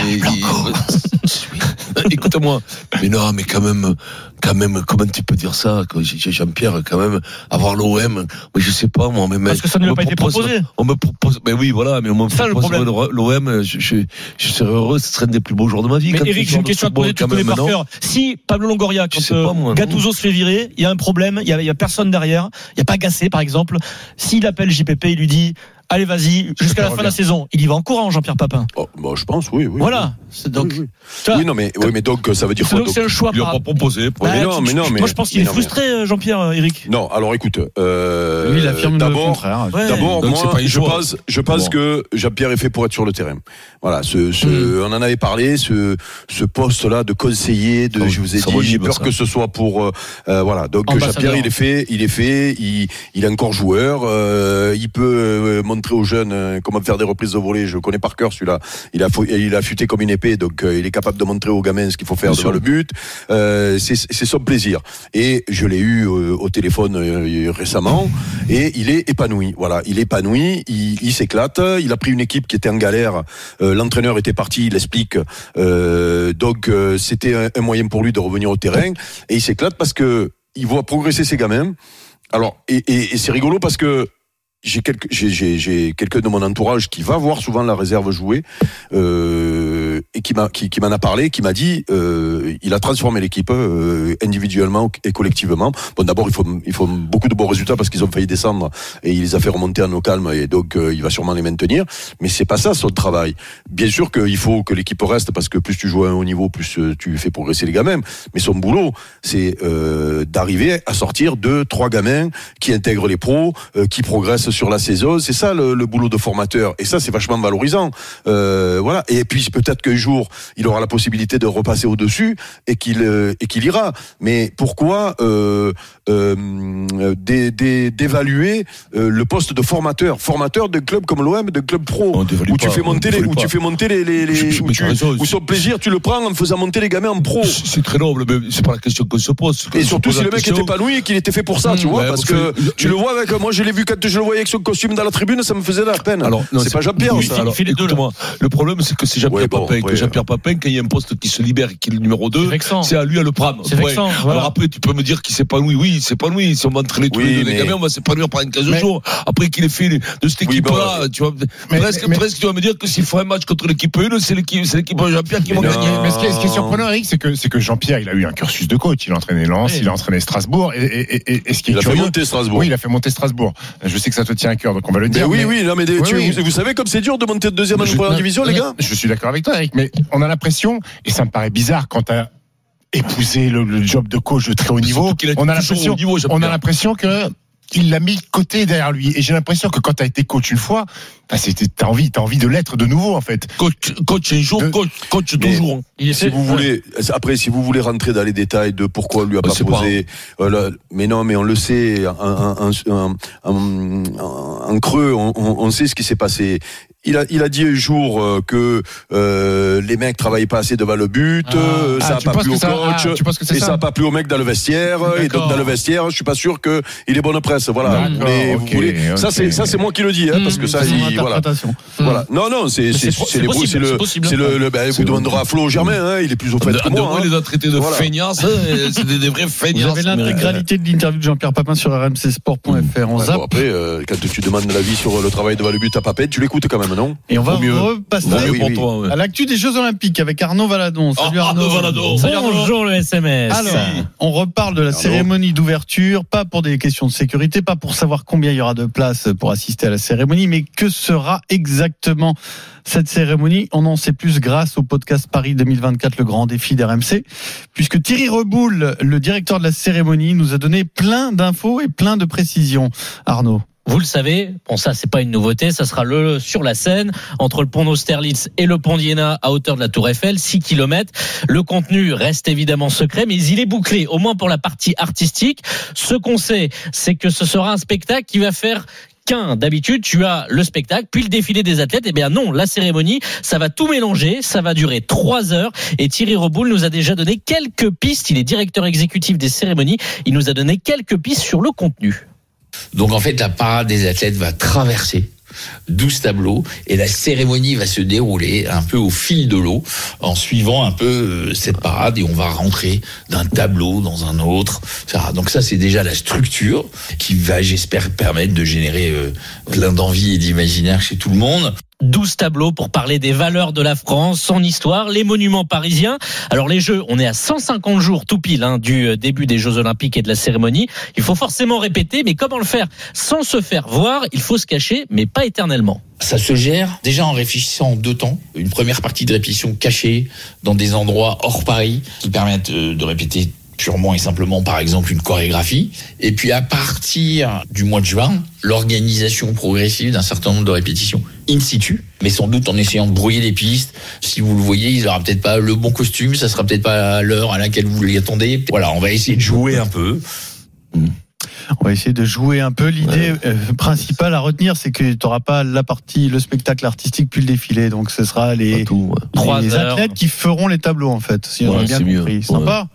Écoute-moi, mais non, mais quand même, quand même, comment tu peux dire ça, que j'ai- j'ai Jean-Pierre, quand même, avoir l'OM, moi je sais pas, moi, mais Parce que ça ne lui a pas été proposé. On me propose, mais oui, voilà, mais on me C'est ça, le propose problème. l'OM, je, je, je serais heureux, ce serait un des plus beaux jours de ma vie. Mais quand tu Eric, joues j'ai une de question à te football, poser, tu quand connais même, par non cœur. Si Pablo Longoria, quand euh, moi, non. Gattuso se fait virer, il y a un problème, il y a, il y a personne derrière, il n'y a pas Gassé par exemple. S'il appelle JPP, il lui dit Allez, vas-y, jusqu'à la fin de la saison. Il y va en courant, Jean-Pierre Papin. Oh, bah, je pense, oui. oui Voilà. C'est donc. Oui, oui. Tu vois, Oui, non, mais, oui, mais donc, ça veut dire C'est quoi donc c'est un choix Il lui a par- pas proposé. Bah, mais non, tu- mais non, tu- mais- Moi, je pense qu'il est mais non, mais- frustré, euh, Jean-Pierre, euh, Eric. Non, alors écoute. Euh, Lui, il affirme le d'abord- contraire. Ouais. D'abord, Donc, c'est moi, pas une je joie. pense, je pense Bon. que Jean-Pierre est fait pour être sur le terrain. Voilà, ce, ce- Hmm. on en avait parlé, ce, ce poste-là de conseiller, de, Ça- je vous ai ça dit, j'ai revibre, peur ça. que ce soit pour, euh, euh, voilà. Donc Ambassadeur. Jean-Pierre, il est fait, il est fait, il, il est encore joueur, euh, il peut euh, montrer aux jeunes euh, comment faire des reprises de volée. Je connais par cœur celui-là. Il a, fou- il a futé comme une épée, donc euh, il est capable de montrer aux gamins ce qu'il faut faire Bien devant sûr. le but. Euh, c'est c'est son plaisir. Et je l'ai eu euh, au téléphone euh, récemment. Et il est épanoui. Voilà, il est épanoui. Il, il s'éclate. Il a pris une équipe qui était en galère. Euh, L'entraîneur était parti. Il explique. Euh, donc euh, c'était un, un moyen pour lui de revenir au terrain. Et il s'éclate parce que il voit progresser ses gamins. Alors et, et- et c'est rigolo parce que. J'ai quelques, j'ai- j'ai- j'ai quelqu'un de mon entourage qui va voir souvent la réserve jouer euh, et qui m'a qui, qui m'en a parlé, qui m'a dit euh, il a transformé l'équipe euh, individuellement et collectivement. Bon d'abord il faut il faut beaucoup de bons résultats parce qu'ils ont failli descendre et il les a fait remonter en eau calme et donc euh, il va sûrement les maintenir. Mais c'est pas ça son travail. Bien sûr qu'il faut que l'équipe reste parce que plus tu joues à un haut niveau, plus euh, tu fais progresser les gamins. Mais son boulot c'est euh, d'arriver à sortir deux trois gamins qui intègrent les pros, euh, qui progressent sur la saison. C'est ça le, le boulot de formateur et ça c'est vachement valorisant. Euh, voilà. Et puis peut-être qu'un jour, il aura la possibilité de repasser au-dessus et qu'il euh, et qu'il ira. Mais pourquoi euh, euh, dé- dé- d'évaluer euh, le poste de formateur, formateur de club comme l'OM, de club pro, On dévalue où tu pas, fais on monter les, dévalue où pas. tu fais monter les, les, les- Je- je- où, mais tu- t'as raison, où c'est- son plaisir, tu le prends en faisant monter les gamins en pro. C'est c'est très noble, mais c'est pas la question qu'on se pose. Et surtout si le mec était épanoui et qu'il était fait pour ça, tu Mmh, vois, ouais, parce parce que que- tu le vois avec moi, je l'ai vu quand je le voyais avec son costume dans la tribune, ça me faisait de la peine. Alors, non, c'est pas Jean-Pierre, ça. Alors, Il fait les deux, là. écoute-moi, Le problème, c'est que c'est Jean-Pierre Ouais, bon. Papin et que Jean-Pierre Papin, quand il y a un poste qui se libère et qui est le numéro 2, vexant. c'est à lui à le prendre. C'est vexant, voilà. Alors après, tu peux me dire qu'il s'épanouit. Oui, il s'épanouit. Si on va entraîner tous Oui, les deux, les mais- gamins, Bah, on va s'épanouir pendant 15 jours. Après qu'il ait fait les- de cette Oui, équipe-là, bah, tu vois. presque, presque, tu vas me dire que s'il faut un match contre l'équipe 1, c'est l'équipe, c'est l'équipe Jean-Pierre qui va Mais gagner. mais ce qui est, ce qui est surprenant, Eric, c'est que, c'est que Jean-Pierre, il a eu un cursus de coach. Il a entraîné Lens, Oui. il a entraîné Strasbourg. Et, et- et- et- et ce qui est Il a fait curieux- monter Strasbourg. Oui, il a fait monter Strasbourg. Je sais que ça te tient à cœur, donc on va le Mais dire. Ben oui, oui, non, mais des- Oui, tu- oui. Vous, vous savez comme c'est dur de monter de deuxième en Je- première non, division, non, les gars Je suis d'accord avec toi, Eric, mais on a l'impression, et ça me paraît bizarre quand t'as épousé le, le job de coach de très haut niveau, qu'il a été on a toujours l'impression, au niveau, j'aime on a bien. l'impression que il l'a mis de côté derrière lui. Et j'ai l'impression que quand t'as été coach une fois, bah, c'était, t'as envie, t'as envie de l'être de nouveau, en fait. Coach, coach un jour, coach, coach deux jours. si vous voulez, après, si vous voulez rentrer dans les détails de pourquoi on lui a Bah, pas c'est posé, euh, là, mais non, mais on le sait, en, en- en- en- en- en creux, on, on- on sait ce qui s'est passé. Il a, il a dit un jour euh, que euh, les mecs travaillaient pas assez devant le but, euh, Ah, ça tu n'a pas penses plu que au ça- ah, coach, tu penses que c'est et ça ça n'a pas plu au mec dans le vestiaire, et donc dans le vestiaire, je suis pas sûr que il est bonne presse. D'accord, Voilà, vous voulez- vous ok, voulez- ok. ça Hmm, c'est ça c'est moi qui le dis, hein, parce que ça, c'est mon il- voilà. interprétation. Voilà. Non, non, c'est Mais c'est c'est pro- c'est c'est les possible, brous, c'est c'est le possible. c'est le, le ben, vous demanderez à Flo Germain, hein, il est plus au fait que Deux moi. mois, hein. il les a traités de Voilà. feignasses. hein, C'était des vrais Vous feignasses. avez mais- l'intégralité de l'interview de Jean-Pierre Papin sur rmcsport.fr. On Ouais, zappe bon, après, euh, quand tu demandes l'avis sur le travail devant le but à Papette, tu l'écoutes quand même, non et on va Vaut mieux. Bah repasser Vaut mieux pour toi, ouais. à l'actu des Jeux Olympiques avec Arnaud Valadon. Salut Oh, Arnaud. Arnaud Valadon. Salut Arnaud. Bonjour le SMS. Alors, on reparle de la cérémonie d'ouverture, pas pour des questions de sécurité, pas pour savoir combien il y aura de places pour assister à la cérémonie, mais que sera exactement cette cérémonie On en sait plus grâce au podcast Paris 2024, le grand défi d'RMC, puisque Thierry Reboul, le directeur de la cérémonie, nous a donné plein d'infos et plein de précisions. Arnaud. Vous le savez, bon ça c'est pas une nouveauté, ça sera le sur la Seine entre le pont d'Austerlitz et le pont d'Iéna à hauteur de la Tour Eiffel, 6 km. Le contenu reste évidemment secret mais il est bouclé au moins pour la partie artistique. Ce qu'on sait, c'est que ce sera un spectacle qui va faire qu'un. D'habitude, tu as le spectacle, puis le défilé des athlètes. Eh bien non, la cérémonie, ça va tout mélanger, ça va durer trois heures. Et Thierry Reboul nous a déjà donné quelques pistes. Il est directeur exécutif des cérémonies. Il nous a donné quelques pistes sur le contenu. Donc en fait, la parade des athlètes va traverser 12 tableaux et la cérémonie va se dérouler un peu au fil de l'eau en suivant un peu euh, cette parade et on va rentrer d'un tableau dans un autre. etc. Donc ça, c'est déjà la structure qui va, j'espère, permettre de générer euh, plein d'envie et d'imaginaire chez tout le monde. 12 tableaux pour parler des valeurs de la France, son histoire, les monuments parisiens. Alors les Jeux, on est à 150 jours tout pile hein, du euh, début des Jeux Olympiques et de la cérémonie. Il faut forcément répéter, mais comment le faire Sans se faire voir, il faut se cacher, mais pas éternellement. Ça se gère déjà en réfléchissant en deux temps. Une première partie de répétition cachée dans des endroits hors Paris qui permettent euh, de répéter purement et simplement, par exemple, une chorégraphie. Et puis à partir du mois de juin, l'organisation progressive d'un certain nombre de répétitions in situ, mais sans doute en essayant de brouiller les pistes. Si vous le voyez, il aura peut-être pas le bon costume, ça sera peut-être pas à l'heure à laquelle vous l'attendez. Voilà, on va essayer de jouer un peu. On va essayer de jouer un peu. L'idée euh, principale à retenir, c'est que tu n'auras pas la partie, le spectacle artistique, puis le défilé. Donc ce sera les, Trois les heures. athlètes qui feront les tableaux, en fait. Si on a Ouais, bien c'est compris. mieux. Sympa.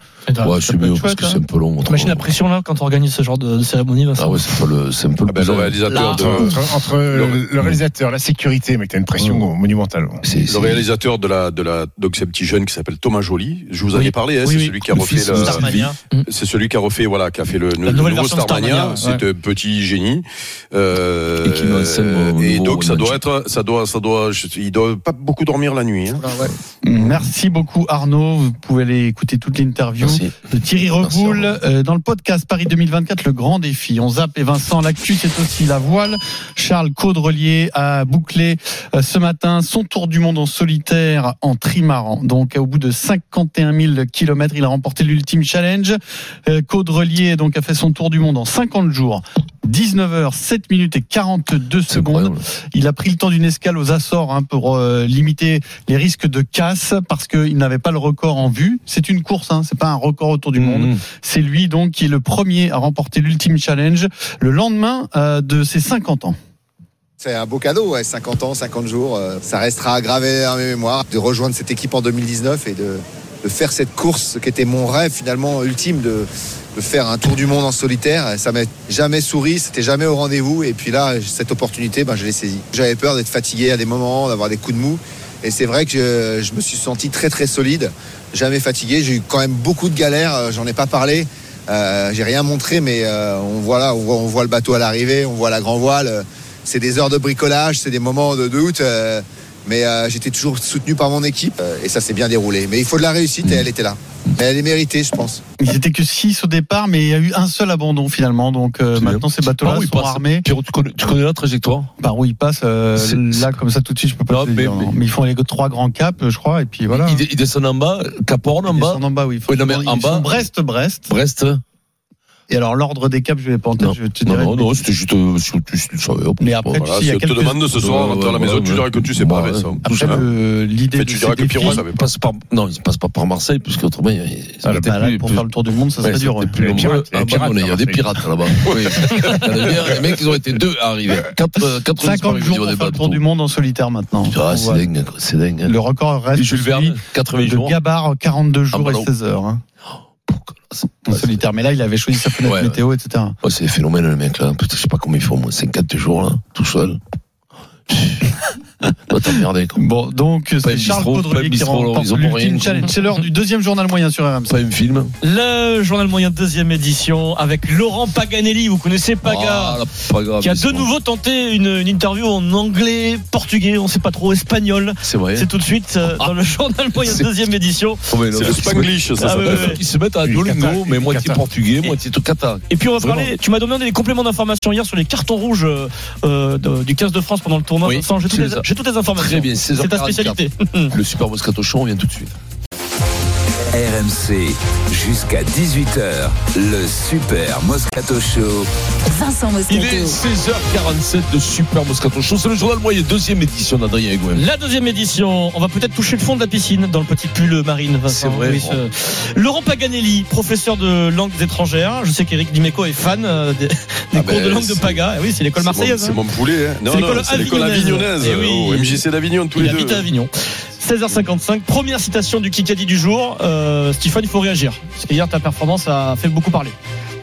Ouais, Ça peut être chouette, hein. peu long. T'imagines la pression là quand on organise ce genre de, de cérémonie, Vincent Ah ouais, c'est un peu le, c'est un peu le, bah, ben, le bordel. réalisateur Entre, de, entre- entre le, le réalisateur, la sécurité, mais t'as une pression monumentale. le réalisateur de la de la donc c'est un petit jeune qui s'appelle Thomas Joly. Je vous en Oui. ai parlé. hein, Oui, c'est oui. celui qui a Le refait fils de le- Starmania. C'est celui qui a refait voilà qui a fait le, le Mm. nouveau nouvelle version de Starmania. Starmania, C'est ouais. un petit génie. Euh, Et qui doit être au et nouveau donc ça One Man doit être ça doit ça doit je- il doit pas beaucoup dormir la nuit. hein. Ah, Mm. Merci beaucoup Arnaud. Vous pouvez aller écouter toute l'interview de Thierry Reboul euh, dans le podcast Paris 2024, le grand défi. On zappe et Vincent Lactu, c'est aussi la voile. Charles Caudrelier a bouclé euh, ce matin son tour du monde en solitaire en trimaran. Donc au bout de 51 000 kilomètres, il a remporté l'ultime challenge. Euh, Caudrelier donc a fait son tour du monde en 50 jours. 19h, 7 minutes et 42 secondes. Il a pris le temps d'une escale aux Açores hein, pour euh, limiter les risques de casse parce qu'il n'avait pas le record en vue. C'est une course, hein, c'est pas un record autour du Mmh. monde. C'est lui donc qui est le premier à remporter l'ultime challenge le lendemain euh, de ses 50 ans. C'est un beau cadeau, ouais, 50 ans, 50 jours. euh, ça restera gravé à mes mémoires de rejoindre cette équipe en 2019 et de, de faire cette course qui était mon rêve finalement ultime de, de faire un tour du monde en solitaire. Ça m'est jamais souri, c'était jamais au rendez-vous. Et puis là, cette opportunité, ben, je l'ai saisie. J'avais peur d'être fatigué à des moments, d'avoir des coups de mou. Et c'est vrai que euh, je me suis senti très très solide, jamais fatigué. J'ai eu quand même beaucoup de galères, euh, j'en ai pas parlé. Euh, j'ai rien montré, mais euh, on, voit là, on, voit, on voit le bateau à l'arrivée, on voit la grand voile. Euh, C'est des heures de bricolage, c'est des moments de doute. euh, mais euh, j'étais toujours soutenu par mon équipe euh, et ça s'est bien déroulé. Mais il faut de la réussite et elle était là. Mais elle est méritée, je pense. Ils étaient que 6 au départ, mais il y a eu un seul abandon finalement. Donc euh, maintenant, ces bateaux-là Par où ils sont passent armés. Pierrot, tu connais, tu connais la trajectoire Par où ils passent euh, C'est- Là, comme ça, tout de suite, je peux pas Non, te le mais- dire, non. mais, mais- ils font les trois grands caps, je crois, et puis voilà. Ils, ils descendent en bas, Caporne en Ils bas. descendent en bas, oui. Oui, non, mais Ils en font bas. Brest, Brest. Brest. Et alors, l'ordre des caps, je vais pas en tête, je vais te Non, dire. non, non, c'était juste. euh, sur- tu- tu le savais, hop. Mais après, Voilà, tu sais, il y a si on te quelques- demande de ce soir en rentrant à la maison, tu diras que tu sais pas, mais ça, tout Après, ça. le- l'idée Mais de tu diras ces que Pierrot défis- savait pas. Passe par- Non, il passe pas par Marseille, puisque autrement, il- il- ça Ah, n'était bah, là, plus- pour plus- faire le tour du monde, ça Ouais, serait dur. hein. c'était ouais. plus nombreux Ah, à abandonner. Il y a des pirates là-bas. [laughs] Oui. Il y a des guerres, Les mecs, ils ont été deux à arriver. Quatre, euh, quatre 50 disparus, jours ils ont pour des faire le bateaux. tour du monde en solitaire maintenant. Ah, On c'est voit. dingue, quoi, c'est dingue. Le record reste Jules celui Verne, 80 de jours. Gabar, 42 jours bah et non. Oh, 16 heures. hein. En solitaire. Mais là, il avait choisi sa fenêtre Ouais, météo, etc. Ouais, c'est des phénomènes, le mec, là. Putain, je sais pas comment ils font, moi. 54 jours, là, [laughs] tout seul. Doit t'emmerder, quoi. Bon, donc, Pas c'est un Charles bistrot, pas un Caudrelier qui bistrot, là, remporte ils ont pour rien. l'ultime challenge. C'est l'heure du deuxième journal moyen sur RMC. Pas un film. Le journal moyen deuxième édition avec Laurent Paganelli. Vous connaissez Paga Ah, la Paga, qui a mais c'est de bon. nouveau tenté une, une interview en anglais, portugais, on sait pas trop, espagnol. C'est vrai. tout de suite euh, dans le journal moyen deuxième édition. Oh, mais non, C'est le ils se mettent- Spanglish, ça Ah, s'appelle. ouais, ouais. Ils se mettent à Duolingo, mais moitié portugais, moitié tout cata. Et puis on va parler, tu m'as demandé des compléments d'information hier sur les cartons rouges euh, euh, de- du 15 de France pendant le tournoi. Oui, Vincent, j'ai toutes, tu les- les as. j'ai toutes les informations. Très bien, c'est ta 16h44. spécialité. [laughs] Le Super Moscato Show, on vient tout de suite. RMC, jusqu'à 18h, le Super Moscato Show. Vincent Il Moscato. est 16h47 de Super Moscato Show. C'est le journal moyen, deuxième édition d'Adrien Egouem. La deuxième édition, on va peut-être toucher le fond de la piscine dans le petit pull marine. C'est Vincent. vrai. Oui, ce- Laurent Paganelli, professeur de langues étrangères. Je sais qu'Éric Dimeco est fan euh, des, des cours ben, de langue de c'est- Paga. Eh oui, c'est l'école C'est mon- marseillaise. C'est mon poulet. hein. Non, C'est non, l'école c'est l'école avignonnaise. avignonnaise. Oh, Eh oui. Au MJC d'Avignon, tous Il les habite deux. à Avignon. 16h55, première citation du Kikadi du jour. Euh, Stéphane, il faut réagir. Parce qu'hier, ta performance a fait beaucoup parler.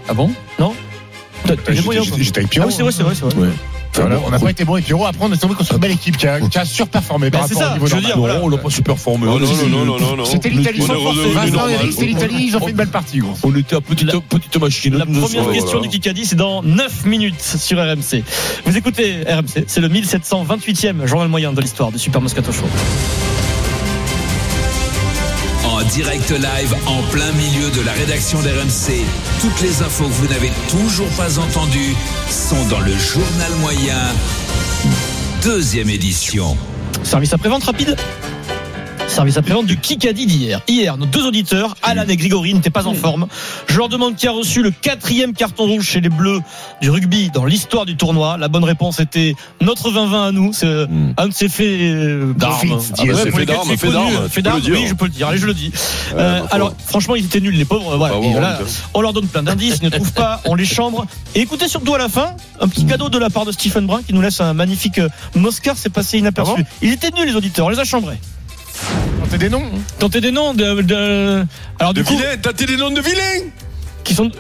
Ah bon Non T'as- t'as les J'étais- moyens, j'étais- quoi. j'étais avec Pierrot, hein. Ah oui, c'est vrai, c'est vrai. c'est vrai. Ouais. Enfin, voilà, on n'a pas été bon avec Pierrot. Après, on est tombé contre une belle équipe qui a, qui a surperformé par Ben, c'est rapport ça, au niveau je veux dire, normal. voilà. On l'a pas superformé. Non, On non, était- non, non, non, non. C'était l'Italie On sans est force. redevenu Vincent et normal. Alex, c'est l'Italie. Ils ont fait une belle partie, gros. On était à petite, petite machine. La nous, nous, première voilà. question du Kikadi, c'est dans 9 minutes sur RMC. Vous écoutez RMC, c'est le 1728e journal moyen de l'histoire du Super Moscato Show. En direct live, en plein milieu de la rédaction d'RMC, toutes les infos que vous n'avez toujours pas entendues sont dans le journal moyen, deuxième édition. Service après-vente rapide Service après-vente du Kikadi d'hier. Hier, nos deux auditeurs, Alan et Grégory, n'étaient pas en forme. Je leur demande qui a reçu le quatrième carton rouge chez les Bleus du rugby dans l'histoire du tournoi. La bonne réponse était notre 20-20 à nous. C'est euh, un de ces faits euh, d'armes. Fils, dis- c'est pour fait lesquels d'armes, c'est fait connu. d'armes, Fait tu peux le d'armes, dire. oui, je peux le dire. Allez, je le dis. Euh, bah, faut. alors, franchement, ils étaient nuls, les pauvres. Voilà. Bah, Et ouais, là, ouais. on leur donne plein d'indices, ils ne trouvent pas, on les chambre. Et écoutez surtout à la fin, un petit cadeau de la part de Stephen Brun qui nous laisse un magnifique euh, Moscar, c'est passé inaperçu. Ah Ils étaient nuls les auditeurs, on les a chambrés. Tentez des noms. Tentez des noms de, de- alors hein. De du coup vilain, t'as tes des noms de vilain Bah. qui sont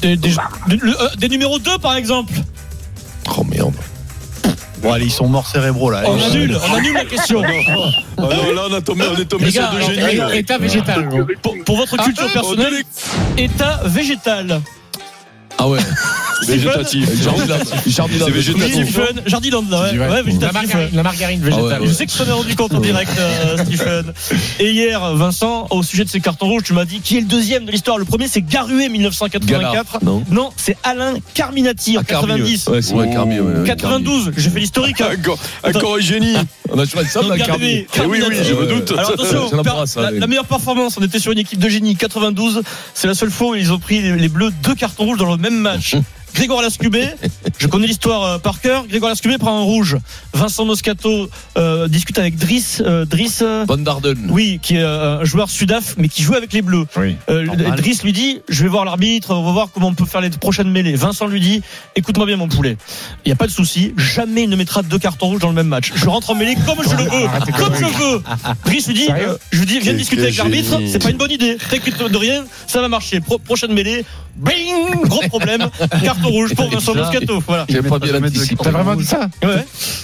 des, des- de- le- euh, des numéros 2 par exemple. Oh merde. Bon, allez, ils sont morts cérébraux là. On Allez, annule, on annule [laughs] la question. euh, Ah non, Là, on a tombé, on est tombé Les sur gars, deux alors, génies. état- état végétal. gros. Pour, pour votre culture Ah, personnelle, état végétal. [laughs] Ah ouais. Végétatif. Stephen Jardin- jardin- C'est végétatif. Stephen, Jardiland, ouais, J'y vais. ouais, La végétatif, ouais. margarine, la margarine végétale. Ah ouais, Je sais que tu t'en es rendu compte en direct, euh, Stephen. Et hier, Vincent, au sujet de ces cartons rouges, tu m'as dit qui est le deuxième de l'histoire. Le premier, c'est Garué 1984. Gallard, non Non, c'est Alain Carminati en Ah, Carmieux. 90. Ouais, c'est vrai, Carmieux, ouais, ouais, 92, j'ai fait l'historique. hein. Encore- Encore un génie. Carmieux. On a choisi ça, Donc, la Garué, Carmieux. Eh oui, oui, Carminati. je me doute. Alors attention, Ça l'embrasse, hein, par- la, ça, oui. la meilleure performance, on était sur une équipe de génie 92, c'est la seule fois où ils ont pris les, les bleus deux cartons rouges dans le même match. Grégoire Lascubé, je connais l'histoire euh, par cœur. Grégoire Lascubé prend un rouge. Vincent Moscato euh, discute avec Driss. euh, Driss euh, Van Darden. oui, qui est euh, un joueur sudaf, mais qui joue avec les Bleus. Oui. Euh, Normal. Driss lui dit Je vais voir l'arbitre, on va voir comment on peut faire les prochaines mêlées. Vincent lui dit Écoute-moi bien, mon poulet, il n'y a pas de souci, jamais il ne mettra deux cartons rouges dans le même match. Je rentre en mêlée comme je le veux, comme je veux. Driss lui dit Sérieux euh, Je lui dis, viens Quel- discuter quel avec l'arbitre, génie. c'est pas une bonne idée. T'inquiète de rien, ça va marcher. Pro- prochaine mêlée, bing Gros problème, carton carton rouge pour Vincent Moscato. Voilà. J'ai pas bien anticipé. T'as vraiment dit ça Ouais. Bah,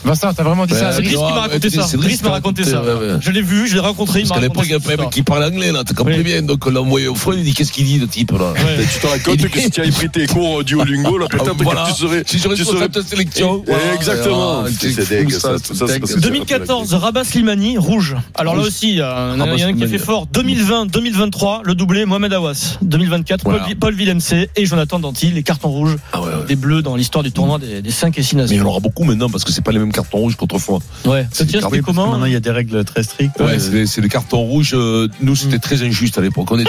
Vincent, t'as vraiment dit ça C'est Brice qui m'a raconté ça. Brice m'a raconté ça. Ah, Je l'ai vu, je l'ai rencontré. il Parce m'a qu'à l'époque, raconté il y a cette un mec qui parle anglais, là, tu comprends bien. Donc, on l'a envoyé au front, il dit Qu'est-ce qu'il dit, le type, là Ah, Et Tu te racontes que si tu avais pris tes cours du Olingo, là, peut-être que Voilà. tu serais. Si j'aurais tu sur serais- cette sélection. Eh, Exactement. Voilà, C'est fou, dingue, ça, ça. c'est ça, c'est dingue. parce que- 2014, Rabat Slimani, rouge. Alors là Rouge. aussi, il y en a- il y en a un Rabat qui a fait Slimani. fort. 2020, 2023, le doublé Mohamed Awas. 2024, Paul, Voilà. Vi- Paul Villemc et Jonathan Danti, les cartons rouges des bleus dans l'histoire du tournoi des, 5 et 6 Mais il y nations. en aura beaucoup maintenant parce que c'est pas les mêmes cartons rouges qu'autrefois. Ouais. Ça C'est tient, carré, c'était comment Maintenant, il y a des règles très strictes. Ouais, c'est les- c'est les cartons rouges. euh, Nous, c'était très injuste à l'époque. On est.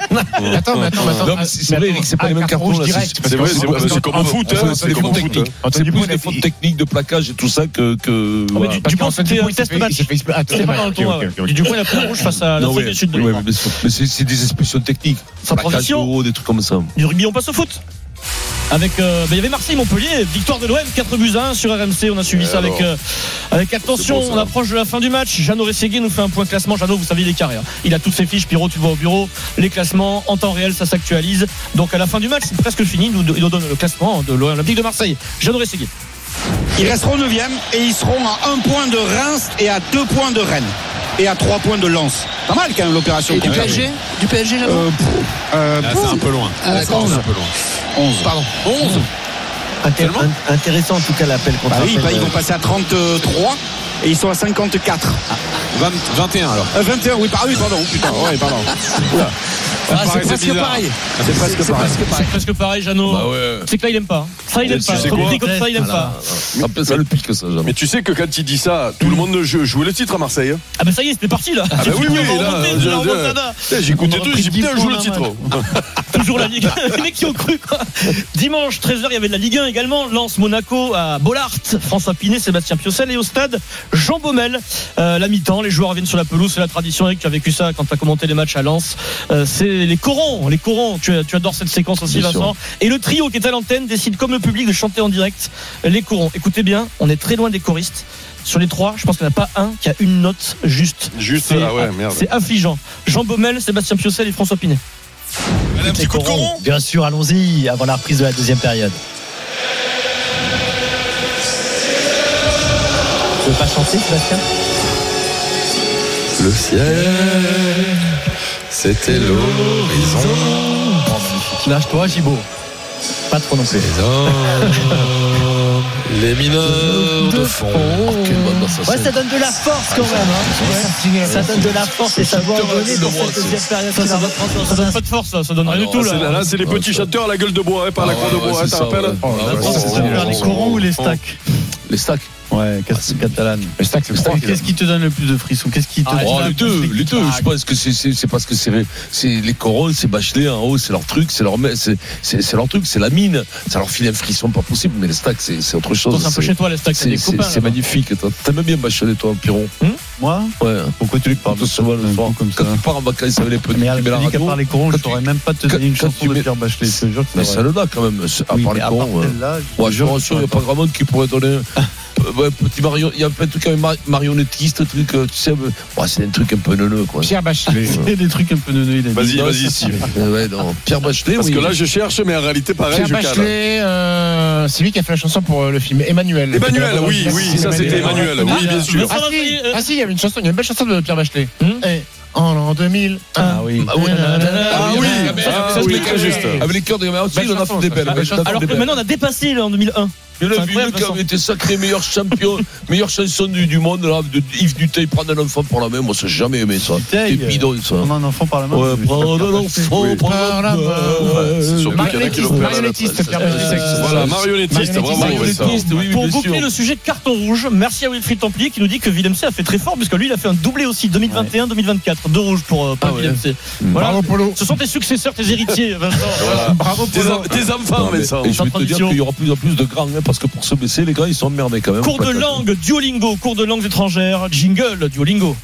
Attends, mais attends, mais attends. Non, mais c'est c'est vrai, Eric, c'est pas Ah, les mêmes carton rouge cartons là. direct, parce c'est vrai, que- c'est- parce c'est que- comme au foot, hein, Antoine c'est comme Dupont, au foot, technique. hein. Antoine C'est Dupont, plus il a des fait- fautes techniques de plaquage et tout ça que. que Ah, mais voilà. du- Dupont, Parce qu'Antoine c'était Dupont, un il s'est test fait- match. il s'est fait exp- Ah, C'était pas dans le ok, tournoi. ok, ok, ok. Et Du coup, il a pris un rouge face à Non, l'Afrique ouais, du Sud. de ouais, mémoire. mais c'est- mais c'est c'est des expressions techniques. Sans Plaquage transition. haut, des trucs comme ça. Du rugby, on passe au foot. Avec, euh, ben, il y avait Marseille-Montpellier, victoire de l'OM, 4 buts à 1 sur RMC. On a suivi Et ça avec, alors euh, avec attention. C'est bon, ça. on approche de la fin du match. Jeannot Rességuier nous fait un point classement. Jeannot, vous savez, il est carré. hein. Il a toutes ses fiches. Pierrot, tu le vois au bureau. Les classements en temps réel, ça s'actualise. Donc à la fin du match, c'est presque fini. Il nous, il nous donne le classement de l'OM Olympique de Marseille. Jeannot Rességuier. Ils resteront 9 et ils seront à un point de Reims et à deux points de Rennes et à trois points de Lens. Pas mal quand même l'opération. Et du qu'on fait. PSG Du PSG, Jeannot Euh, pff, euh, Là, c'est un peu loin. Ah, Là, d'accord, c'est un 11. peu loin. 11. Pardon. 11 Intér- in- Intéressant en tout cas l'appel contre Bah oui, Raphaël. bah, ils vont passer à 33 et ils sont à 54. Ah. 21 alors. 21, oui, par- ah oui, pardon. Putain, ouais, pardon. Oula. Ça me paraissait bizarre. C'est presque pareil. C'est presque pareil, Jeannot. Bah ouais. C'est que là, il aime pas. Ça, il Mais aime tu pas. sais Quand il quoi dit comme ça, il aime pas. Ça peut- Ça le pique, ça, jamais. Mais tu sais que quand il dit ça, tout le monde ne joue- jouait le titre à Marseille. hein. Ah, ben ça y est, c'était parti là. Ah [laughs] bah oui, oui, On va là, remonter, je- c'est la je- remontada. Putain, J'écoutais On tout, aura j'ai dit pris putain, je dix joue points le d'un titre. [laughs] match. Toujours la Ligue. [laughs] Les mecs qui ont cru quoi. Dimanche 13h, il y avait de la Ligue 1 également. Lance Monaco à Bollard, François Pinet, Sébastien Piocel et au stade Jean Baumel. Euh, la mi-temps, les joueurs reviennent sur la pelouse. C'est la tradition. Eric, tu as vécu ça quand tu as commenté les matchs à Lens. Euh, c'est les corons, les corons. Tu, tu adores cette séquence aussi, Bien Vincent. Et le trio qui est à l'antenne décide comme le public de chanter en direct les corons. Écoutez bien, on est très loin des choristes. Sur les trois, je pense qu'il n'y en a pas un qui a une note juste. Juste, C'est- ah ouais, merde. C'est affligeant. Jean Baumel, Sébastien Piocel et François Pinet. Un petit coup de coron Bien sûr, allons-y avant la reprise de la deuxième période. Tu veux pas chanter, Sébastien Le ciel, c'était l'horizon. Lâche-toi, Gibo. Pas trop non plus. Les mineurs de fond. Ouais, ça donne de la force quand même. hein. Ouais. Ça donne de la force et ça va en donner dans cette deuxième période. Ça, ça donne- ça donne pas de force, là. ça donne rien du Ah, tout. c'est- Là, Là, là, c'est les petits chanteurs à la gueule de bois, hein, par la croix de bois, hein, t'en rappelles Oh, Ah, les corons ou les stacks Les stacks. Ouais, catalane. Les stacks, c'est le Oh, stack. Qu'est-ce qui te donne le plus de frissons Qu'est-ce qui te Ah, donne les le plus deux, de les deux. Je pense que c'est- c'est c'est parce que c'est c'est les corolles, c'est Bachelet en haut, c'est leur truc, c'est leur me- c'est c'est- c'est leur truc, c'est la mine. Ça leur file un frisson pas possible, mais les stacks c'est c'est autre chose. Toi, c'est un peu chez toi, les stacks, t'as c'est- des c'est- copains, C'est là-bas. Hmm magnifique. T'as- T'aimes bien Bachelet toi, Piron Moi Ouais. Pourquoi tu lui parles Quand on se voit le soir, quand tu pars en vacances avec les petits, Mais tu mets la alors, à radio. part les corons, je saurais même pas te donner une quand chanson tu de mets- Pierre Bachelet. Je te jure que Mais c'est ça vrai. le là quand même, c'est- à Oui, part mais les à part corons. ouais. celle-là, je- Ouais, je rassure, il n'y a pas grand monde qui pourrait donner. [laughs] Euh, ouais, petit marion, il y a un truc un mar- marionnettiste, truc, euh, tu sais, euh, ouais, c'est un truc un peu neuneux quoi. Pierre Bachelet. [laughs] [laughs] C'est des trucs un peu neuneux. il a dit. Vas-y, Non, vas-y, ça, Steve. [laughs] Euh, ouais, non. Pierre Bachelet, Parce oui. que là, je cherche, mais en réalité, pareil, Pierre je cale. Bachelet, euh, c'est lui qui a fait la chanson pour euh, le film Emmanuel. Emmanuel, oui, Merci, oui, ça c'était Emmanuel, oui, bien sûr. Ah si, ah si, il y avait une chanson, il y a une belle chanson de Pierre Bachelet. Eh, En l'an 2000. Ah oui. Ah oui, ah oui, très juste. Avec les cœurs de Gamera, Belle il en a chanson, fait des ça, belles. belle belle chanson. chanson, Alors des que belles. maintenant, on a dépassé là en 2001. Il y en C'est a vu une incroyable, qui Vincent. avait été sacré meilleur champion, meilleure chanson du, du monde, là, de Yves Duteil, prendre un enfant par la main, moi, ça, j'ai jamais aimé ça. C'est bidon, ça. On a un enfant par la main. Ouais, prendre un enfant Oui. par la main. Ouais, c'est surtout qu'il y en a qui l'ont fait à la Marionnettiste, place. Pierre Bachelet. Voilà, Euh, marionnettiste, bravo, Marionnettiste, Vincent. oui, Pour bien boucler sûr. le sujet de carton rouge, merci à Wilfried Templier qui nous dit que Willem C a fait très fort puisque lui il a fait un doublé aussi 2021-2024, deux rouges pour euh, Paul Ah Willem C. Voilà. Bravo, Polo. Ce sont tes successeurs, tes héritiers, Vincent. Mmh. [laughs] Voilà. Bravo, Tes en- Tes enfants, Non, mais- Vincent. et je vais te dire tradition. qu'il y aura plus en plus de grands, hein, parce que pour se baisser, les gars, ils sont emmerdés quand même. Cours de Patate. langue, Duolingo, cours de langues étrangères, jingle, Duolingo.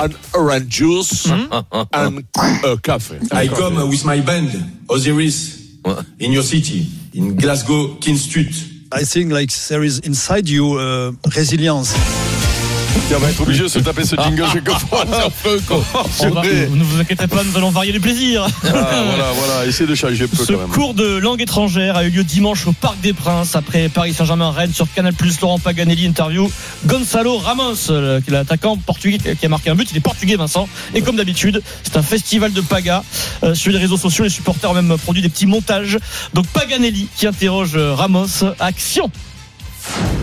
an orange juice and euh, a coffee. Ah, I come with my band Osiris in your city in Glasgow King Street. I think like there is inside you uh, resilience. Tiens, on va être obligé de se taper Ah. ce jingle chaque [laughs] fois. Oh, C'est un peu con. On va- vous ne vous inquiétez pas, nous allons varier les plaisirs. Ah, voilà, voilà, essayez de changer un peu Ce quand même. cours de langue étrangère a eu lieu dimanche au Parc des Princes après Paris Saint-Germain-Rennes sur Canal+. Laurent Paganelli interview Gonzalo Ramos, euh, l'attaquant portugais qui a marqué un but. Il est portugais, Vincent. Et comme d'habitude, c'est un festival de paga. Euh, sur les réseaux sociaux, les supporters ont même produit des petits montages. Donc Paganelli qui interroge euh, Ramos. Action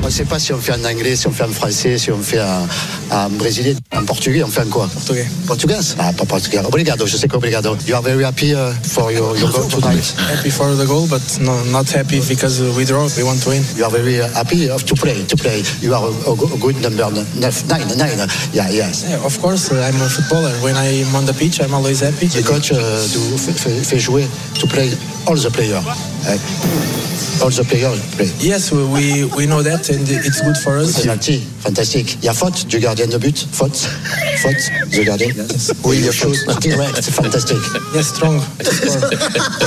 On ne sait pas si on fait en anglais, si on fait en français, si on fait en, en brésilien, en portugais, on fait en quoi Portugais. Portugais Ah, pas portugais. Obrigado, je sais qu'obrigado. You are very happy uh, for your, your goal tonight. Happy for the goal, but no, not happy because we draw. We want to win. You are very uh, happy of to play, to play. You are a, a go- a good number n- nine, nine. Yeah, yes. Yeah, of course, uh, I'm a footballer. When I'm on the pitch, I'm always happy. The coach uh, do, fait, fait- fait jouer, to play all the players. Eh, all the players play. Yes, we, we, we know that, and it's good for us. Penalty, fantastique. Il y a faute du gardien de but, faute, faute du gardien. Oui, il y a faute. Direct, fantastique. Yes, strong.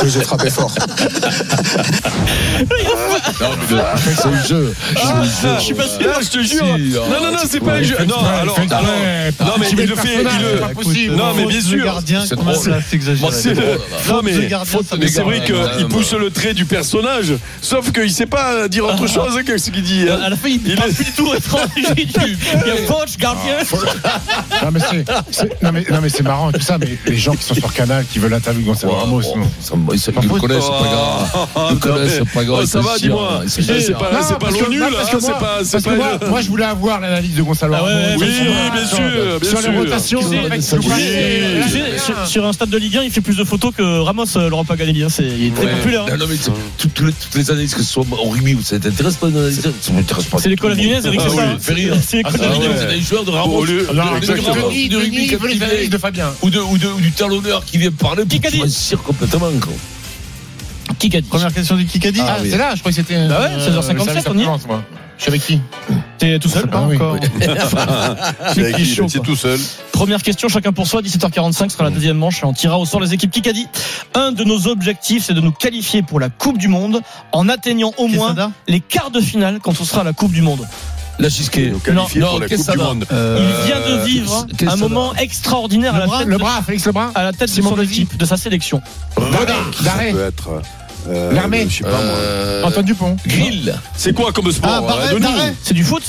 Plus de frapper fort. [laughs] Non, mais le- c'est le jeu. Ah, Je suis pas sûr, je te jure. Non, non, non, c'est pas un jeu. Non, alors, alors, non, mais il le fait, il le. Non, mais bien sûr. C'est drôle. C'est exagéré. Moi, c'est- Non, mais mais c'est vrai qu'il pousse le trait du personnage, sauf qu'il sait pas dire autre chose que ce qu'il dit. hein. À la fin, il parle plus du tout [laughs] étranger. Il y a coach, gardien. Ah, Non, mais c'est- c'est- non, mais- non, mais c'est marrant et tout ça, mais les gens qui sont sur Canal, qui veulent l'interview de Gonzalo Ramos, non. Ils le connaissent, c'est pas grave. Ils [laughs] le connaissent, c'est pas grave. Oh, ça Ils se va, tirent, Eh, dis-moi. ils se tirent. C'est pas- Non, c'est pas parce que- l'ONU, non, là, parce que c'est moi- pas- c'est parce que pas- moi- Moi, je voulais avoir l'analyse de Gonzalo Ramos. oui, sur- bien sur- sûr, bien Sur les sûr. rotations, Tu sais, les mecs qui ça jouent pas, dit- les- Tu sais, sur, sur un stade de Ligue 1, il fait plus de photos que Ramos, euh, Laurent Paganelli. hein. C'est, il est très Ouais. populaire. hein. Non, non, mais tout- tout- tout le- toutes les analyses, que ce soit en rugby ou ça t'intéresse pas, une analyse, ça m'intéresse pas. C'est l'école avignonnaise, Eric, Ah c'est ça, oui, hein. fait rire. C'est l'école Ah, avignonnaise. ouais. C'est des joueurs de Ramos. Au lieu- de- Non, de- de- exactement. de- de rugby Denis, captivé. il veut les analyses de Fabien. Ou de- ou de- ou du talonneur qui vient parler. Qui a dit complètement, quoi. Kikadi. Première question du Kikadi. Ah, c'est là, je crois que c'était. Bah ouais, euh, 16h57, ça on y est. commence, moi. Je suis avec qui T'es tout seul Ah, oui. [laughs] C'est C'est qui chaud, quoi. tout seul. Première question, chacun pour soi, 17h45 sera la deuxième manche et on tirera au sort les équipes Kikadi. Un de nos objectifs, c'est de nous qualifier pour la Coupe du Monde en atteignant au moins les quarts de finale quand on sera à la Coupe du Monde. La Chisquet. qualifié pour la Coupe du Monde. Euh, Il vient Euh, de vivre un moment extraordinaire à la tête, de, à la tête de son équipe, de sa sélection. Ça peut être. euh, L'armée. Je sais pas moi. Antoine Dupont. Grill. Euh, C'est quoi comme sport Ah, Barret, euh, Denis Barret. C'est du foot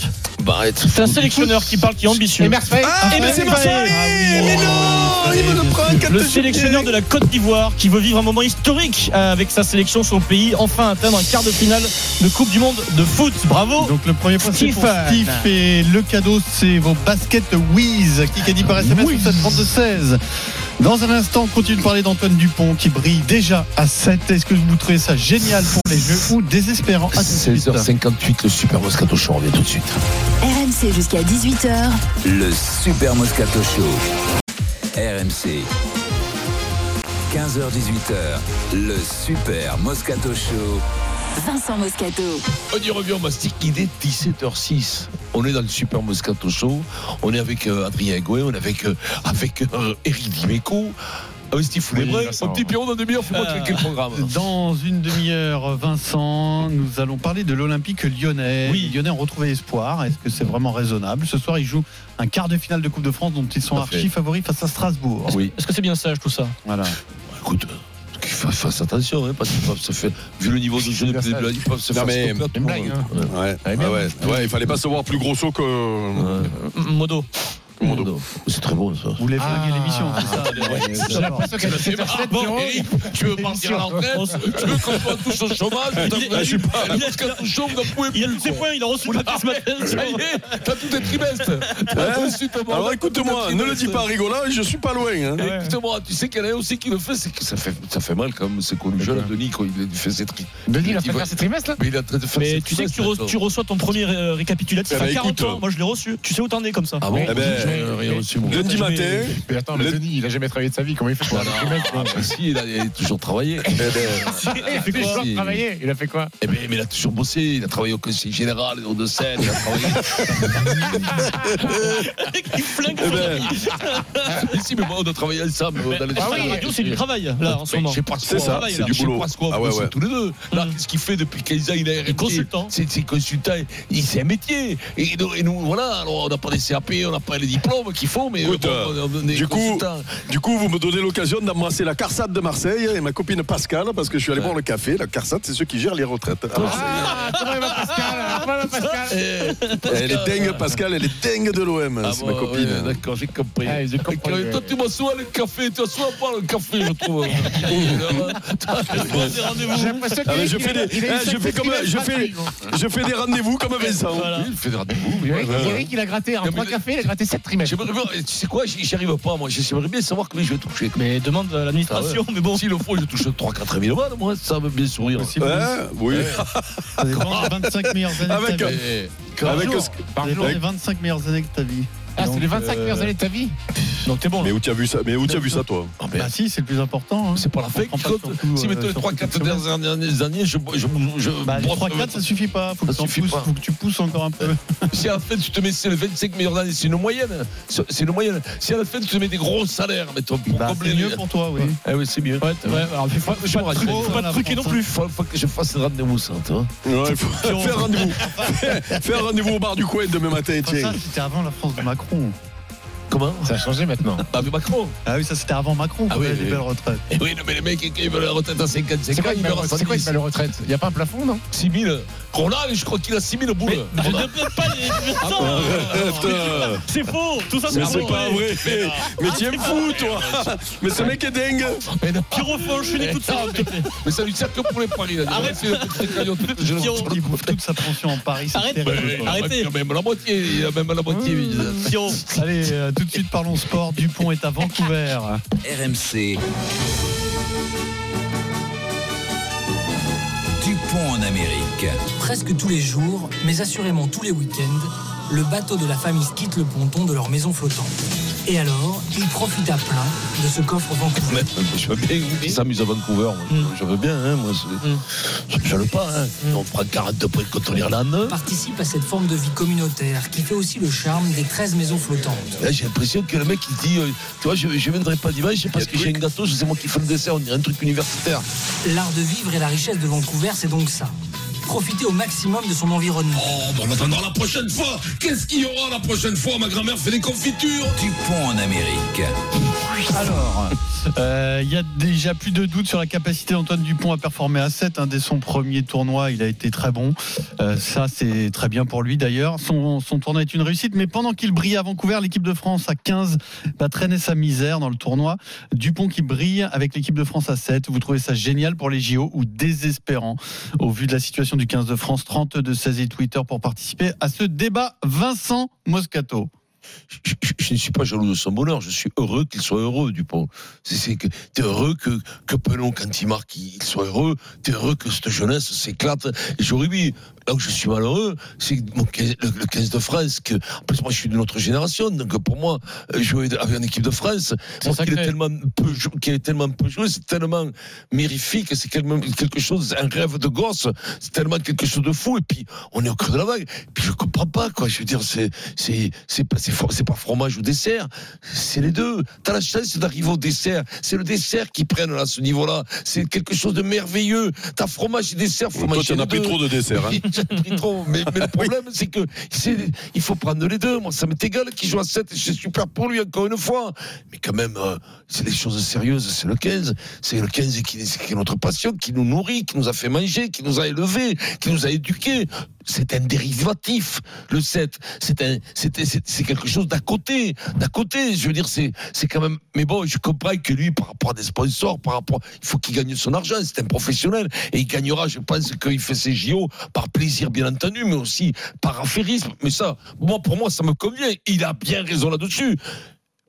C'est un sélectionneur qui parle, qui est ambitieux. eh Et Mercedes. Ah, Et mais c'est Mercedes. Marseille. Mais non, il veut le prendre, quatre Le jours. sélectionneur de la Côte d'Ivoire qui veut vivre un moment historique euh, avec sa sélection, son pays, enfin atteindre un quart de finale de Coupe du Monde de foot. Bravo Donc le premier point c'est pour Stephen. Steve et le cadeau c'est vos baskets Wiz qui a dit par SMS au 32 16. Dans un instant, on continue de parler d'Antoine Dupont qui brille déjà à 7. Est-ce que vous trouvez ça génial pour les jeux ou désespérant À tout de suite. 16h58, le Super Moscato Show, on revient tout de suite. RMC jusqu'à 18h. Le Super Moscato Show. RMC. 15h-18h, le Super Moscato Show. Vincent Moscato. On y revient au Mastic, il est 17h06. On est dans le Super Moscato Show. On est avec euh, Adrien Gouet, on est avec, euh, avec euh, Eric Dimeco. Avec Steve Foulébray, Vincent. un petit pion dans demi-heure, fais-moi Ah. Euh, quel programme. Dans une demi-heure, Vincent, nous allons parler de l'Olympique lyonnais. Oui. Les Lyonnais ont retrouvé espoir. Est-ce que c'est vraiment raisonnable Ce soir, ils jouent un quart de finale de Coupe de France dont ils sont Tout à fait. archi favoris face à Strasbourg. Oui. Est-ce que c'est bien sage tout ça Voilà. Écoute, euh, qu'il fasse, fasse attention, hein, parce qu'ils peuvent se faire. Vu le niveau de jeu de Versailles. Pédébla, ils peuvent se Non, faire. euh, mais- stopper à tout une moment. blague, hein. Ouais, Ah, ouais, ouais, ouais, il fallait pas se voir plus grosso que. Modo. Euh, Modo. C'est très bon ça. Vous voulez Ah. flinguer l'émission, c'est Ah ça J'ai l'impression qu'elle fait Ah, bon, Eric, tu veux partir à la retraite Tu veux qu'on soit tous au chômage T'as Il est- pas- Ah, je suis pas- Il est qu'à tout chômage, on n'en pouvait Il a plus, le ses quoi. points, il a reçu le papier ce matin. Ça y est, t'as tous tes trimestres. T'as Hein tout de suite un Alors mandat, t'as écoute-moi, tous tes ne le dis trimestres. pas rigolant, je suis pas loin. hein. Et Écoute-moi, tu sais qu'il y en a aussi qui le fait, c'est que ça fait, ça fait mal quand même, c'est qu'on le jeune à Denis quand il fait ses trimestres. Denis, il est en train de faire ses trimestres, là Mais il est en train de faire Mais ses tu sais que tu, trimestres, re- tu reçois ton premier euh, récapitulatif Eh ben, à 40 écoute. ans. Moi, je l'ai reçu. Tu sais où t'en es comme ça Ah bon Eh ben, rien reçu, mon Lundi Mais- matin. Mais attends, mais Denis, il a jamais travaillé de sa vie. Comment il fait pour avoir des trimestres Ah, bah si, il a, il a toujours travaillé. Eh ben, Il fait quoi si. travailler Il a fait quoi Eh ben, mais il a toujours bossé, il a travaillé au conseil général, au de seine il a travaillé. [laughs] Il flingue eh ben, [laughs] Si, mais moi, on a travaillé ensemble. on a les- Ah oui, la radio, c'est du travail, là, en ce moment. Je sais pas ce C'est qu'on ça, travaille, c'est là. du Je sais boulot. Hum. pas ce qu'on Ah bosse ouais, ouais. tous les deux. Là, qu'est-ce qu'il fait depuis 15 ans Il est RMT. consultant. C'est c'est consultant. Il s'est métier. Et nous, et nous, voilà, alors, on n'a pas des CAP, on n'a pas les diplômes qu'il faut, mais Écoute, bon, euh, on est du, coup, consultant. du coup, vous me donnez l'occasion d'embrasser la Carsat de Marseille et ma copine Pascal parce que je suis allé boire le café. La Carsat, c'est ceux qui gèrent les retraites. Ah, à Marseille. elle est dingue, Pascal, elle est dingue de l'OM. Ah c'est bon, ma copine. ouais, D'accord, j'ai compris. Ah, j'ai compris. D'accord, et Eh, Toi, tu m'assois le café, tu m'assois pas le café, je [laughs] trouve. J'ai l'impression qu'il Ah, mais est- je fais des- il est- il est- eh, je fais comme- je fais- je fais des rendez-vous comme Vincent. Oui, Il fait des rendez-vous. oui, Eric- voilà. Eric, il a gratté Non, mais je- cafés, il a gratté 7 trimestres. J'aimerais bien- tu sais quoi, j'y j'y arrive pas moi, j'aimerais bien savoir combien je vais toucher. Mais demande à l'administration, mais bon. S'il le faut, je touche 3-4 000 balles, moi, ça me bien sourire. Possible. oui. [laughs] dépend des 25 meilleures années Avec- de ta vie. Eh, Par avec- jour. ce- Ça par dépend jour. des 25 meilleures années de ta vie. euh, Ah, c'est les 25 meilleures années de ta [laughs] vie Donc t'es bon. Mais où t'as vu ça Mais où t'as vu ça, toi Bah si, c'est le plus important. Ah, ben, hein. C'est pas la fake, pas compte. surtout, Si euh, mettez les surtout 3-4 dernières années, je. je, je Bah, les brosse- 3-4, ça suffit pas. Faut que, Ça t'en suffit pousses, pas. faut que tu pousses encore un peu. [laughs] Si à la fin tu te mets c'est le 25 meilleures années, c'est une moyenne. C'est c'est une moyenne. Si à la fin tu te mets des gros salaires, mais toi, pour combler Bah, C'est les- mieux pour toi, oui. Eh oui, c'est mieux. Ouais, alors, il faut- faut pas de truc- faut pas de truquer non plus. Faut, faut que je fasse un rendez-vous, ça, toi. Ouais, il faut faire rendez-vous. [laughs] faire rendez-vous au bar du coin demain matin, Enfin, tiens. ça, c'était avant la France de Macron. Comment Ça a changé maintenant. Ah, mais Macron Ah oui, ça c'était avant Macron. Ah qu'on oui, avait oui. les belles retraites. Eh oui, non, mais les mecs, ils veulent la retraite à 55 C'est ans, quoi ils une belle meurent à retraite C'est quoi une 70. belle retraite Il n'y a pas un plafond, non 6 000. Roland, je crois qu'il a 6 000 boules. Je ne peux pas les Ah, ça. putain. C'est faux, tout ça Mais c'est c'est faux. pas vrai. Mais non. Ah, Mais tu es fou, toi. Mais ce mec est dingue. Pierrot, faut enchaîner tout ça, s'il te plaît. Mais ça lui sert que pour les paris, là. Arrête. C'est le petit caillon, tout le Pierrot, généreux. il bouffe toute sa pension en Paris. c'est Arrête. terrible, Ouais, quoi. il a Arrêtez. même- Même la moitié, il a même la moitié. il- Pierrot. Allez, euh, tout de suite parlons sport. Dupont est à Vancouver. RMC. Dupont en Amérique. Presque tous les jours, mais assurément tous les week-ends, le bateau de la famille quitte le ponton de leur maison flottante. Et alors, ils profitent à plein de ce qu'offre Vancouver. Mais Je veux bien qu'ils s'amusent à Vancouver. Moi. Je- Je veux bien, hein, moi. c'est- Mm. Je je le pas. Hein. On prend 42 points contre l'Irlande. Participe à cette forme de vie communautaire qui fait aussi le charme des 13 maisons flottantes. Là, j'ai l'impression que le mec, il dit euh, Tu vois, je ne viendrai pas dimanche parce que j'ai un gâteau, c'est moi qui fais le dessert. On dirait un truc universitaire. L'art de vivre et la richesse de Vancouver, c'est donc ça. Profiter au maximum de son environnement. Oh, bah, on attendra la prochaine fois. Qu'est-ce qu'il y aura la prochaine fois Ma grand-mère fait des confitures. Dupont en Amérique. Alors, euh, il y a déjà plus de doute sur la capacité d'Antoine Dupont à performer à 7. hein. dès son premier tournoi, il a été très bon. Euh, ça, c'est très bien pour lui d'ailleurs. Son, son tournoi est une réussite, mais pendant qu'il brille à Vancouver, l'équipe de France à 15 va traîner sa misère dans le tournoi. Dupont qui brille avec l'équipe de France à 7. Vous trouvez ça génial pour les JO ou désespérant au vu de la situation du 15 de France 32 16 et Twitter pour participer à ce débat. Vincent Moscato. je, je- je ne suis pas jaloux de son bonheur, je suis heureux qu'il soit heureux, Dupont. C'est, c'est que t'es heureux que, que Pelon, quand il marque, il, il soit heureux, t'es heureux que cette jeunesse s'éclate. Et j'aurais dit, là où je suis malheureux, c'est que mon 15 le, le 15 de France, que, en plus moi je suis d'une autre génération, donc pour moi, euh, jouer avec une équipe de France, moi, qu'il est tellement peu, jou- qu'il est tellement peu joué, c'est tellement mirifique, c'est quelque, quelque chose, un rêve de gosse, c'est tellement quelque chose de fou, et puis on est au creux de la vague, et puis je comprends pas, quoi, je veux dire, c'est, c'est, c'est pas, c'est, for- c'est pas fromage ou dessert, c'est les deux. T'as la chance d'arriver au dessert, c'est le dessert qui prennent à ce niveau-là, c'est quelque chose de merveilleux. T'as fromage et dessert, fromage toi, t'en et les as pris deux. trop de dessert, hein. Oui, j'en ai pris trop, mais, mais le problème, c'est que c'est, il faut prendre les deux. Moi, ça m'est égal qu'il joue à 7, c'est super pour lui, encore une fois. Mais quand même, euh, c'est des choses sérieuses, c'est le 15. C'est le 15 qui, qui est notre passion, qui nous nourrit, qui nous a fait manger, qui nous a élevés, qui nous a éduqués. C'est un dérivatif, le 7. C'est un, c'est, c'est, c'est quelque chose d'à côté, d'à côté. Je veux dire, c'est, c'est quand même, mais bon, je comprends que lui, par rapport à des sponsors, par rapport, il faut qu'il gagne son argent. C'est un professionnel et il gagnera, je pense, qu'il fait ses JO par plaisir, bien entendu, mais aussi par affairisme. Mais ça, moi, pour moi, ça me convient. Il a bien raison là-dessus.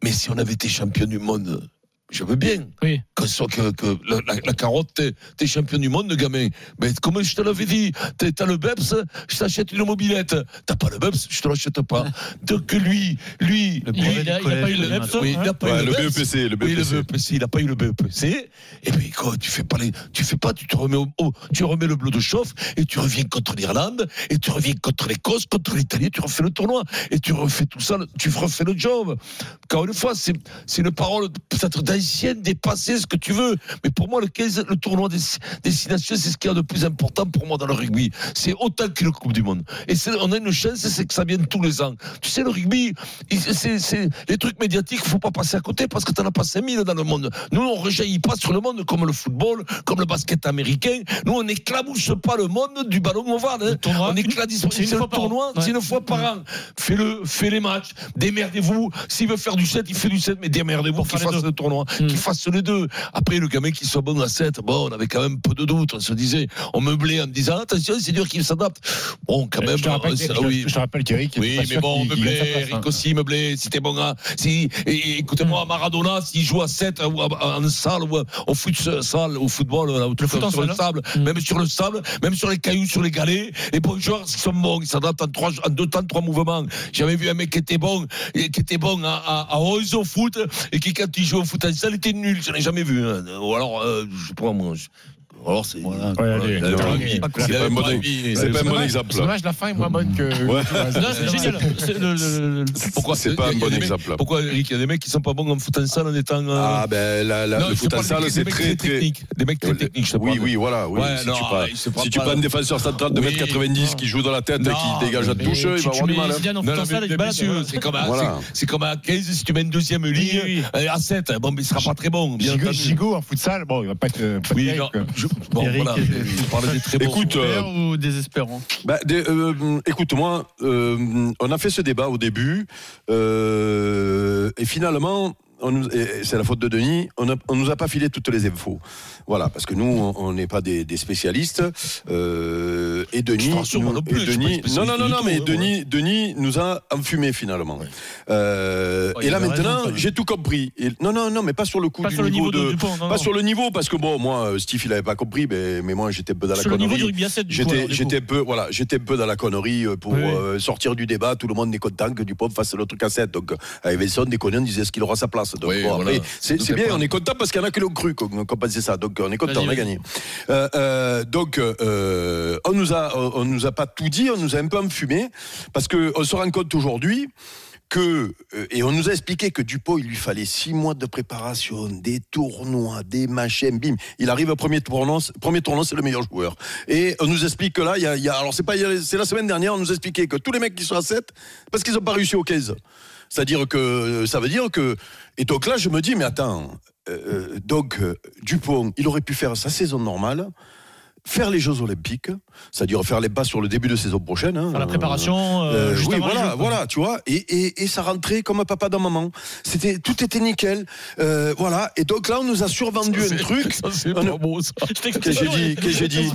Mais si on avait été champion du monde, je veux bien. Oui. Que, ce soit que, que la, la- la carotte, t'es, t'es champion du monde, gamin. Mais comme je te l'avais dit, t'es- t'as le BEPS, je t'achète une mobilette. T'as pas le BEPS, je te l'achète [laughs] pas. Donc lui, lui, lui, brevet du collège, le hein matin. Oui, il a pas Ouais, eu le le BEPS. BEPC, le E Oui, BEPC. le E BEPC, il a pas eu le BEPC. Et ben quoi, tu fais pas les, tu fais pas, tu te remets au, au- tu remets le bleu de chauffe et tu reviens contre l'Irlande et tu reviens contre l'Écosse, contre l'Italie, tu refais le tournoi et tu refais tout ça, tu refais le job. Encore une fois, c'est, c'est une parole peut-être d'ancienne, dépassée, ce que tu veux. Mais pour moi, le 15, le tournoi des, des six nations, c'est ce qu'il y a de plus important pour moi dans le rugby. C'est autant que le Coupe du Monde. Et c'est- on a une chance, c'est que ça vienne tous les ans. Tu sais, le rugby, il- c'est, c'est- les trucs médiatiques, faut pas passer à côté parce que t'en as pas 5000 dans le monde. Nous, on rejaillit pas sur le monde comme le football, comme le basket américain. Nous, on n'éclabousse pas le monde du ballon ovale. hein. on éclabousse c'est une c'est le fois par an. tournoi, Ouais. c'est une fois par an. Fais-le, fais les matchs, démerdez-vous. S'il veut faire du 7, il fait du 7, mais démerdez-vous qu'il fasse le tournoi, Hmm. qu'il fasse les deux. Après, le gamin qui soit bon à 7, bon, on avait quand même peu de doutes. On se disait, on meublait en me disant, attention, c'est dur qu'il s'adapte. Bon, quand même, Je te rappelle, euh, je, ça, te- je te rappelle qu'Eric. oui, mais bon, meublé, Rico Rico aussi, meublé, si t'es bon à, si, et- et écoutez-moi, Maradona, s'il joue à 7, ou à- à- en salle, ou à- au foot salle, au football, là, au- foot en sur le salle. hein. sable, Mm. même sur le sable, même sur les cailloux, sur les galets, les bons joueurs, ils sont bons, ils s'adaptent en trois, en deux temps, trois mouvements. J'avais vu un mec qui était bon, et qui était bon à, à, à 11 au foot, et qui, quand il jouait au foot en salle, était nul, j'en ai jamais vu, hein. Ou alors, euh, je sais pas, moi, je- ou alors c'est, Ouais, allez, Il terminé. avait pas envie. Pas cool. Il C'est avait pas un bon Ah, pas e- envie. c'est pas un bon exemple, là. Dommage, la fin est moins bonne que. Non, c'est génial. C'est le- le- le- Pourquoi C'est pas un il y a bon des mecs- exemple, là. Pourquoi Eric, il y a des mecs qui sont pas bons en foot en salle en étant. euh, Ah ben la, la- Non, le je foot te en parle salle des- c'est des mecs très très très techniques, des mecs très techniques, je te Oui parle. oui voilà oui. Ouais, si non, tu prends, il se prend si tu pas, prends un là. défenseur central de Oui, 1m90 qui joue dans la tête et Non, qui dégage la mais touche, il tu- va tu avoir du mets mal. hein. Zidane Non, en foot en non, mais salle, il bien balade, sûr, voilà. euh, C'est comme à- Voilà. c'est- c'est comme à 15 si tu mets une deuxième ligne euh, à 7, bon mais il sera pas très bon. bien Gigot, entendu. Gigot en futsal, bon, il va pas être. euh, pas Oui, terrible, non, quoi. je- bon, Eric, voilà, euh, on [laughs] parlait des très bons. Écoute, euh, ou désespérant Bah, des- euh, écoute, moi, euh, on a fait ce débat au début, euh, et finalement, on nous- et- et c'est la faute de Denis, on ne nous a pas filé toutes les infos. Voilà, parce que nous, on- on n'est pas des, des spécialistes. euh, et Denis, te rassure, moi nous- non plus, et je suis Denis- pas spécialiste non, non, non, du non, tout, mais hein, Denis, Denis nous a enfumé finalement. Euh, Oh, il et là avait raison, maintenant, quand même. j'ai tout compris. Et- non, non, non, mais pas sur le coup Pas du sur le niveau, niveau de- de, du point, non, pas non. sur le niveau, parce que bon, moi, euh, Steve, il avait pas compris, mais, mais moi, j'étais un peu dans la Sur le niveau connerie. du rugby à 7, du coup, alors, J'étais, du j'étais un peu, voilà, j'étais un peu dans la connerie euh, pour euh, sortir du débat. Tout le monde est content que Dupont fasse le truc à 7. Donc, euh, avec Vincent, déconnant, on disait ce qu'il aura sa place. Donc, bon, voilà. après, c'est, Tout c'est est bien, pas- on est content parce qu'il y en a qui l'ont cru qu'on, qu'on pensait ça. Donc, on est content, Vas-y, on a vas-y. gagné. Euh, euh, donc, euh, on nous a, on, on nous a pas tout dit, on nous a un peu enfumé parce que on se rend compte aujourd'hui que euh, et on nous a expliqué que Dupont il lui fallait six mois de préparation, des tournois, des machins, bim, il arrive au premier tournoi, premier tournoi c'est le meilleur joueur. Et on nous explique que là, il y a, il y a- alors c'est pas, il y a- c'est la semaine dernière, on nous expliquait que tous les mecs qui sont à 7, parce qu'ils ont pas réussi au 15. C'est-à-dire que ça veut dire que et donc là je me dis mais attends, euh, euh, donc euh, Dupont il aurait pu faire sa saison normale. Faire les Jeux Olympiques, c'est-à-dire faire les pas sur le début de saison prochaine. hein. Faire la préparation, euh, juste oui, avant les voilà, Jeux, quoi. voilà, tu vois. Et, et, et ça rentrait comme un papa dans maman. C'était tout était nickel, Euh, voilà. Et donc là, on nous a survendu un [laughs] truc. On- Que j'ai dit, que j'ai dit.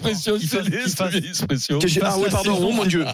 Que j'ai- ah oui, pardon, oh mon Dieu.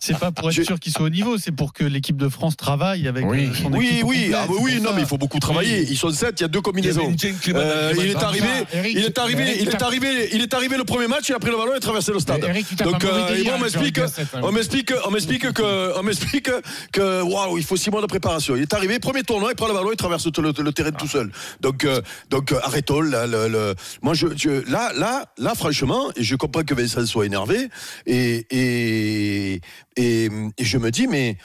C'est pas pour être sûr qu'ils soient au niveau, c'est pour que l'équipe de France travaille avec euh, son Oui, équipe oui, complète, ah bah c'est oui, pour non, ça. mais il faut beaucoup travailler. Ils sont sept, il y a deux combinaisons. Il y avait une Jane Clément Euh, qui il est m'a- arrivé, Ah, Eric, il est arrivé, Eric, il est t'as- arrivé, il est arrivé le premier match, il a pris le ballon et a traversé le stade. Mais Eric, tu t'as Donc, pas mauvais euh, et moi, délire on avec le m'explique, rugby à sept, hein. on m'explique, on m'explique que, on m'explique que, waouh, il faut six mois de préparation. Il est arrivé, premier tournoi, il prend le ballon, il traverse tout le, le terrain tout seul. Donc, euh, donc, euh, arrêtons, là, le, le- moi, je, je- là, là, là, franchement, et je comprends que Vincent soit énervé, et, et, et, et je me dis, mais,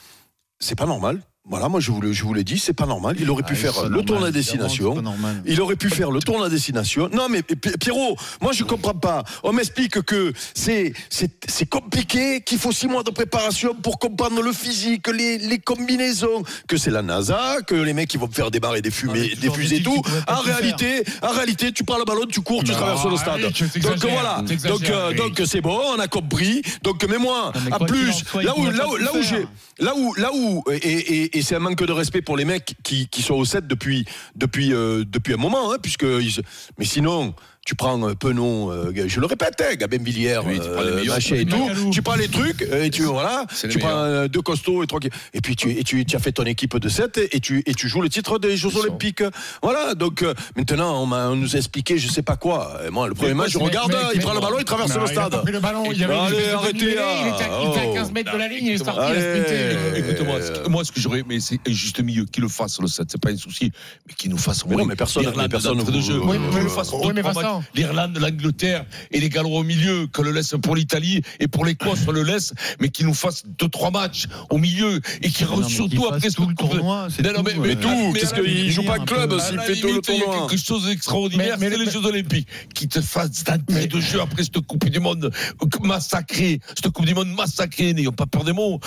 c'est pas normal. Voilà, moi je vous le, je vous l'ai dit, c'est pas normal. Il aurait pu Ah, faire c'est le normal, tour à évidemment, c'est destination. pas normal. Il aurait pu faire le tour à destination. Non mais Pi- Pierrot, moi je comprends pas. On m'explique que c'est c'est c'est compliqué, qu'il faut six mois de préparation pour comprendre le physique, les, les combinaisons, que c'est la NASA, que les mecs ils vont me faire démarrer des fumées, Ah, des fusées et tout. En réalité, en réalité, tu prends le ballon, tu cours, tu Bah, Non, traverses ah le stade. allez, tu t'exagères, donc voilà. tu t'exagères, Donc euh, oui. donc c'est bon, on a compris. Donc mais moi, mais à quoi qu'il en plus, soit, il là où pourrait là pas où tout là où faire. j'ai Là où, là où, et, et, et c'est un manque de respect pour les mecs qui, qui sont au set depuis, depuis, euh, depuis un moment, hein, puisque ils se- mais sinon, tu prends euh, Penon, euh, je le répète, hein, Gabin Villière, euh, machin et tout, tu prends les trucs, euh, et tu, voilà, C'est les tu prends meilleurs. euh, deux costauds et trois qui- et puis tu, et tu, tu as fait ton équipe de 7 et tu, et tu joues le titre des Jeux Olympiques. Voilà, donc euh, maintenant on, m'a- on nous a expliqué je sais pas quoi. Et moi, le premier match, je regarde, hein, il prend le ballon, il traverse le stade. Il a pris le ballon, il y avait Allez, arrêtez ah, hein. oh. là. Il était à- il était à 15 mètres de la ligne, il est sorti, il a sprinté. euh, Écoute-moi, ce que- moi ce que j'aurais mais c'est juste milieu qui le fasse le 7, c'est pas un souci, mais qui nous fasse Mais non, mais personne- mais personne ne ne de jeu, vous- Qu'il Oui, nous fasse oui, deux, mais trois Vincent. matchs. l'Irlande, l'Angleterre et les Gallois au milieu, que le laisse pour l'Italie et pour l'Écosse on le laisse, mais qui nous fasse deux trois matchs au milieu et qui Non, mais qu'il surtout fasse après ce tout le tour- tournoi, c'est Non, non, tout, mais, euh, mais euh, tout, mais qu'est-ce à la qu'il limite, hein. joue pas de club à s'il la fait tout le limite, il y a tournoi. quelque chose extraordinaire, c'est les Jeux Olympiques qui te fassent d'entrée de jeu après cette Coupe du Monde massacrée, cette Coupe du Monde massacrée, n'ayons pas peur des mots.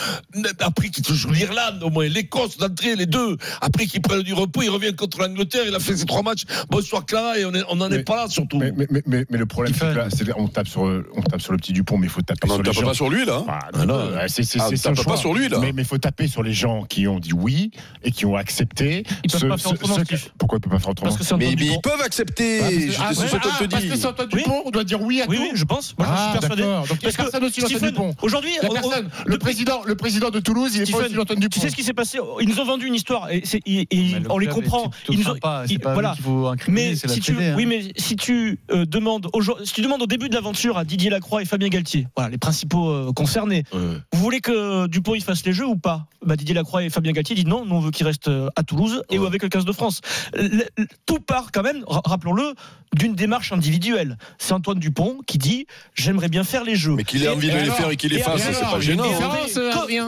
Après qu'ils te jouent l'Irlande, au moins l'Écosse d'entrée, les deux. Après qu'ils prennent du repos, il revient contre l'Angleterre, il a fait ses trois matchs. Bonsoir Clara, et on est- on n'en est pas là surtout. Mais, mais, mais, mais, mais le problème, c'est que là, c'est que on tape, sur, on tape sur le petit Dupont, mais il faut taper Ah, mais on sur les tape gens. pas sur lui, là. Ah, Ah, non, non. ouais, c'est- c'est- Ah, c'est on ça le tape pas choix. sur lui, là. Mais il faut taper sur les gens qui ont dit oui et qui ont accepté. Ils peuvent Ce- pas faire ce- autrement, ce que- Steve. Pourquoi ils peuvent pas faire autrement Parce que c'est Antoine Mais- mais Dupont. ils peuvent accepter, Ah, parce que- je- ah, c'est ouais, ce qu'on ah, te Parce dit. que c'est Antoine Dupont, on doit dire oui à Oui, tout. oui, je pense. Moi, je Ah, suis persuadé. d'accord. Donc, il y a Parce que personne au-dessus Stephen, d'Antoine Dupont. aujourd'hui, Il y a on- on- personne. Le président, le président de Toulouse, il est pas Stephen, au-dessus d'Antoine Dupont. Tu sais ce qui s'est passé Ils nous ont vendu une histoire et, c'est- et- et Mais le on les club est comprend. plutôt Ils nous ont, sympa, ils- c'est pas eux voilà. qu'il faut incriminer, mais c'est la si tu, fédé, hein. oui, mais si tu euh, demandes, aujourd'hui- si tu demandes au début de l'aventure à Didier Lacroix et Fabien Galtier, voilà les principaux euh, concernés. Vous voulez que Dupont il fasse les jeux ou pas bah, Didier Lacroix et Fabien Galtier disent non, nous on veut qu'il reste euh, à Toulouse et ou avec le 15 de France. Le- le- tout part quand même, ra- rappelons-le, d'une démarche individuelle. C'est Antoine Dupont qui dit j'aimerais bien faire les jeux. Mais qu'il ait envie de les faire et qu'il les fasse, c'est pas gênant. hein.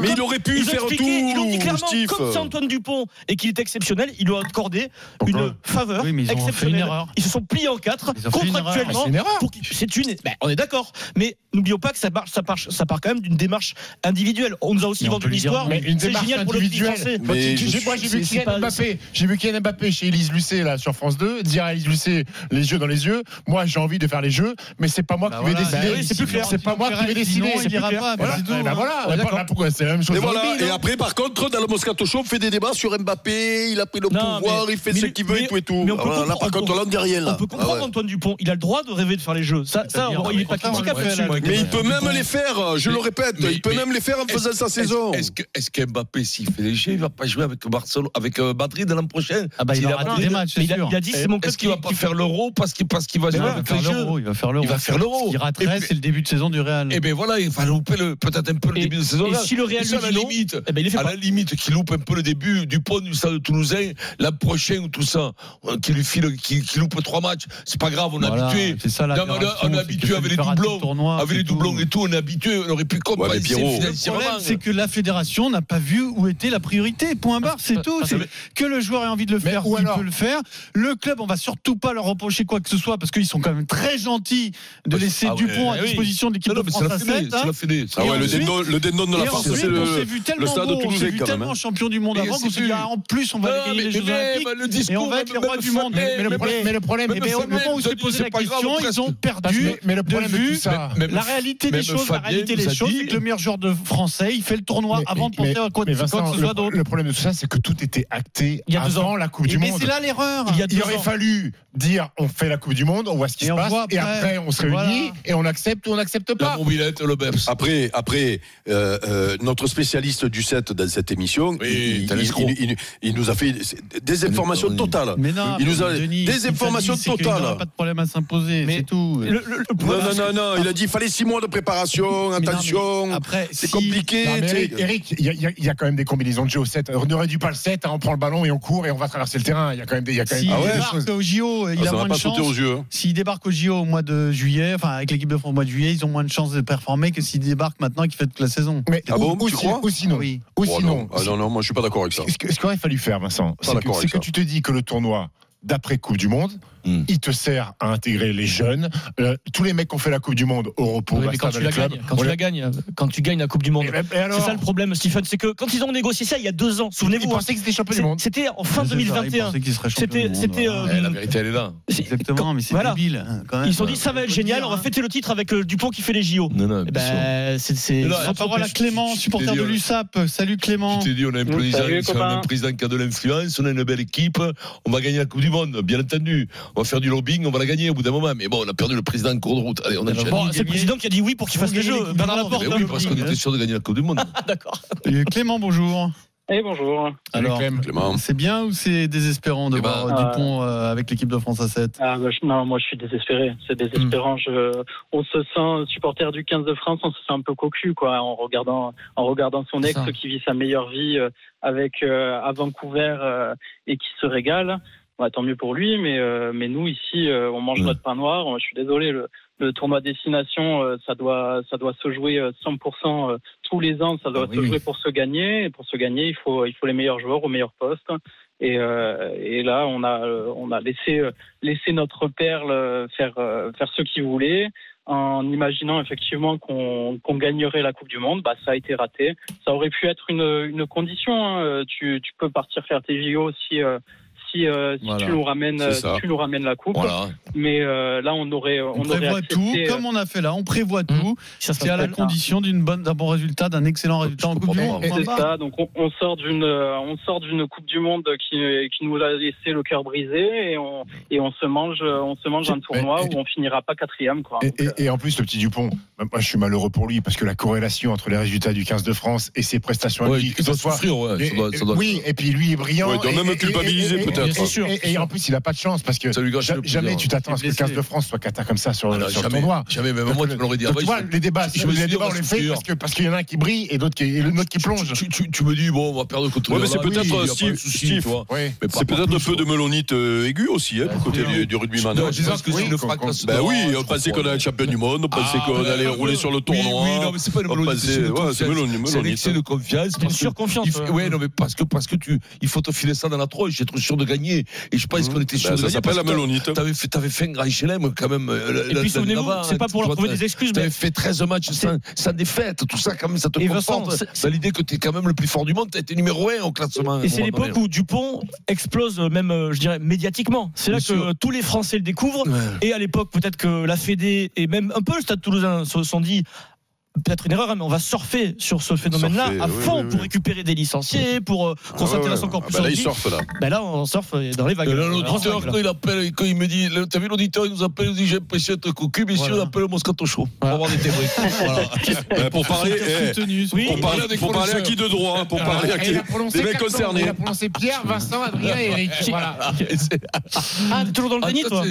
Mais il aurait pu faire tout. tout, Ils l'ont dit clairement, Steve. comme c'est Antoine Dupont et qu'il est exceptionnel, il lui a accordé une faveur Oui, mais ils ont fait une exceptionnelle. erreur. Ils se sont pliés en quatre Ils ont fait une erreur. contractuellement. Mais c'est une erreur. pour qu'il- C'est une. ben, on est d'accord, mais n'oublions pas que ça part, ça part, ça part quand même d'une démarche individuelle. On nous a aussi Mais on vendu peut une le dire, histoire. mais une C'est démarche génial pour le petit individuelle. français. Moi, j'ai- j'ai- Moi, j'ai vu C'est- c'est Kylian pas- Mbappé. J'ai vu Kylian Mbappé chez Elise Lucet là sur France 2 dire à Elise Lucet les yeux dans les yeux. Moi, j'ai envie de faire les jeux, mais c'est pas moi qui vais voilà, bah décider. oui, c'est plus clair. C'est pas moi qui vais Sinon, il décider. c'est plus ira clair. pas, mais Voilà. c'est tout, Eh ben hein. voilà. Ouais, Et d'accord. voilà pourquoi c'est la même chose. hein. au Et voilà. rugby, Et non après, par contre, dans le Moscato Show, on fait des débats sur Mbappé, il a pris le Non, pouvoir, mais- il fait mais- ce qu'il veut mais- et tout et tout. Ah, mais on peut Voilà, là, comprendre- par contre, là, on dit rien, là. On peut comprendre Ah ouais. Antoine Dupont. Il a le droit de rêver de faire les jeux. Ça, ça on- il n'est pas critiquable là-dessus. Mais il peut même les euh, faire, je le répète, il peut même les faire en faisant sa saison. Est-ce que, est-ce que Mbappé, s'il fait les jeux, il va pas jouer avec Barcelone, avec euh, Madrid l'an prochain Ah bah, il S'il aura est à raté Madrid, des matchs, c'est mais il a- sûr. Il a dit, c'est mon club. Est-ce qu'il va pas faire l'euro parce qu'il, parce qu'il va Mais jouer ouais, il va avec faire les jeux l'euro, il va faire l'euro. Il va faire l'euro. Ce qui raterait, Et puis- c'est le début de saison du Real. Eh bien voilà, il va louper le- peut-être un peu le Et- début de saison. et si le Real Et ça, lui à la dit non, limite, eh ben, il est fait à pas. la limite, qu'il loupe un peu le début du pont du stade toulousain, l'an prochain ou tout ça, euh, qu'il lui file, qu'il qu'il loupe trois matchs, c'est pas grave, on est Voilà, habitué. c'est ça, la Non, mais on est- narration, on est c'est que habitué ça avec lui les fait rater le doublons, tournoi, avec c'est les doublons tout. et tout, on est habitué, on aurait pu mais compenser Pierrot- Le financièrement. problème, c'est que la fédération n'a pas vu où était la priorité. Point barre, c'est tout. parce- C'est Ah, mais- que le joueur ait envie de le faire, il peut le faire. Le club, on va surtout pas leur reprocher quoi que ce soit parce qu'ils sont quand même très gentils de laisser Ah ouais, Dupont à eh oui. disposition de l'équipe Non, non, de mais France c'est la à fédé, 7. c'est la fédé. Ah Et ouais, le ensuite- dendon, le dendon de la et farce, ensuite, c'est le, on s'est vu le tellement, stade de bon, on s'est Toulouse vu quand même. tellement hein. champion du monde Mais avant c'est qu'on s'est plus- dit ah, en plus on va Non, aller gagner mais- les Jeux mais même, Olympiques le et discours, on va être les même- rois même du monde. Faber, Mais le même problème, mais le problème, Faber, mais au moment où Faber, s'est posé c'est la pas grave, question, presque. ils ont perdu Mais- mais le de problème de tout vue ça- Même- la réalité des même choses. La Fabien réalité nous des a choses, dit- c'est que le meilleur joueur de français, il fait le tournoi avant de penser à quoi mais quoi que Vincent, ce soit d'autre. le, le problème de tout ça, c'est que tout était acté Il y a deux avant ans. la Coupe du Mais Monde. c'est là l'erreur. Il, y a deux aurait ans. fallu dire on fait la Coupe du Monde, on voit ce qui Et se on passe, voit et après. après on se réunit Voilà. et on accepte ou on n'accepte La pas. mobilette, le BEPS. Après, après euh, euh, notre spécialiste du 7 dans cette émission, il, t'as il- l'escroc. il- il- il nous a fait des- des informations totales. Mais non, il nous a mais Denis, des il informations t'a dit, c'est qu'il totales. n'aura Pas de problème à s'imposer, c'est tout. Le- le- le Non, problème, non, c'est que- non, non, il a dit il fallait 6 mois de préparation, mais attention, après, c'est si- compliqué. Non, mais tu sais. Eric, Eric, il y, a- il y a- il y a quand même des combinaisons de jeu au 7. On ne réduit pas le 7, hein, on prend le ballon et on court et on va traverser le terrain. Il y a quand même des, il y a quand même S'il des choses. débarque au JO, Oh, il Ah, a ça va moins de pas sauter aux chance. yeux. hein. S'il débarque au JO au mois de juillet, enfin avec l'équipe de France au mois de juillet, ils ont moins de chances de performer que s'il débarque maintenant et qu'il fait toute la saison. Mais Ah bon, ou, ou tu si- crois ou sinon, Oui. ou Oh, sinon non. Ah, non, non, moi je suis pas d'accord avec ça. ce que- ce qu'il aurait fallu faire, Vincent, c'est que, d'accord c'est avec que ça. tu te dis que le tournoi d'après Coupe du Monde, Hmm. il te sert à intégrer les jeunes, euh, tous les mecs qui ont fait la Coupe du Monde au repos, bah, Oui, mais basta quand dans tu les la clubs. gagnes, quand On tu les- la gagnes, quand tu gagnes la Coupe du Monde. Et ben- et alors C'est ça le problème, Stephen, c'est que quand ils ont négocié ça il y a deux ans, Ils souvenez-vous, hein, pensaient que c'était champion du c'est- monde. c'était en fin C'est ça, ils 2021. pensaient qu'ils seraient champions C'était, du monde, c'était, voilà. euh, Eh, La vérité, elle est là. Exactement, mais c'est Voilà. débile. hein, quand même. ils se sont dit ça va être Faut génial, dire, on va hein. fêter le titre avec euh, Dupont qui fait les JO. Non, non, Eh bien sûr. Ben, c'est, c'est. Mais ils là, se La sont parole à trompés. Clément, supporter de dédié. l'USAP. Salut Clément. Je t'ai dit, on a un Mmh, président, Salut, on a un copains. président qui a de l'influence, on a une belle équipe, on va gagner la Coupe du Monde, bien entendu. on va faire du lobbying, on va la gagner au bout d'un moment. Mais bon, on a perdu le président en cours de route. Allez, on enchaîne. Bon, c'est le président qui a dit oui pour qu'il fasse le jeu. Bernard Laporte. Mais hein, oui, le parce qu'on lobbying, était hein. sûr de gagner la Coupe du Monde. [laughs] D'accord. Euh, Clément, bonjour. Et Eh, bonjour. Alors, c'est bien ou c'est désespérant Eh de ben, voir Ah. Dupont euh, avec l'équipe de France à 7 Ah, bah, je- non, moi je suis désespéré. C'est désespérant. Je, on se sent supporter du 15 de France, on se sent un peu cocu quoi, en regardant, en regardant son ex Ça. qui vit sa meilleure vie euh, avec euh, à Vancouver euh, et qui se régale. Bah, tant mieux pour lui, mais euh, mais nous ici, euh, on mange notre pain noir. Je suis désolé. Le, le tournoi destination, euh, ça doit ça doit se jouer euh, 100% euh, tous les ans. Ça doit se jouer pour se gagner. Et pour se gagner, il faut il faut les meilleurs joueurs au meilleur poste. Et, euh, et là, on a, euh, on a laissé, euh, laissé notre perle euh, faire, euh, faire ce qu'il voulait en imaginant effectivement qu'on qu'on gagnerait la Coupe du Monde. Bah, ça a été raté. Ça aurait pu être une, une condition. hein. Tu, tu peux partir faire tes JO si, euh, si, euh, si Voilà. tu, nous ramènes, C'est ça. tu nous ramènes la Coupe. Voilà. Mais euh, là, on aurait, on On aurait prévoit tout, accepté, euh, comme on a fait là, on prévoit Hmm. tout. C'est à la fait ça. condition d'une bonne, d'un bon résultat, d'un excellent résultat en Coupe du hein. Monde. point C'est barre. ça. Donc on, on sort d'une euh, on sort d'une Coupe du Monde qui, qui nous a laissé le cœur brisé et on et on se mange euh, on se mange un tournoi où on finira pas quatrième quoi. Et, et- et en plus, le petit Dupont, bah, moi je suis malheureux pour lui parce que la corrélation entre les résultats du 15 de France et ses prestations Ouais, olympiques, il doit que ce soit- souffrir, ouais, ça Et- doit- ça doit- Oui, et puis lui est brillant. Ouais, il doit et- même et- culpabiliser, et- et- peut-être. et- C'est sûr, et- c'est Et sûr. en plus, il n'a pas de chance parce que Ça lui gâche ja- le plaisir. jamais tu t'attends à ce que le Il est 15 de France soit cata comme ça sur, Ah non, sur le jamais. tournoi. Jamais, même Donc, moi, tu le- me l'aurais dit donc, avant, tu il vois, se- les débats, je me les suis dit, débats, on on va les se fait dire. parce que- parce qu'il y en a un qui brille et l'autre qui, et l'autre qui plonge. Tu, tu- tu me dis, bon, [laughs] on va perdre contre Ouais, mais le c'est Irlande, peut-être il y a euh, pas Steve, de souci, Steve, tu vois. c'est Mais pas- pas peut-être un plus, peu de mélonite euh, aiguë aussi, hein, du côté du, du rugbyman. Non, je pense que c'est le fracasse- Bah oui, on Non, je pensait crois qu'on pas. allait champion du monde, on pensait Ah, qu'on bah, allait oui, rouler sur le oui, tournoi. Oui, non, mais c'est pas une on mélonite, pensait- c'est une ouais, confiance. c'est mélonite, mélonite. C'est un excès de confiance. parce que- il hein. faut- Ouais, non, mais parce que, parce que tu, il faut te filer ça dans la tronche, être sûr de gagner. Et je pense qu'on était sûr Bah, de ça gagner. s'appelle parce la que mélonite. T'avais fait, t'avais fait un grand HLM, quand même. euh, Et la- puis, la- souvenez-vous, là-bas, c'est pas pour leur tu vois, trouver des excuses, T'avais mais- fait 13 matchs sans, sans défaite, tout ça, quand même, ça te Et Vincent, conforte c'est- dans l'idée que t'es quand même le plus fort du monde, t'as été numéro 1 au Ah, classement. Et c'est à un moment l'époque donné. où Dupont explose, euh, même, euh, je dirais, médiatiquement. C'est là Bien que sûr. euh, tous les Français le découvrent. Ouais. Et à l'époque, peut-être que la Fédé et même un peu le Stade Toulousain se sont dit. Peut-être une erreur, hein, mais on va surfer sur ce phénomène-là Surfer, à oui, fond oui, oui. pour récupérer des licenciés, pour euh, qu'on Ah, ouais, s'intéresse ouais. encore Ah, plus bah, au là, ils rugby. surfent, là. Bah, là, on surfe euh, dans les vagues. Et là, Dans les L'auditeur, vagues, là. quand il appelle, quand il me dit, le- t'as vu l'auditeur, il nous appelle, il nous dit, j'ai l'impression d'être cocu, mais si on appelle le Moscato Show. Pour avoir des témoins. Voilà. Ouais, pour parler, eh, pour parler, pour parler à qui de droit, hein, Ah, Ah, pour parler à qui Des mecs concernés. prononcé Pierre, Vincent, Adrien et [laughs] Eric. Voilà. Ah, t'es toujours dans le déni, toi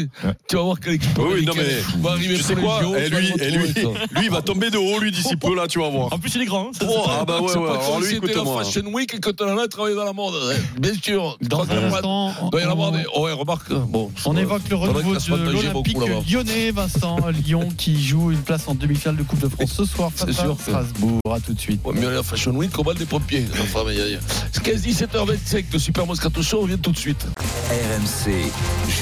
Tu vas voir quel équipe. Oui, oui, non quel- mais va arriver tu sur sais les quoi JO, Eh, tu vas lui, le eh, lui, retrouver, toi. [laughs] lui, il va tomber de haut, lui, d'ici peu, là, tu vas voir. En plus, il est grand. Oh, ah bah ouais, hein, C'est ouais. pas Alors comme lui, si c'était la écoute-moi. Fashion Week et que t'en as travaillé dans la mode. Ouais, Bien sûr. Dans Trois un quatre instant, mois. Doit y en avoir des. Ouais, remarque. Bon. On évoque le Faudrait que renouveau ça se de partageait beaucoup, l'Olympique là-bas. lyonnais, Vincent [laughs] Lyon, qui joue une place en demi-finale de Coupe de France ce soir C'est face à sûr. Strasbourg. À tout de suite. Ouais, mais on est à Fashion Week, on balle des pompiers. Enfin, mais y a- y a- C'est 15 17h25, le Super Moscato Show, on vient tout de suite. RMC,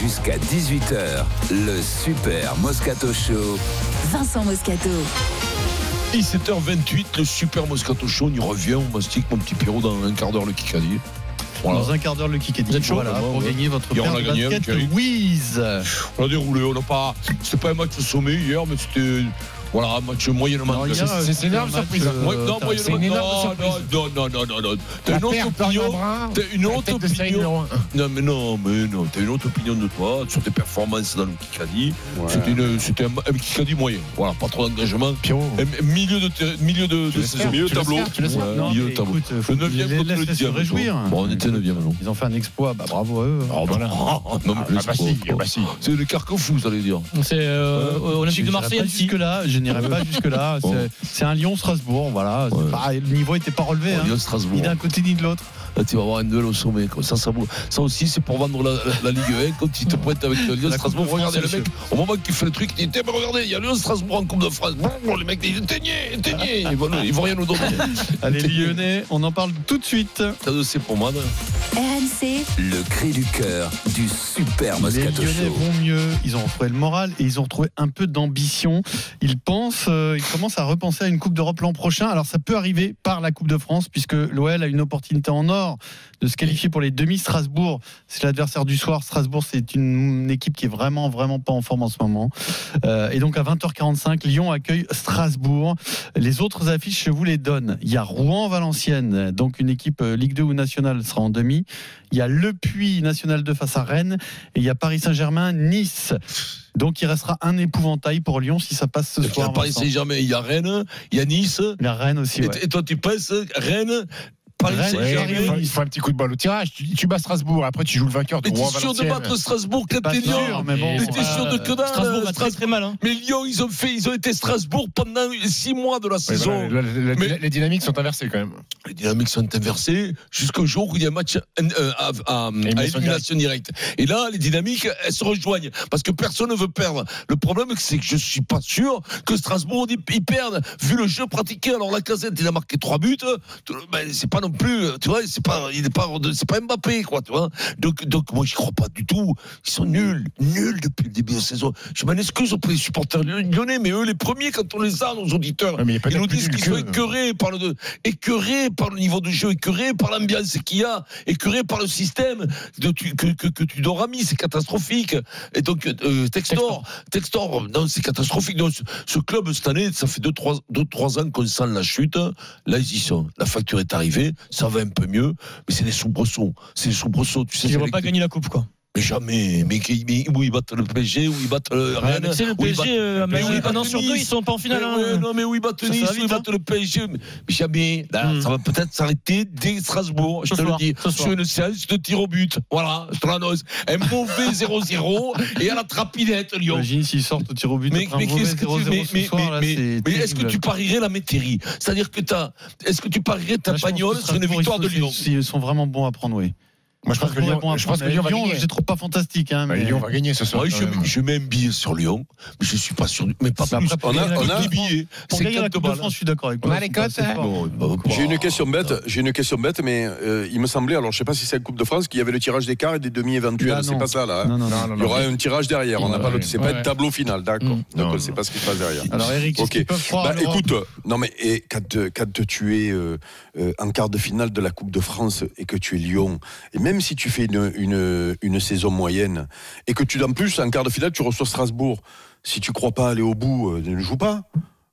jusqu'à 18h, le Super Moscato Show. Vincent Moscato. 17h28, le Super Moscato Show, on y revient, on mastique mon petit Pierrot dans un quart d'heure le Kikadi. Voilà. Dans un quart d'heure, le kick est dit. Vous êtes chaud, Voilà, moi, pour ouais. gagner votre Hier, paire on a de gagné baskets avec Eric. Wiz. On a déroulé, on n'a pas. C'était pas un match au sommet hier, mais c'était. Voilà, un match moyennement. Non, hier, C'est- c'est une énorme surprise. Ouais, Euh, non, t'as- moyennement. c'est une énorme non, surprise. Non, non, non, non, non. T'as La une autre perte d'Orient opinion. Brun, T'as une la autre tête de série numéro opinion. un. Non, mais non, mais non. T'as une autre opinion de toi sur tes performances dans le Kikadi. C'était une- C'était un, un Kikadi moyen. Voilà, pas trop d'engagement. Un- un Milieu de, ter- milieu de, de saison. l'espères, Milieu tu de tableau. l'espères, tu l'espères. Ouais, Non, milieu mais de tableau. écoute, faut Le que tu les 9 contre laisses le se 10 réjouir. Bon, on était 9 non Ils ont fait un exploit, bah bravo à eux. Ah, bah, non, mais c'est pas- C'est le carcan fou, vous allez dire. C'est euh, au- au Olympique de Marseille. Marseille, Annecy. Jusque là, je n'irai pas jusque [laughs] là. C'est un Lyon Strasbourg, voilà. C'est pas- le niveau était pas relevé. hein. Lyon, Strasbourg. Ni d'un côté ni de l'autre. Là, tu vas avoir un duel au sommet. quoi. Ça, ça, vaut- ça aussi, c'est pour vendre la, la- la Ligue 1. Quand il te pointe avec le Lyon, La Strasbourg, Coupe de France, regardez le mec, monsieur. au moment qu'il fait le truc, il dit Tiens, mais regardez, il y a Lyon, Strasbourg en Coupe de France. Bon, les mecs, ils disent Éteignez, éteignez [laughs] Ils vont, ils vont rien nous donner. Allez, Lyonnais, on en parle tout de suite. Ça, c'est pour moi. RMC, Le cri du cœur du Super Les Moscato Lyonnais Show. vont mieux, ils ont retrouvé le moral et ils ont retrouvé un peu d'ambition. Ils pensent pense, euh, il commence à repenser à une Coupe d'Europe l'an prochain. Alors ça peut arriver par la Coupe de France, puisque l'OL a une opportunité en or de se qualifier pour les demi. Strasbourg, c'est l'adversaire du soir. Strasbourg, c'est une, une équipe qui est vraiment, vraiment pas en forme en ce moment. Euh, et donc à 20h45, Lyon accueille Strasbourg. Les autres affiches, je vous les donne. Il y a Rouen-Valenciennes, donc une équipe euh, Ligue 2 ou nationale sera en demi. Il y a Le Puy National 2 face à Rennes. Et il y a Paris Saint-Germain-Nice. Donc il restera un épouvantail pour Lyon si ça passe ce Il y a soir. Paris Vincent. Saint-Germain, il y a Rennes, il y a Nice. Il y a Rennes aussi. Et, ouais. et toi, tu penses Rennes, Paris Ouais, Saint-Germain. il faut- il faut un petit coup de balle au tirage. Tu, tu bats Strasbourg, après tu joues le vainqueur de Mais Rouen t'es sûr de Valenciennes. battre Strasbourg quand pas t'es sûr, Lyon mais bon, Mais t'es voilà. sûr de que dalle Strasbourg va très, très mal, hein. Mais Lyon, ils ont fait, ils ont été Strasbourg pendant six mois de la Ouais, saison. voilà, la- la- la- Mais- Les dynamiques sont inversées quand même. Les dynamiques sont inversées jusqu'au jour où il y a un match euh, euh, à, à- à Élimination élimination directe. Et là, les dynamiques, elles se rejoignent parce que personne ne veut perdre. Le problème, c'est que je suis pas sûr que Strasbourg ils ils perdent vu le jeu pratiqué. Alors la casette, il a marqué trois buts. Tout- Ben, c'est pas non plus, tu vois, c'est pas, il est pas, c'est pas Mbappé, quoi, tu vois. Donc, donc moi, j'y crois pas du tout. Ils sont nuls, nuls depuis le début de saison. Je m'en excuse auprès des supporters lyonnais, mais eux, les premiers, quand on les a, nos auditeurs, Ouais, mais il y a pas ils nous d'être plus disent nul qu'ils sont qu'eux. écœurés par le, écœurés par le niveau de jeu, écœurés par l'ambiance qu'il y a, écœurés par le système de tu- que, que, que Tudor a mis, c'est catastrophique. Et donc, euh, Textor, Textor, non, c'est catastrophique. Non, ce, ce club, cette année, ça fait 2-3 deux, trois, deux, trois ans qu'on sent la chute. Là, ils y sont. La facture est arrivée, ça va un peu mieux, mais c'est des soubresauts. C'est des soubresauts, tu sais. Ils c'est vont les- pas gagner la Coupe, quoi. mais jamais, mais, qui- mais où ils battent le PSG, où ils battent le Ouais, Rennes. mais tu sais, le où ils PSG, battent- euh, à mais où Madrid, ils battent un an sur Nice. deux, ils sont pas en finale, Mais hein. ouais, non, mais où ils battent Ça, ça Nice, va où ils vite, hein. battent le PSG. mais Jamais. Là, Hmm. ça va peut-être s'arrêter dès Strasbourg, je Ce te soir, le dis. ce soir. Sur une séance de tir au but. Voilà, je te l'annonce. Un [laughs] mauvais 0-0 et à la trapinette, Lyon. Imagine s'ils sortent au tir au but Mais, après un mais mauvais qu'est-ce que tu 0-0 mais, ce mais, soir, là, mais- c'est mais- mais est-ce que terrible. tu parierais la métairie C'est-à-dire que t'as, est-ce que tu parierais ta Là, je pense que bagnole sur une Strasbourg, victoire ils de sont- Lyon Ils sont vraiment bons à prendre, oui. Moi, je pense que Strasbourg est Lyon- bon à je prendre. pense que Lyon va Lyon, gagner. je les trouve pas fantastiques. hein, Bah, mais- Lyon va gagner ce soir. Ouais, quand je, même. mets, je mets un billet sur Lyon, mais je suis pas sûr, du- mais pas Bah, plus. après, pour On a, gagner la on a Coupe de France- billet, Pour c'est gagner la quatre Coupe de balles. France, je suis d'accord avec toi. On a les cotes, hein. Bon, bah, bah, J'ai une question bête, j'ai une question bête, mais euh, il me semblait, alors je sais pas si c'est la Coupe de France, qu'il y avait le tirage des quarts et des demi éventuels. Ah, C'est non. pas ça là. hein. Non, non, non. Il y aura un tirage derrière. On n'a Ouais, pas le, ouais. c'est pas Ouais. un tableau final, d'accord. Mm. Donc Non, on sait pas ce qui se passe derrière. Alors, Eric, est-ce Ok. qu'ils peuvent croire à Bah, l'Europe écoute, euh, non mais et quand, euh, quand tu es euh, euh, en quart de finale de la Coupe de France et que tu es Lyon, et même si tu fais une, une, une saison moyenne et que tu en plus en quart de finale tu reçois Strasbourg, si tu crois pas aller au bout, euh, ne joue pas.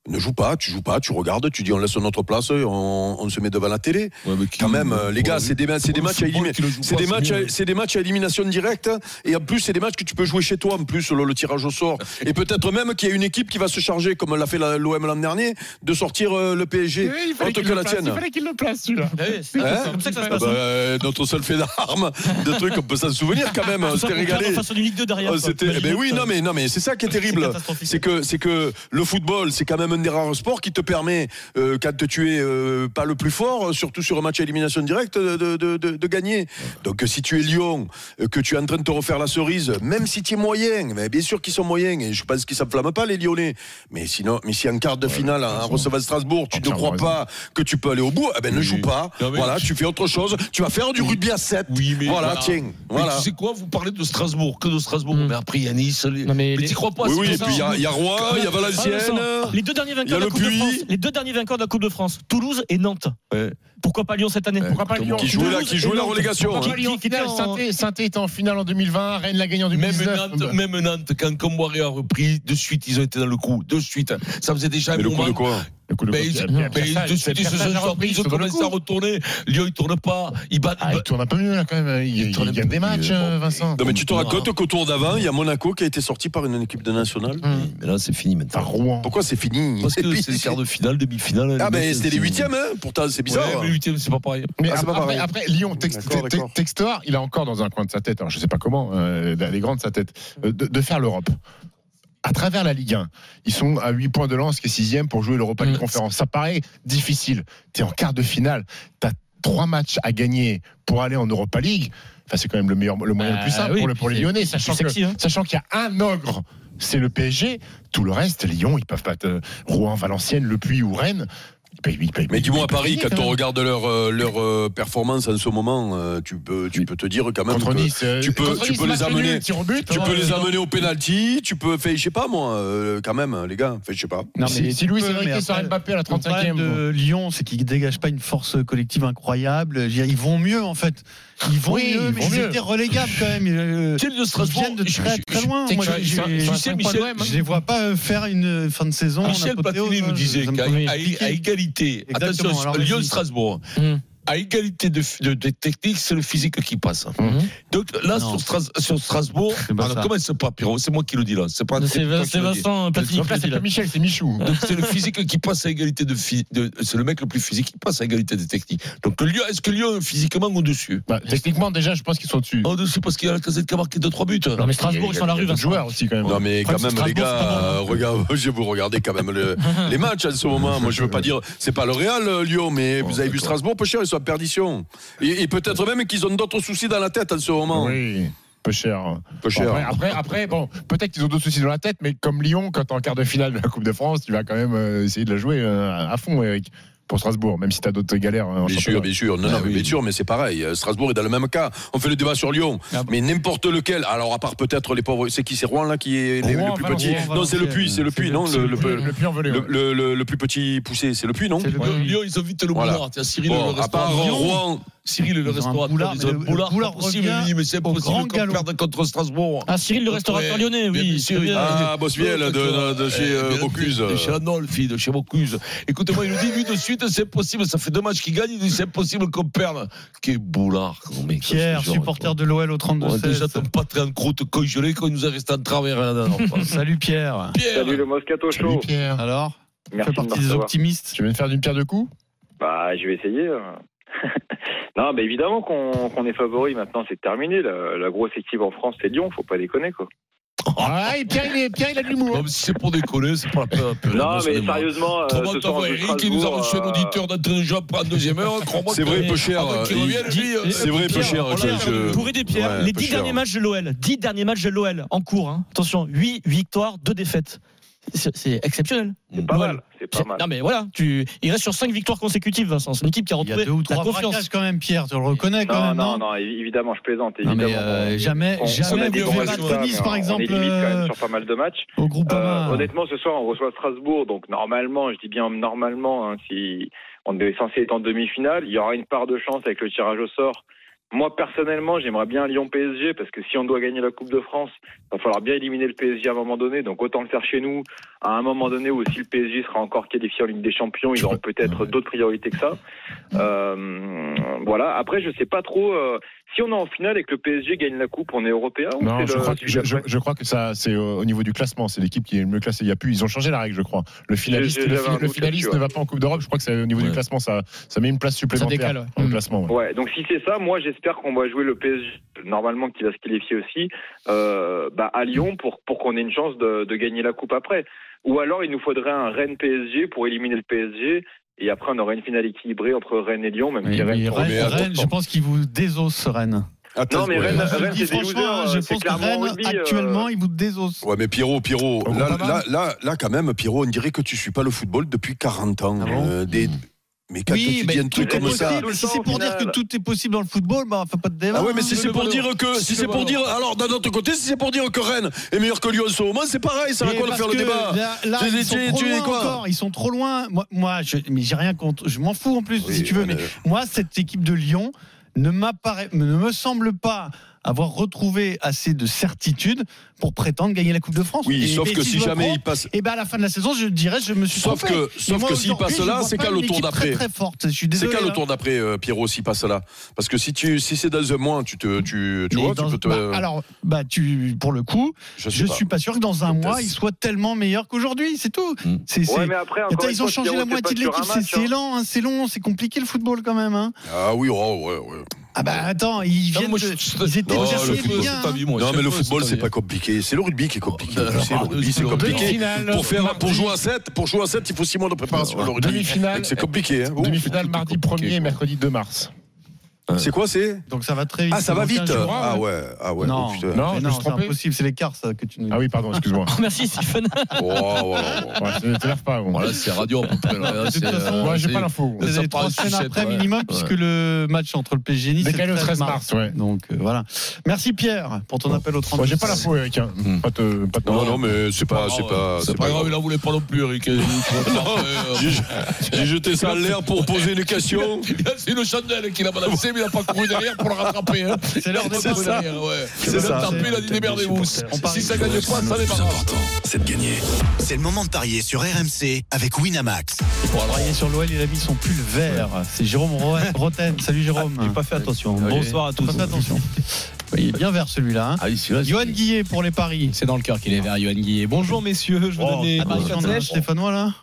Ne joue pas, tu joues pas, tu regardes, tu dis on laisse notre place, on, on se met devant la télé. Ouais, mais qui- Quand même, euh, les gars, c'est des, ma- c'est des Ouais, matchs à le football éliminer- qui le joue c'est pas, des c'est matchs, à- mieux. c'est des matchs à élimination directe. hein, Et en plus, c'est des matchs que tu peux jouer chez toi, en plus, le, le tirage au sort. Et peut-être même qu'il y a une équipe qui va se charger, comme l'a fait la- l'OM l'an dernier, de sortir euh, le PSG, Oui, il fallait autre qu'il que le la place, tienne. il fallait qu'il le place, celui-là. Eh C'est Hein comme ça que ça se Ah passe. bah, euh, notre seul fait d'armes, de trucs, on peut s'en souvenir quand Ah, même. On s'était régalé. Face à une Ligue 2 derrière. Oh, quoi. c'était- T'imagines mais oui, ça. non, mais, non, mais c'est ça qui est terrible. catastrophique. C'est que, c'est que le football, c'est quand même un des rares sports qui te permet, euh, quand tu es euh, pas le plus fort, euh, surtout sur un match à élimination directe, de, de, de, de- de gagner. Donc euh, si tu es Lyon, euh, que tu es en train de te refaire la cerise, même si tu es moyen, mais bien sûr qu'ils sont moyens, et je pense qu'ils s'enflamment pas, les Lyonnais. Mais sinon, mais si en quart de finale, en recevant Strasbourg, tu Ah, ne clairement, crois raison. pas que tu peux aller au bout, eh ben ne Oui. joue pas. Non, mais- Voilà, tu fais autre chose. Tu vas faire du rugby à 7. Oui, mais Voilà, voilà. tiens. Mais Voilà. tu sais quoi, vous parlez de Strasbourg, que de Strasbourg. Mm. Mais après, il y a Nice. les- Non, mais mais les- t'y crois pas. Oui, c'est oui, pour et ça. puis il y a- il y, a Rouen, il y a Ah, Vincent, Valenciennes. Les deux derniers Il y a vainqueurs de la le Coupe de Puy. France. Les deux derniers vainqueurs de la Coupe de France. Toulouse et Nantes. Ouais. Pourquoi pas Lyon cette année Pourquoi pas Lyon Qui jouait la, Toulouse qui jouait et la Nantes. relégation. Pourquoi hein. pas Lyon qui était en- Saint-Étienne était en finale en 2020, Rennes l'a gagné en Même 2019. Nantes, même Nantes, quand Comboiré a repris, de suite, ils ont été dans le coup. De suite. Ça faisait déjà un Mais le coup moment. de quoi Le coup de Mais coq. ils, Pierre- mais Pierre- ils- de suite, ils Pierre- se sont Pierre- sortis, ils ont sur le commencé coup. à retourner. Lyon, ils tournent pas. Ils battent. Ah, il tourne un peu mieux là quand même. Il, il, tourne un gagne peu des matchs, mieux. euh, Vincent. Non, mais tu te racontes qu'au tour d'avant, il y a Monaco qui a été sorti par une équipe de nationale. Mais là, c'est fini À maintenant. Rouen. Pourquoi c'est fini Parce Et que puis- c'est les quarts de finale, demi-finale. Ah, mais mais c'était les huitièmes, hein Pourtant, c'est bizarre. Ouais, mais huitième, c'est pas pareil. Mais Ah, c'est pas après, pareil. après, Lyon, Tex- D'accord, Te- d'accord. Textor, il a encore dans un coin de sa tête, alors je sais pas comment, euh, les grands de sa tête, euh, de, de faire l'Europe. À travers la Ligue 1, ils sont à 8 points de lance, qui est 6 pour jouer l'Europa Mm. League Conférence. Ça paraît difficile. Tu es en quart de finale, tu as 3 matchs à gagner pour aller en Europa League. Enfin, c'est quand même le, meilleur, le moyen le plus Ah simple oui, pour, le, puis pour les c'est- Lyonnais, c'est sachant plus que- sexy, hein. sachant qu'il y a un ogre, c'est le PSG. Tout le reste, Lyon, ils peuvent pas te. Rouen, Valenciennes, Le Puy ou Rennes. Mais du moins à Paris, quand Mmh. on regarde leur euh, leur euh, performance en ce moment, euh, tu peux tu peux te dire quand même Contre que Nice, euh, tu peux contre tu Nice, peux match les amener nul, tir au but, tu ouais, peux les non. amener au penalty, tu peux faire je sais pas moi euh, quand même les gars, fait je sais pas. Non, mais Si, si tu Louis peux, mais Enrique sort après, Mbappé à la Le 35e. problème de Lyon, c'est qu'ils dégagent pas une force collective incroyable. Je veux dire, Ils vont mieux en fait. Ils vont Oui, mieux, ils mais vont ils mieux. étaient relégables quand même. Euh, Celle de Ils Strasbourg, viennent de je- très je- très je- loin. tu sais Moi, que je- je- je- tu je- sais, je- Michel- je les vois pas euh, faire une fin de saison. en Michel apothéose, Platini nous hein, disait ça me qu'à paraît à- compliqué. à égalité, Exactement, attention, alors, vas-y. Lyon-Strasbourg, Hum. à égalité de, de- de technique, c'est le physique qui passe. Donc là, sur, Stras- sur Strasbourg, Mhm. pas ah non, ça. comment c'est pas Pierrot C'est moi qui le dis là. C'est pas Non, c'est c'est toi Vin- qui c'est le dis. Vincent Platini Donc, qui le dit, là. Michel, c'est [laughs] Michou. [laughs] Donc c'est le physique qui passe à égalité de, phy- de- c'est le mec le plus physique qui passe à égalité de technique. Donc Lyon, est-ce que Lyon est physiquement au dessus Bah, Techniquement, déjà, je pense qu'ils sont dessus. Au dessus parce qu'il y a la casette qui a marqué 2-3 buts. Non, mais Strasbourg, ils sont à la rue, Vincent. Joueur aussi, quand même. Oh. Non mais quand Francis même les Strasbourg, gars, c'est pas bon, hein. euh, regarde, [laughs] je vous regardez quand même le- les matchs en ce moment. Moi je veux pas dire c'est pas le Real euh, Lyon, mais vous avez vu Strasbourg peu cher, ils sont en perdition. Et, et peut-être même qu'ils ont d'autres soucis dans la tête en ce moment. Oui, peu cher. Peu cher. Bon, après, après, après, bon, peut-être qu'ils ont d'autres soucis dans la tête, mais comme Lyon, quand t'es en quart de finale de la Coupe de France, tu vas quand même euh, essayer de la jouer euh, à fond, Eric, pour Strasbourg, même si t'as d'autres galères. euh, en Bien sûr, championnat. bien sûr. Non, Ah non, oui. bien sûr, mais c'est pareil. Euh, Strasbourg est dans le même cas. On fait le débat sur Lyon. Mais n'importe lequel. Alors, à part peut-être les pauvres. C'est qui C'est Rouen, là, qui est les- Rouen, le plus Valenciennes, petit Non, c'est le Puy, c'est le Puy, non c'est le, le Puy, le Puy en velay, le- ouais. le- le- le plus petit poussé, c'est le Puy, non Lyon, ils ont vite le Voilà. boulard. Tiens, Cyril Bon, le à part restaurateur. Rouen. Cyril le Ils ont un restaurateur. boulard, Ils ont mais un le- le boulard. boulard pas possible, revient oui, mais c'est au grand impossible qu'on galop. perde contre Strasbourg. Ah, Cyril, le restaurateur Ouais, lyonnais, bien oui. sûr, très bien. Ah, Bossuel, de- de- de chez, euh, Eh bien, Bocuse. De chez Anolfi, de chez Bocuse. Écoutez-moi, il nous dit, lui, de suite, c'est impossible. Ça fait deux matchs qu'il gagne, il dit, c'est impossible qu'on perde. Quel boulard, gros mec. Pierre, ce genre, supporter de l'OL au quoi. Ouais, déjà 32-16. ton patron en croûte congelée quand il nous a resté en travers la dernière fois. Salut Pierre. Pierre, Salut le Moscato Salut, Show. Pierre. Alors, tu Merci fais de me partie des recevoir. optimistes. Tu veux me faire d'une pierre deux coups Bah, je vais essayer. hein. [laughs] non, mais évidemment qu'on qu'on est favori maintenant, c'est terminé. La, la grosse équipe en France, c'est Lyon, faut pas déconner quoi. Ah, et Pierre, il est- Pierre, il a de l'humour. Comme si c'est pour décoller, c'est pour la peine. Pierre, Non, moi, mais c'est sérieusement, euh, Comment ce t'as soir, vu je Eric qui nous a reçu un Strasbourg, euh, auditeur d'entrée de job en deuxième [laughs] heure crois-moi C'est que- vrai, peu cher, avant qu'il euh, revienne, il- lui, euh, c'est vrai, peu cher, on l'a Pierre, perdu. je- Pour aider Pierre, Ouais, les peu 10 cher. hein. derniers matchs de l'OL, 10 derniers matchs de l'OL en cours, hein. attention, 8 victoires, 2 défaites. C'est- C'est exceptionnel. C'est pas Noël. mal, c'est pas mal. Non mais voilà, tu... il reste sur 5 victoires consécutives Vincent, c'est une équipe qui a Il y a retrouvé deux ou la trois confiance. braquages quand même, Pierre. Tu le reconnais quand Non, même, non, non, évi- évidemment, je plaisante. Non, Évidemment, mais euh, jamais, on- on a jamais des vous bons verrez résultats, Nice, mais par on- exemple, On est limite quand euh, même sur pas mal de matchs. au groupe Euh, honnêtement, ce soir, on reçoit Strasbourg, donc normalement, je dis bien normalement, hein, si on est censé être en demi-finale, il y aura une part de chance avec le tirage au sort. Moi, personnellement, j'aimerais bien Lyon-PSG parce que si on doit gagner la Coupe de France, il va falloir bien éliminer le PSG à un moment donné. Donc autant le faire chez nous, à un moment donné où si le PSG sera encore qualifié en Ligue des Champions, [laughs] ils auront peut-être d'autres priorités que ça. Euh, voilà. Après, je sais pas trop. euh, si on est en finale et que le PSG gagne la Coupe, on est européen ou Non, c'est je le- crois, que, celui je, d'après je- je crois que ça, c'est au, au niveau du classement. C'est l'équipe qui est le mieux classée. Il y a plus. Ils ont changé la règle, je crois. Le finaliste, J'ai- le, j'avais un fi- le doute finaliste là-dessus, ne va pas en Coupe d'Europe. Je crois que c'est au niveau du classement. Ça, ça met une place supplémentaire décale, ouais. au classement. ouais. Mm. Ouais, donc si c'est ça, moi j'espère qu'on va jouer le PSG, normalement qui va se qualifier aussi, euh, bah, à Lyon pour, pour qu'on ait une chance de, de gagner la Coupe après. Ou alors il nous faudrait un Rennes-PSG pour éliminer le PSG, et après on aurait une finale équilibrée entre Rennes et Lyon, même si Rennes... Rennes, Rennes, je pense qu'il vous désosse, Rennes. Non mais Rennes, Je le Rennes dis c'est des franchement, losers, hein, je euh, c'est pense que clairement Rennes, au rugby, euh, actuellement, il vous désosse. Ouais, mais Pierrot, Pierrot, Au là, Groupama là, là, là, quand même, Pierrot, on dirait que tu suis pas le football depuis 40 ans. Euh, des- Mais quand Ah Hmm. Oui, tu mais dis un truc tout est comme ça. possible. Si c'est pour dire que tout est possible dans le football, bah, faut pas de débat. Ah ouais, mais si hein. c'est pour dire que, si c'est pour dire, alors d'un autre côté, si c'est pour dire que Rennes est meilleur que Lyon en ce moment, c'est pareil, ça va Et quoi de parce faire le que débat Là, là, Tu- ils tu- sont tu- trop tu- loin quoi encore. Ils sont trop loin. Moi, moi je, mais j'ai rien contre. Je m'en fous en plus, si tu veux. Mais moi, cette équipe de Lyon ne m'apparaît, ne me semble pas avoir retrouvé assez de certitude pour prétendre gagner la Coupe de France. Oui, sauf que je si me jamais trompe, ils passent- eh ben à la fin de la saison, je dirais, je me suis Sauf trompé. que- Mais sauf moi, que s'ils aujourd'hui, passent là, je vois c'est pas qu'à une le tour équipe d'après. Très, très forte. Je suis C'est désolé. qu'à le hein. tour d'après, euh, Pierrot, s'il passe là Parce que si tu, si c'est dans un mois, tu te, tu, tu Mais vois, dans- tu peux te. bah, alors, bah, tu, pour le coup, Je je, sais pas. suis pas sûr que dans un mois, c'est- ils soient tellement meilleurs qu'aujourd'hui, c'est tout. C'est, c'est- Ouais, mais après, encore Attends, une ils ont fois, changé Pierrot, la c'est moitié de pas sur l'équipe, un c'est, match, c'est hein. lent, hein, c'est long, c'est compliqué le football quand même. hein. Ah oui, oh, ouais, ouais. Ah bah attends, ils viennent moi, de- je- je- ils étaient Non, déjà le football, bien. c'est ta vie, moi. non, je mais sais le pas, football, c'est c'est pas pas compliqué. C'est le rugby qui est compliqué. Oh, Tu sais, le alors, rugby, c'est alors, compliqué. demi-finale, Pour, faire, pour mardi. jouer à 7, pour jouer à 7, il faut 6 mois de préparation. le rugby. Demi-finale. Donc C'est compliqué. Hein. Ouh. Demi-finale mardi 1er et mercredi 2 mars. Euh. C'est quoi, c'est Donc ça va très vite. Ah, ça va Donc, un vite. euh, jour, Ah ouais, ah ouais. Non, oh putain. non, non, c'est impossible, c'est l'écart ça que tu nous Ah oui, pardon, [laughs] excuse-moi. Merci Stephen. [laughs] Oh, ne te lève pas. Voilà, c'est radio. à [laughs] peu près, là. De toute C'est, façon, euh, moi, j'ai c'est- pas l'info. ça Vous avez part en trois semaines sucette, après ouais. minimum, Ouais. puisque le match entre le PSG et Nice c'est Décalé le au 13 mars, ouais. Donc euh, voilà. Merci Pierre pour ton appel au 30. Moi, j'ai pas l'info, Eric. hein. Pas de- pas de- Hmm. Non, non, mais c'est pas, Ah, c'est pas, C'est pas grave, il en voulait pas non plus, Eric. Il faut Non, parler, euh, j'ai- J'ai jeté ça en l'air pour poser une question. [laughs] Il a- C'est une chandelle qu'il a balancé, mais il n'a pas couru derrière pour le rattraper. hein. C'est l'heure Il a des pas couru matchs. derrière, ouais. C'est Il a ça. tapé, il a dit démerdez-vous. Si ça gagne pas, ça débarrasse. c'est de gagner. C'est le moment de parier sur RMC avec Winamax. Travailler sur l'OL, il a mis son pull vert. C'est Jérôme [laughs] Ro- Roten. Salut Jérôme. J'ai pas fait attention. Bonsoir à tous. Pas fait [laughs] attention. Il est bien vert celui-là. hein. Ah Johan Guillet pour les paris. C'est dans le cœur qu'il est vert, Johan Guillet. Bonjour messieurs, je vous Oh, donne les paris attention, de on a un la semaine. Stéphanois là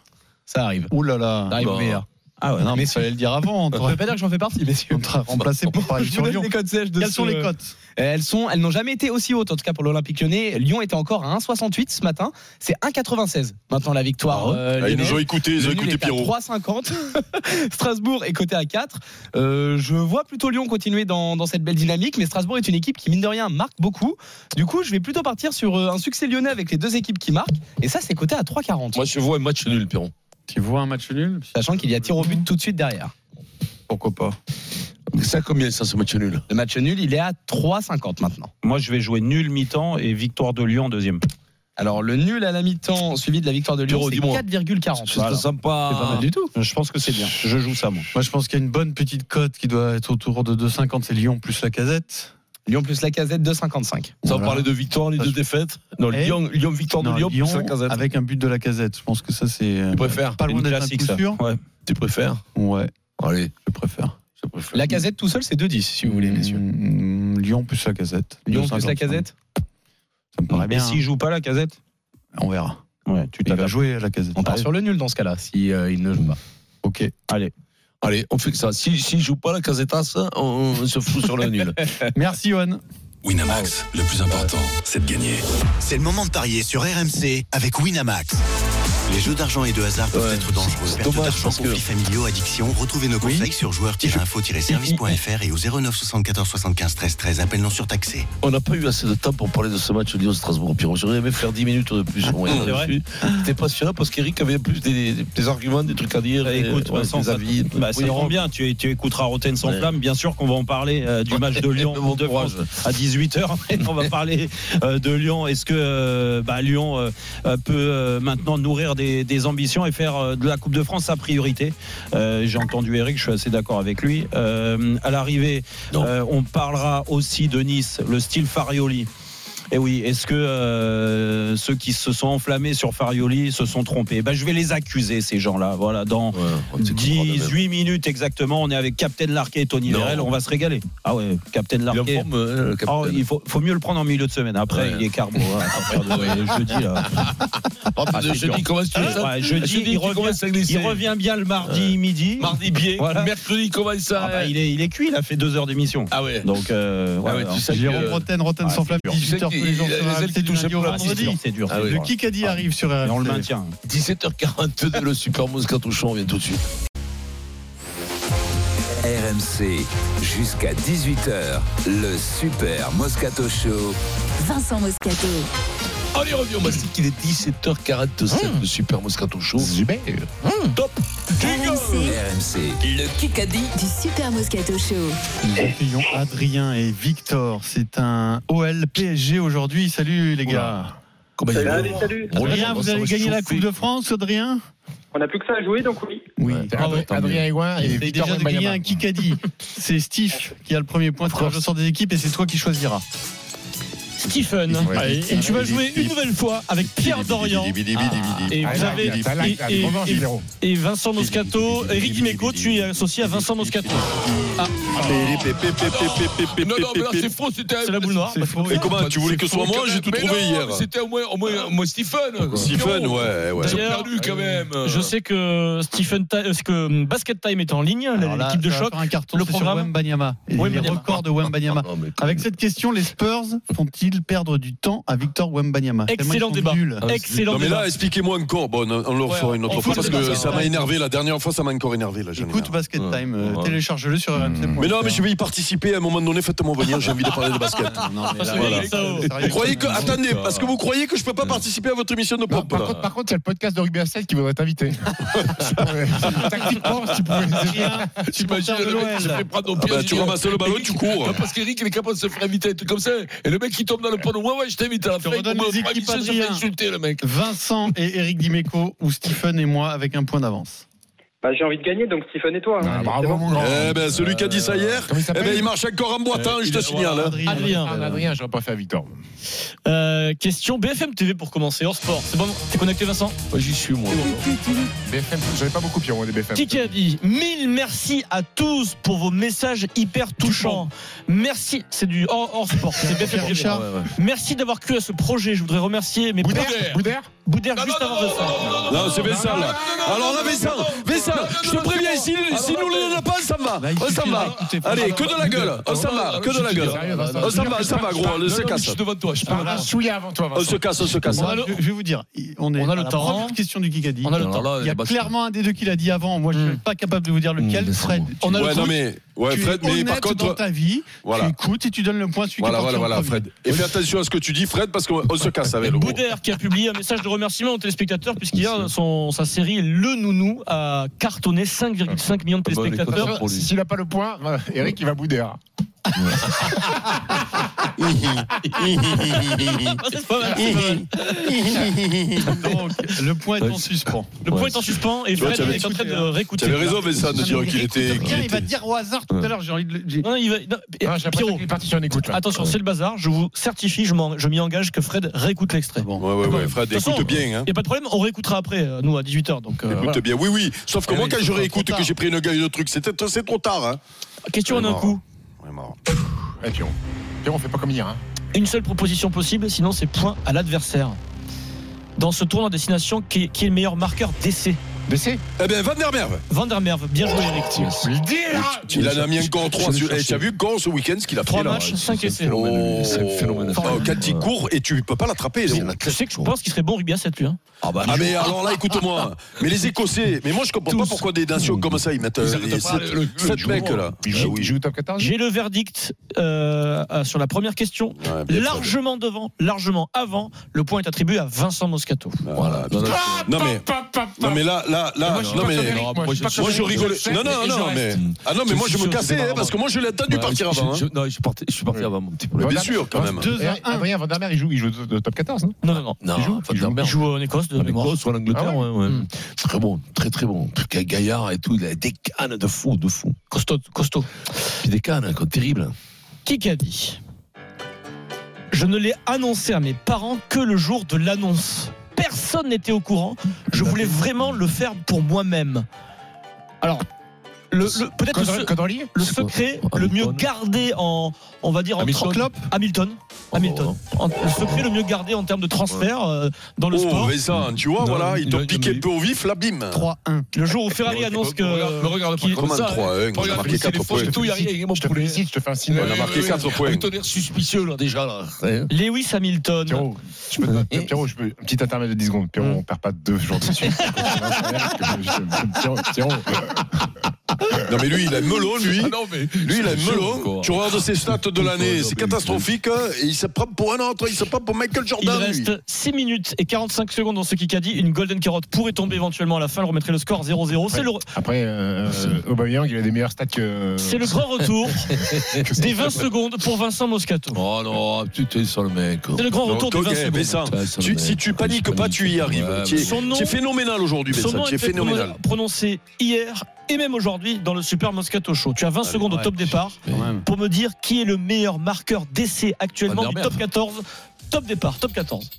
Ça arrive. Ouh là là. Ça arrive au meilleur. Ah ouais, non, mais il Messieurs. fallait le dire avant. On ne pas dire que j'en fais partie, messieurs. On t'a remplacé pour Paris Je sur vous donne Lyon. les cotes sèches de Quelles ce- Euh, sont les cotes Elles sont, elles n'ont jamais été aussi hautes, en tout cas pour l'Olympique lyonnais. Lyon était encore à 1,68 ce matin. C'est 1,96 maintenant la victoire. euh, Ah, ils nous lyonnaise. ont écoutés, ils Le ont nul écouté est à Pierrot. 3,50. [laughs] Strasbourg est coté à 4. Euh, je vois plutôt Lyon continuer dans, dans cette belle dynamique, mais Strasbourg est une équipe qui, mine de rien, marque beaucoup. Du coup, je vais plutôt partir sur euh, un succès lyonnais avec les deux équipes qui marquent. Et ça, c'est coté à 3,40. Moi, je vois un match nul, Pierron. Tu vois un match nul Sachant qu'il y a tir au but tout de suite derrière. Pourquoi pas Ça, combien ça, ce match nul Le match nul, il est à 3,50 maintenant. Moi, je vais jouer nul mi-temps et victoire de Lyon en deuxième. Alors, le nul à la mi-temps, suivi de la victoire de Lyon, Pierrot, c'est dis-moi. 4,40. Voilà. C'est pas mal du tout. Je pense que c'est bien. Je joue ça, moi. Moi, je pense qu'il y a une bonne petite cote qui doit être autour de 2,50. C'est Lyon plus la casette. Lyon plus la casette, 2,55. Ça, on Voilà. parlait de victoire, les Ça, deux je- défaites. Non, Eh Lyon, Lyon, victoire de Non, Lyon, plus la casette. Avec un but de la casette. Je pense que ça, c'est euh, Tu préfères pas loin Une d'être un classique, coup ça. sûr. Ouais. Tu préfères Ouais, Allez. je préfère. La casette tout seul, c'est 2,10 si vous voulez, messieurs. Mm, Lyon plus la casette. Lyon plus la 2,55. casette Ça me paraît Mais bien. hein. s'il joue pas la casette, On verra. ouais, tu Il va t'adaptes. jouer à la casette. On part sur le nul dans ce cas-là, si euh, il ne joue pas. Ok. Allez. Allez, on fait que ça. Si, si joue pas la Casetas, on, on se fout sur le nul. [laughs] Merci, Johan. Winamax, le plus important, c'est de gagner. C'est le moment de parier sur RMC avec Winamax. Les jeux d'argent et de hasard peuvent Ouais, être dangereux. c'est Perte dommage d'argent, parce que- conflits familiaux, addiction. Retrouvez nos conseils sur joueurs-info-service.fr et au 09 74 75 13 13. Appel non surtaxé. On n'a pas eu assez de temps pour parler de ce match Lyon-Strasbourg. Pierrot, j'aurais aimé faire 10 minutes de plus. au moins Ah, C'est vrai. là-dessus. C'était passionnant parce qu'Eric avait plus des, des- des arguments, des trucs à dire. Bah, des- écoute, ouais, Vincent, des ça, avis. bah, ça Oui, rend bien. Tu, tu écouteras Roten sans Ouais. flamme. Bien sûr qu'on va en parler euh, du match de Lyon Bon de courage. France à 18h. [laughs] on va parler euh, de Lyon. Est-ce que euh, bah, Lyon euh, euh, peut euh, maintenant nourrir des, des ambitions et faire euh, de la Coupe de France sa priorité Euh, J'ai entendu Eric, je suis assez d'accord avec lui. Euh, à l'arrivée, Non. euh, on parlera aussi de Nice, le style Farioli. Et oui, est-ce que euh, ceux qui se sont enflammés sur Farioli se sont trompés Bah, Je vais les accuser, ces gens-là. Voilà, dans Ouais, on s'écoutera demain. 18 minutes exactement, on est avec Captain Larquet et Tony Non. Vérel. On va se régaler. Ah ouais, Captain Il est en Larquet. forme, euh, le capitaine. Oh, il faut, faut mieux le prendre en milieu de semaine. Après, Ouais. il est carbo. hein, à partir de- ouais, jeudi, là. Oh, putain, Ah, c'est jeudi, dur. comment est-ce que tu fais ça Ouais, jeudi, Jeudi, il, tu revient, commences à glisser. il revient bien le mardi midi. Mardi biais, Voilà. mercredi comment ça Ah bah, il, est, il est cuit, il a fait deux heures d'émission. Ah ouais. Donc, euh, Ah ouais, voilà. tu sais Jérôme que- Roten, Roten Ah, sans c'est flamme, dur. 18h tous les jours Il- sur euh, les ailes RMC qui du touchent lundi un au peu, là, Ah, c'est vendredi. dur, c'est dur. Ah c'est oui. Le dur. Kikadi arrive sur RMC. Et on le maintient. 17h42 le Super Moscato Show, on vient tout de suite. RMC jusqu'à 18h, le Super Moscato Show. Vincent Moscato. Allez, revient au Hmm. Mastic, il est 17h47, le Super Moscato Show. Super. Top RMC, RMC, le Kikadi. du Super Moscato Show. Nous accueillons Adrien et Victor. C'est un OL PSG aujourd'hui. Salut les gars. Comment il est Salut, bon salut. Bon, Adrien, vous ça va allez gagner la chauffer. Coupe de France, Adrien On n'a plus que ça à jouer, donc oui. Oui. Bravo, Adrien Aiguin et Vous avez Victor déjà gagné Wembanyama. un Kikadi. C'est Steve qui a le premier point. Tirage au sort des équipes et c'est toi qui choisiras. Stephen. Ouais. Allez, Et tu vas jouer une nouvelle fois avec Pierre Dorian. Ah, Et Ah, vous avez- et- et- et- Et Vincent Moscato, Eric Dimeco, tu es associé à Vincent Moscato. Non, Ah. non, mais là c'est faux, c'était un- C'est la boule noire. C'est faux. Et comment Tu voulais que ce soit moi J'ai tout Mais trouvé non, hier. mais C'était au moins, au moins, au moins Stephen. Stephen, ouais, ouais. J'ai D'ailleurs, perdu quand même. euh, Je sais que Stephen Ti- euh, que Basket Time est en ligne, Alors là, l'équipe de ça va choc. faire un carton le c'est sur programme. Wembanyama. Et Les Wembanyama. Ah, Ah, records de Wembanyama. Non, mais quand Avec même. cette question, les Spurs font-ils faut-il perdre du temps à Victor Wembanyama Tellement ils Excellent sont débat. nuls. non, mais là, expliquez-moi encore. Bon, on, on le refera une autre on fois fera parce le que débat. ça m'a énervé la dernière fois, ça m'a encore énervé. Là, j'en ai Écoute Basket Time, euh, ouais. télécharge-le sur rmc.fr. Mais non, mais je vais y participer à un moment donné. Faites-moi venir, j'ai envie de parler de basket. Non, Ah, mais là, Voilà. ça, oh. Vous croyez que. Attendez, parce que vous croyez que je peux pas participer à votre émission de pop Par contre, par contre, il y a le podcast de Rugby à 7 qui voudrait [laughs] t'inviter. Tactiquement, tu pouvais [laughs] les aider. T'imagines porteur de le mec qui l'OL. se fait prendre au Ah pied. oh, bah, tu ramasses le ballon, tu cours. Parce qu'Eric, il est capable de se faire inviter, un truc comme ça. Et le mec, qui tombe dans le panneau. Ouais, ouais, je t'invite à la fin. redonne il les me prend équipes une chaise, il Adrien. fait insulter, le mec. Vincent et Eric Dimeco ou Stephen et moi avec un point d'avance. Bah, j'ai envie de gagner, donc Stephen et toi. Ah, hein. C'est bon. Eh ben, celui qui a dit ça hier, Comment il eh s'appelle ben, il marche encore en Euh, boitant, je te signale. hein. Adrien. Ah, Adrien, j'aurais pas fait à Victor. Euh, question BFM TV pour commencer, hors sport. C'est bon, t'es connecté Vincent J'y suis moi. BFM, j'avais pas beaucoup pire, moi, des BFM. Kikadi, mille merci à tous pour vos messages hyper touchants. Merci, c'est du hors, hors sport, c'est BFM TV. Richard. Merci d'avoir cru à ce projet. Je voudrais remercier mes Boudère, pères. Boudère Boudère, juste avant Vincent. Non, c'est Vincent là. Alors là, Vincent, Vincent, je te préviens, si, si nous ne l'avons pas, on s'en Bah, va. On s'en hein. va. Allez, que de la gueule. On s'en Oh, va, que de la gueule. On s'en Oh, va, on s'en va, gros. On se casse. devant toi. Je parle un souillé avant toi, On se casse, on se casse. Bon, alors, je, je vais vous dire, on est On a à le la temps. première question du Kikadi. On a le Alors temps. Hmm. là, Il y a bah, clairement un des deux qui l'a dit avant. Moi, je suis pas capable de vous dire lequel. Fred, tu- On a le Ouais, truc. Ouais, tu Fred, es mais par honnête contre- dans ta vie, Voilà. tu écoutes et tu donnes le point à celui Voilà, qui est voilà, parti en voilà, premier. Fred. Et fais attention à ce que tu dis, Fred, parce qu'on on se casse avec le gros. Boudère qui a publié un message de remerciement aux téléspectateurs puisqu'hier son, sa série Le Nounou a cartonné 5,5 millions de hein, téléspectateurs. Attention, S'il a pas le point, voilà, Eric, il va bouder. hein. [laughs] Ah, C'est pas mal, c'est pas mal. Donc, le point est en suspens. Le point est en suspens et Tu vois, Fred tu avais- est en train de réécouter. Tu avais raison, Vincent, de dire qu'il était. qu'il Tiens, il va était- te dire au hasard tout à l'heure, j'ai envie de le j'ai- Non, il va- non, eh, Pierrot, attention, c'est le bazar. Je vous certifie, je m'en- je m'y engage que Fred réécoute l'extrait. Ouais, ouais, ouais, Fred, écoute bien. hein. Il n'y a pas de problème, on réécoutera après, euh, nous, à 18h. Donc, euh, Écoute voilà. bien, oui, oui. Sauf que Eh moi, oui, quand c'est je trop réécoute tard. que j'ai pris une gueule de truc, c'était c'est trop tard. Hein. Question en Ouais, un mort. coup. Ouais, mort. Et puis on, puis on fait pas comme hier. Hein. Une seule proposition possible, sinon c'est point à l'adversaire. Dans ce tournoi destination, qui est, qui est le meilleur marqueur d'essai D'essai Eh bien, Van der Merwe. Van der Merwe, bien joué Eric. Ah, Il en a mis encore 3 sur. Eh, tu as vu quand ce week-end ce qu'il a fait Trois là matchs, cinq essais. Oh. C'est un phénomène. Ah, Quand il court et tu peux pas l'attraper. Je donc. sais que je pense qu'il serait bon au rugby à 7 lui. hein. Ah, bah, Ah mais alors là [laughs] écoute-moi, mais les Écossais, mais moi je comprends pas pourquoi des nations comme ça ils mettent euh, arrêtent les pas sept- le- le sept jour. mecs là. Il Ah joue, oui. il joue au top 14 J'ai le verdict euh, euh, sur la première question. Ouais, bien sûr. Largement devant, largement avant. Le point est attribué à Vincent Moscato. Ah, Voilà. Non, non, non, mais non mais là là Et là moi, je suis non pas mais comme Eric, moi, je suis pas comme moi je Eric, rigolais. je le Non sais, non et je non reste. mais ah non mais Je moi je suis me sûr, cassais c'est hein, pas parce que moi je l'ai attendu Ouais, partir je- avant. je- hein. Non, je suis parti- je suis parti avant mon petit problème. Mais bien sûr quand même. Deux à Eric- un. Adrien Van der Mer, il joue, il joue au top 14, non Non, non, non. Non, Il joue, Van il der joue. Il Merwe. joue en Écosse de En mémoire. Écosse ou en Angleterre, Ah ouais, ouais. Mm. Très bon, très très bon. Truc à gaillard et tout, il a des cannes de fou, de fou. Costaud, costaud. Puis des cannes, quoi, terrible. Qui qu'a dit Je ne l'ai annoncé à mes parents que le jour de l'annonce. Personne n'était au courant. Je voulais vraiment le faire pour moi-même. Alors, le, le- peut-être le, se- Codrelier le secret Oh, le mieux gardé en, on va dire, en Hamilton. tra- Klopp Hamilton. Oh. Hamilton. En- le secret le mieux gardé en termes de transfert euh, dans le Oh sport. Vincent, tu vois Non, voilà, mais ils il a- t'ont il a piqué mis- peu au vif la bim. 3-1. Le jour où Ferrari annonce que. Me regarde, me regarde qu'il- pas comme Comment ça. hein, 3-1, on a Regarde, marqué c'est les 4 fautes points. et tout, il y a rien, il y a mon Je te poulet. félicite, je te fais un signe. On a marqué 4 points. Un tonnerre suspicieux, là, déjà, là. Hein Lewis Hamilton. Pierrot, je peux, te- Pierrot, je peux, un petit intermède de 10 secondes. Pierrot, on perd pas deux jours de [laughs] suite. Pierrot, Pierrot, Non mais lui il a melon lui. Ah non, mais. Lui, il a c'est chaud, melon. quoi. Tu regardes ses stats de l'année, Non, c'est mais- catastrophique. hein. Et il se prend pour un autre, il se prend pour Michael Il Jordan. lui. reste 6 minutes et 45 secondes dans ce Kikadi. Une golden carotte pourrait tomber éventuellement à la fin. Elle remettrait le score 0-0. C'est le, Après, euh, Aubameyang, il a des meilleurs stats Euh, que. euh, c'est le [laughs] grand retour [laughs] que- des 20 secondes pour Vincent Moscato. Oh non, tu es sur le mec. oh. quoi. C'est le grand Donc, retour des ok, 20 secondes. Bessin, Ouais, ça tu- me- si tu paniques pas, tu y arrives. Ouais, tu, es, Son nom- tu es phénoménal aujourd'hui, Son Bessin. nom Tu a es été phénoménal. prononcé hier et même aujourd'hui dans le Super Moscato Show. Tu as 20 Allez, secondes au ouais. top départ Mais- pour me dire qui est le meilleur marqueur d'essai actuellement Van du der top Merwe. 14. Top départ, top 14.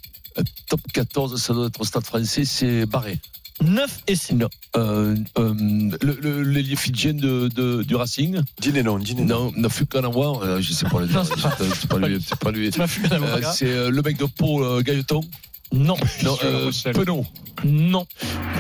Top 14, ça doit être au stade français, c'est barré. 9 essais. Non. Euh, euh, le- le- L'ailier fidjien de, de- du Racing Dîner non, dîner non. Non, n'a fait qu'un avoir. euh, Je sais pas le dire. [laughs] Non, c'est pas- C'est pas lui. C'est pas lui. Tu m'as fumé la Euh, Braga. c'est euh, le mec de Pau, euh, Gailleton. Non, Non, euh, Penon. non.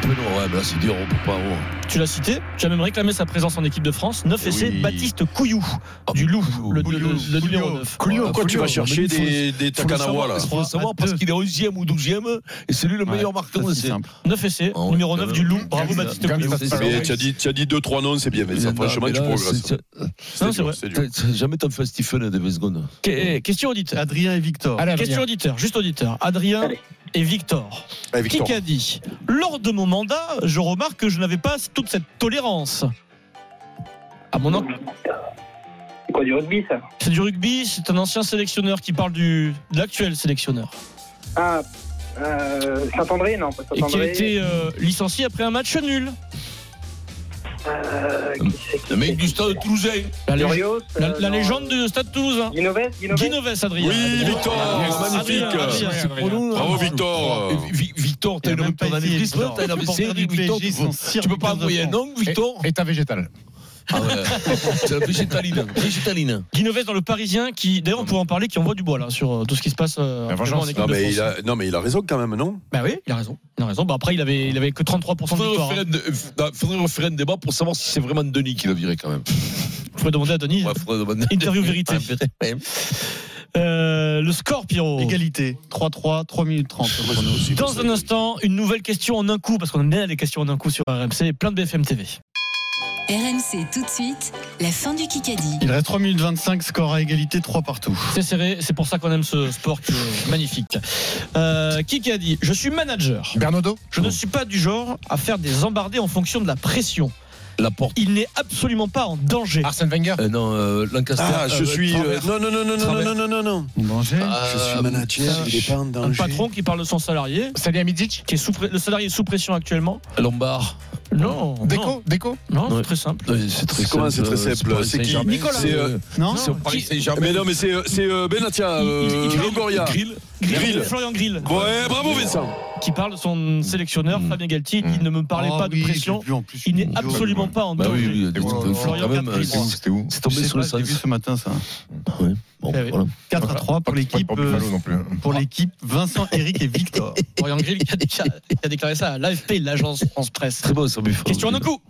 Penaud, ouais, mais là c'est dur, on peut pas. oh. Tu l'as cité, tu as même réclamé sa présence en équipe de France. 9 essais, Baptiste Couillou, Ah, du Loup, le, le- le numéro 9. Pourquoi tu vas chercher des, des Takanawa là Il faut le savoir parce qu'il est 11e ou 12e et c'est Ah lui le meilleur marqueur de ces. 9 essais, numéro euh, 9 du Loup. Bravo Baptiste Couillou. Mais tu as dit, tu as dit deux, trois noms, c'est bien, mais ça, franchement, tu progresses. Euh, Non, c'est vrai. Jamais t'as fait Stephen à des hein. secondes. Que- eh, question auditeur. Adrien et Victor. Allez, Adrien. question auditeur, juste auditeur. Adrien et Victor. Allez, Victor. Qui qu'a dit Lors de mon mandat, je remarque que je n'avais pas toute cette tolérance. À mon nom. C'est quoi du rugby ça C'est du rugby, c'est un ancien sélectionneur qui parle du, de l'actuel sélectionneur. Ah, euh, Saint-André Non, pas Et qui a Saint-André. été euh, licencié après un match nul. Euh, Le mec du stade toulousain. La, lég- Lurios, la- euh, la non. légende du Stade Toulousain. Guinoves Guinoves, Adrien. Oui, Adrien. Victor, Adrien, magnifique. Adrien, Adrien, c'est pour nous, là. Bravo, Victor. Victor, t'as une rupture d'anévrisme, t'as une AVC, Victor, tu peux- tu peux pas envoyer un homme, Victor Et ta végétale. Ah ouais. [laughs] C'est la végétaline. Végétaline. Guinoves dans le Parisien, qui d'ailleurs on pourrait en parler, qui envoie du bois là sur euh, tout ce qui se passe. euh, en ce moment en équipe Non, de Ah, mais France. euh, il a, non, mais il a raison quand même, non Bah oui, il a raison. Il a raison. Bah après, il avait, il avait que 33% de Faudrait victoire. refaire, hein. un, euh, f- faudrait refaire un débat pour savoir si c'est vraiment Denis qui l'a viré quand même. [laughs] Faudrait demander à Denis. Ouais, faudrait demander. Ah, Interview vérité. Euh, le score, Pierrot. Égalité. 3-3, 3 minutes 30. le chrono. Dans un instant, une nouvelle question en un coup, parce qu'on aime bien les questions en un coup sur RMC et plein de BFM TV. RMC tout de suite, la fin du Kikadi. Il reste 3 minutes 25, score à égalité, 3 partout. C'est serré, c'est pour ça qu'on aime ce sport qui est magnifique. Euh, qui qui a dit Je suis manager. Bernardo Je ne suis pas du genre à faire des embardés en fonction de la pression. La porte. Il n'est absolument pas en danger. Arsène Wenger Euh, non, euh, Lancaster. Ah, je euh, suis. euh, Travers. non, non, non, non, non, Travers. non, non, non, non. Manger Euh, Je suis manager, il est pas en Un danger. patron qui parle de son salarié, Salut à Midic qui est sous, pré- le salarié est sous pression actuellement. Lombard. Non, non, Déco Déco non, c'est Ouais. très simple. Ouais, C'est très Comment Euh, c'est très simple, Paris c'est qui Saint-Germain, Nicolas. c'est, euh, Non c'est au Paris Mais Saint-Germain. non, mais c'est euh, c'est, euh, Benatia, euh, il- il- Longoria. Grill. Grill. Florian Grill, Ouais, bravo Vincent. qui parle de son Mm. sélectionneur, Fabien Galtier, qui ne me parlait Ah pas de oui, pression. j'ai vu en plus Il une n'est vidéo. absolument pas en Bah danger. oui, oui, Et voilà, euh, quand Florian même, euh, Capri, c'est- moi. c'est c'est tombé Je sais sur pas, le je l'ai sens. vu ce matin, ça. Ouais. Bon, Eh oui. voilà. 4 à 3 pour l'équipe. Pas de euh, Buffalo non plus. Pour l'équipe, Vincent, Eric et Victor. Florian Grill qui a, qui a- qui a déclaré ça à l'AFP, l'agence France Presse. Très beau ce buffet. Question en un coup.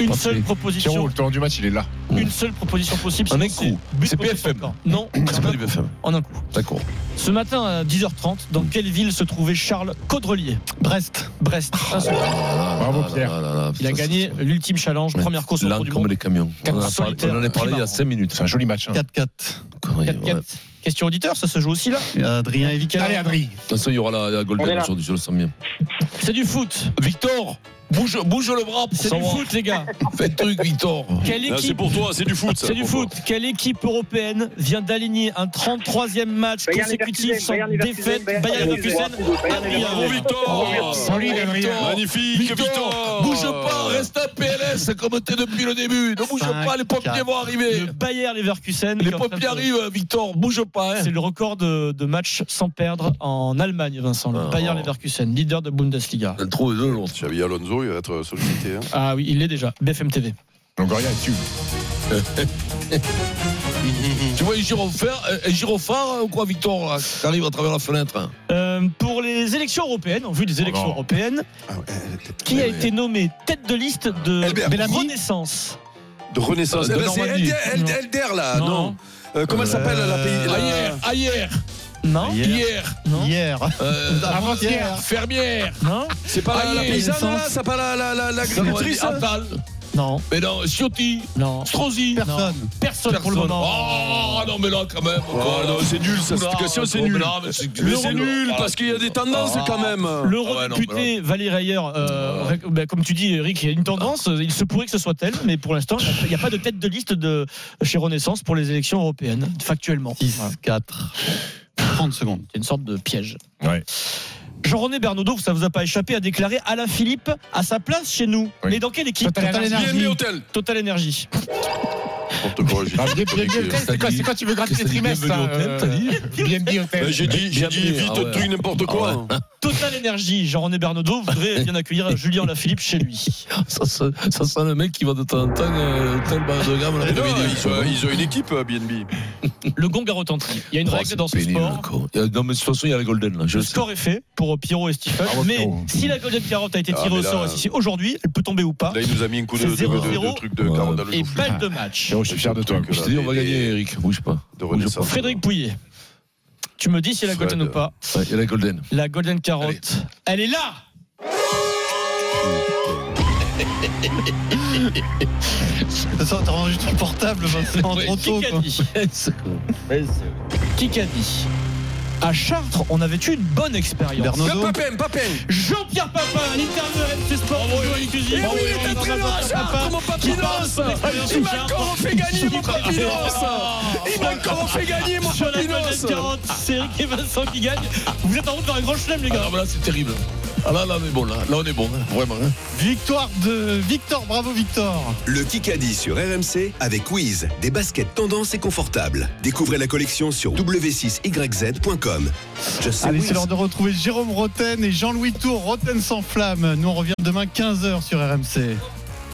Une seule Pierrot, proposition, le talent du match, il est là. une seule proposition possible. En un sinon coup. but C'est contre BFM. son camp. Non, C'est pas du BFM. en un coup. D'accord. Ce matin à 10h30, dans quelle ville se trouvait Charles Caudrelier Brest. Oh Brest. Un seul. Ah, Bravo, Pierre. Ah, Il a gagné l'ultime challenge, première course au Là, tour du comme monde. les camions. On en a parlé- solitaire, on en a parlé il y a Clément. 5 minutes. C'est un joli match. hein. 4-4. Connerie, 4-4. ouais. Question auditeur, ça se joue aussi là. Adrien et Victor. Allez, Adri. De toute façon, il y aura la, la On est Golden là. aujourd'hui, je le sens bien. C'est du foot. Victor, bouge, bouge le bras pour C'est du savoir. foot, les gars. [laughs] Fais le truc, Victor. Quelle Là, C'est équipe pour toi, c'est du foot. ça, C'est du pour foot. Quelle équipe européenne vient d'aligner un 33e match Bayern consécutif Leverkusen, sans Bayern Leverkusen, défaite Bayern Bayern Leverkusen Oh, Leverkusen, Adrien. toi. Bravo Victor. Solide, Adrien. Magnifique Victor, Victor. Bouge pas, reste à PLS comme t'es depuis le début. Ne bouge Cinq, pas, les pompiers quatre. vont arriver. Le Bayern Leverkusen. Les qui est en train pompiers de- arrivent, Victor, bouge hein. pas. C'est le record de, de matchs sans perdre en Allemagne, Vincent. Le Ah. Oh. Bayern Leverkusen, leader de Bundesliga. Trop de l'autre. Xavi Alonso, il va être sollicité. hein. Ah oui, il l'est déjà. BFM TV. Longoria est tu. [laughs] Tu vois un gyrophare, un gyrophare hein, ou quoi, Victor là, qui arrive à travers la fenêtre hein. Euh, pour les élections européennes, en vue des élections non. européennes, qui a été nommé tête de liste de Albert Bellamy Renaissance De Renaissance. Euh, de Eh ben, c'est Normandie. Elder, Elder, Elder, là, Non. Euh, non. Euh, comment elle s'appelle la pays la- Ayer, Ayer, Non hier, Non Hier. euh, Avant-hier. fermière, Non C'est pas la, la Ayer. paysanne hein, là, c'est pas la la la l'agricultrice. là Attal, Non mais non, Ciotti, Non Strozzi, Personne. Personne pour le moment. Oh non, mais là quand même. Oh, non, c'est nul, ça, cette question, c'est nul. Mais c'est nul parce qu'il y a des tendances quand même. Le Ah ouais, non, redéputé Valérie Ayer, euh, Ah. ré- bah, comme tu dis, Eric, il y a une tendance. euh, Il se pourrait que ce soit elle, mais pour l'instant, il n'y a pas de tête de liste de chez Renaissance pour les élections européennes, factuellement. Voilà. 6-4. 30 secondes. C'est une sorte de piège. Ouais. Jean-René Bernaudot, ça vous a pas échappé, a déclaré Alain Philippe à sa place chez nous. Oui. Mais dans quelle équipe Total Total Energy. Bien, mais hôtel. Total Energy. N'importe quoi. Bah, j'ai- Ah, bien- bien- bien- c'est quoi- c'est quoi, tu veux gratter les trimestres hein, euh, Bienvenue au Bah, J'ai dit, j'ai dit Bienvenue, vite, ah ouais. truc, n'importe quoi. Ah Total Énergie, Jean-René Bernadeau voudrait bien accueillir Julien Lafilippe chez lui. Ça, ça, ça sent le mec qui va de temps en temps euh, tel [laughs] bas de gamme. là. Mais non, ils, ont, ils ont une équipe, euh, BNB. Le gong a retenti. Il y a une Oh, règle c'est dans ce pénible, sport. quoi. Il y a- Non, mais de toute façon, il y a la Golden, là. Je Le le sais. score est fait pour Pierrot et Stephen. Bravo, mais Pierrot. si la Golden Carotte a été Ah, tirée mais au là- sort ici aujourd'hui, elle peut tomber ou pas. Là, il nous a mis un coup de, C'est de, de, 0-0. de truc de carotte dans le Et souffle. balle de match. Pierrot, je suis fier de toi. Je te dis, on va gagner, Eric. Bouge pas. De Bouge renaissance. Frédéric Pouillet. Tu me dis si la Fred. Golden ou pas. Ouais, Il y a la Golden. La Golden Carotte. Elle est là Ça sent, t'as enregistré le portable, bah, Vincent, trop tôt. Qui qu'a quoi. dit Qui qu'a dit À Chartres, on avait eu une bonne expérience. Bernardo. Papin, Papin Jean-Pierre Papin, à l'intérieur de Oh, RMC Sport, bonjour Eh oui, il était très loin, Charles, mon papinos Il m'a encore fait gagner, mon papinos Il m'a encore fait gagner, mon Sur la papinos Golden Carotte, c'est Eric et Vincent qui gagnent. Vous êtes en route vers un grand chelem, les Ah, gars. non, mais là, c'est terrible. Ah, là, là, mais bon, là, là, on est bon, hein, vraiment. hein. Victoire de Victor, bravo Victor. Le Kikadi sur RMC avec Wiz, des baskets tendance et confortables. Découvrez la collection sur w6yz.com. Je sais Allez, Wiz. Ah c'est l'heure de retrouver Jérôme Roten et Jean-Louis Tour, Roten sans flamme. Nous, on revient demain 15h sur RMC.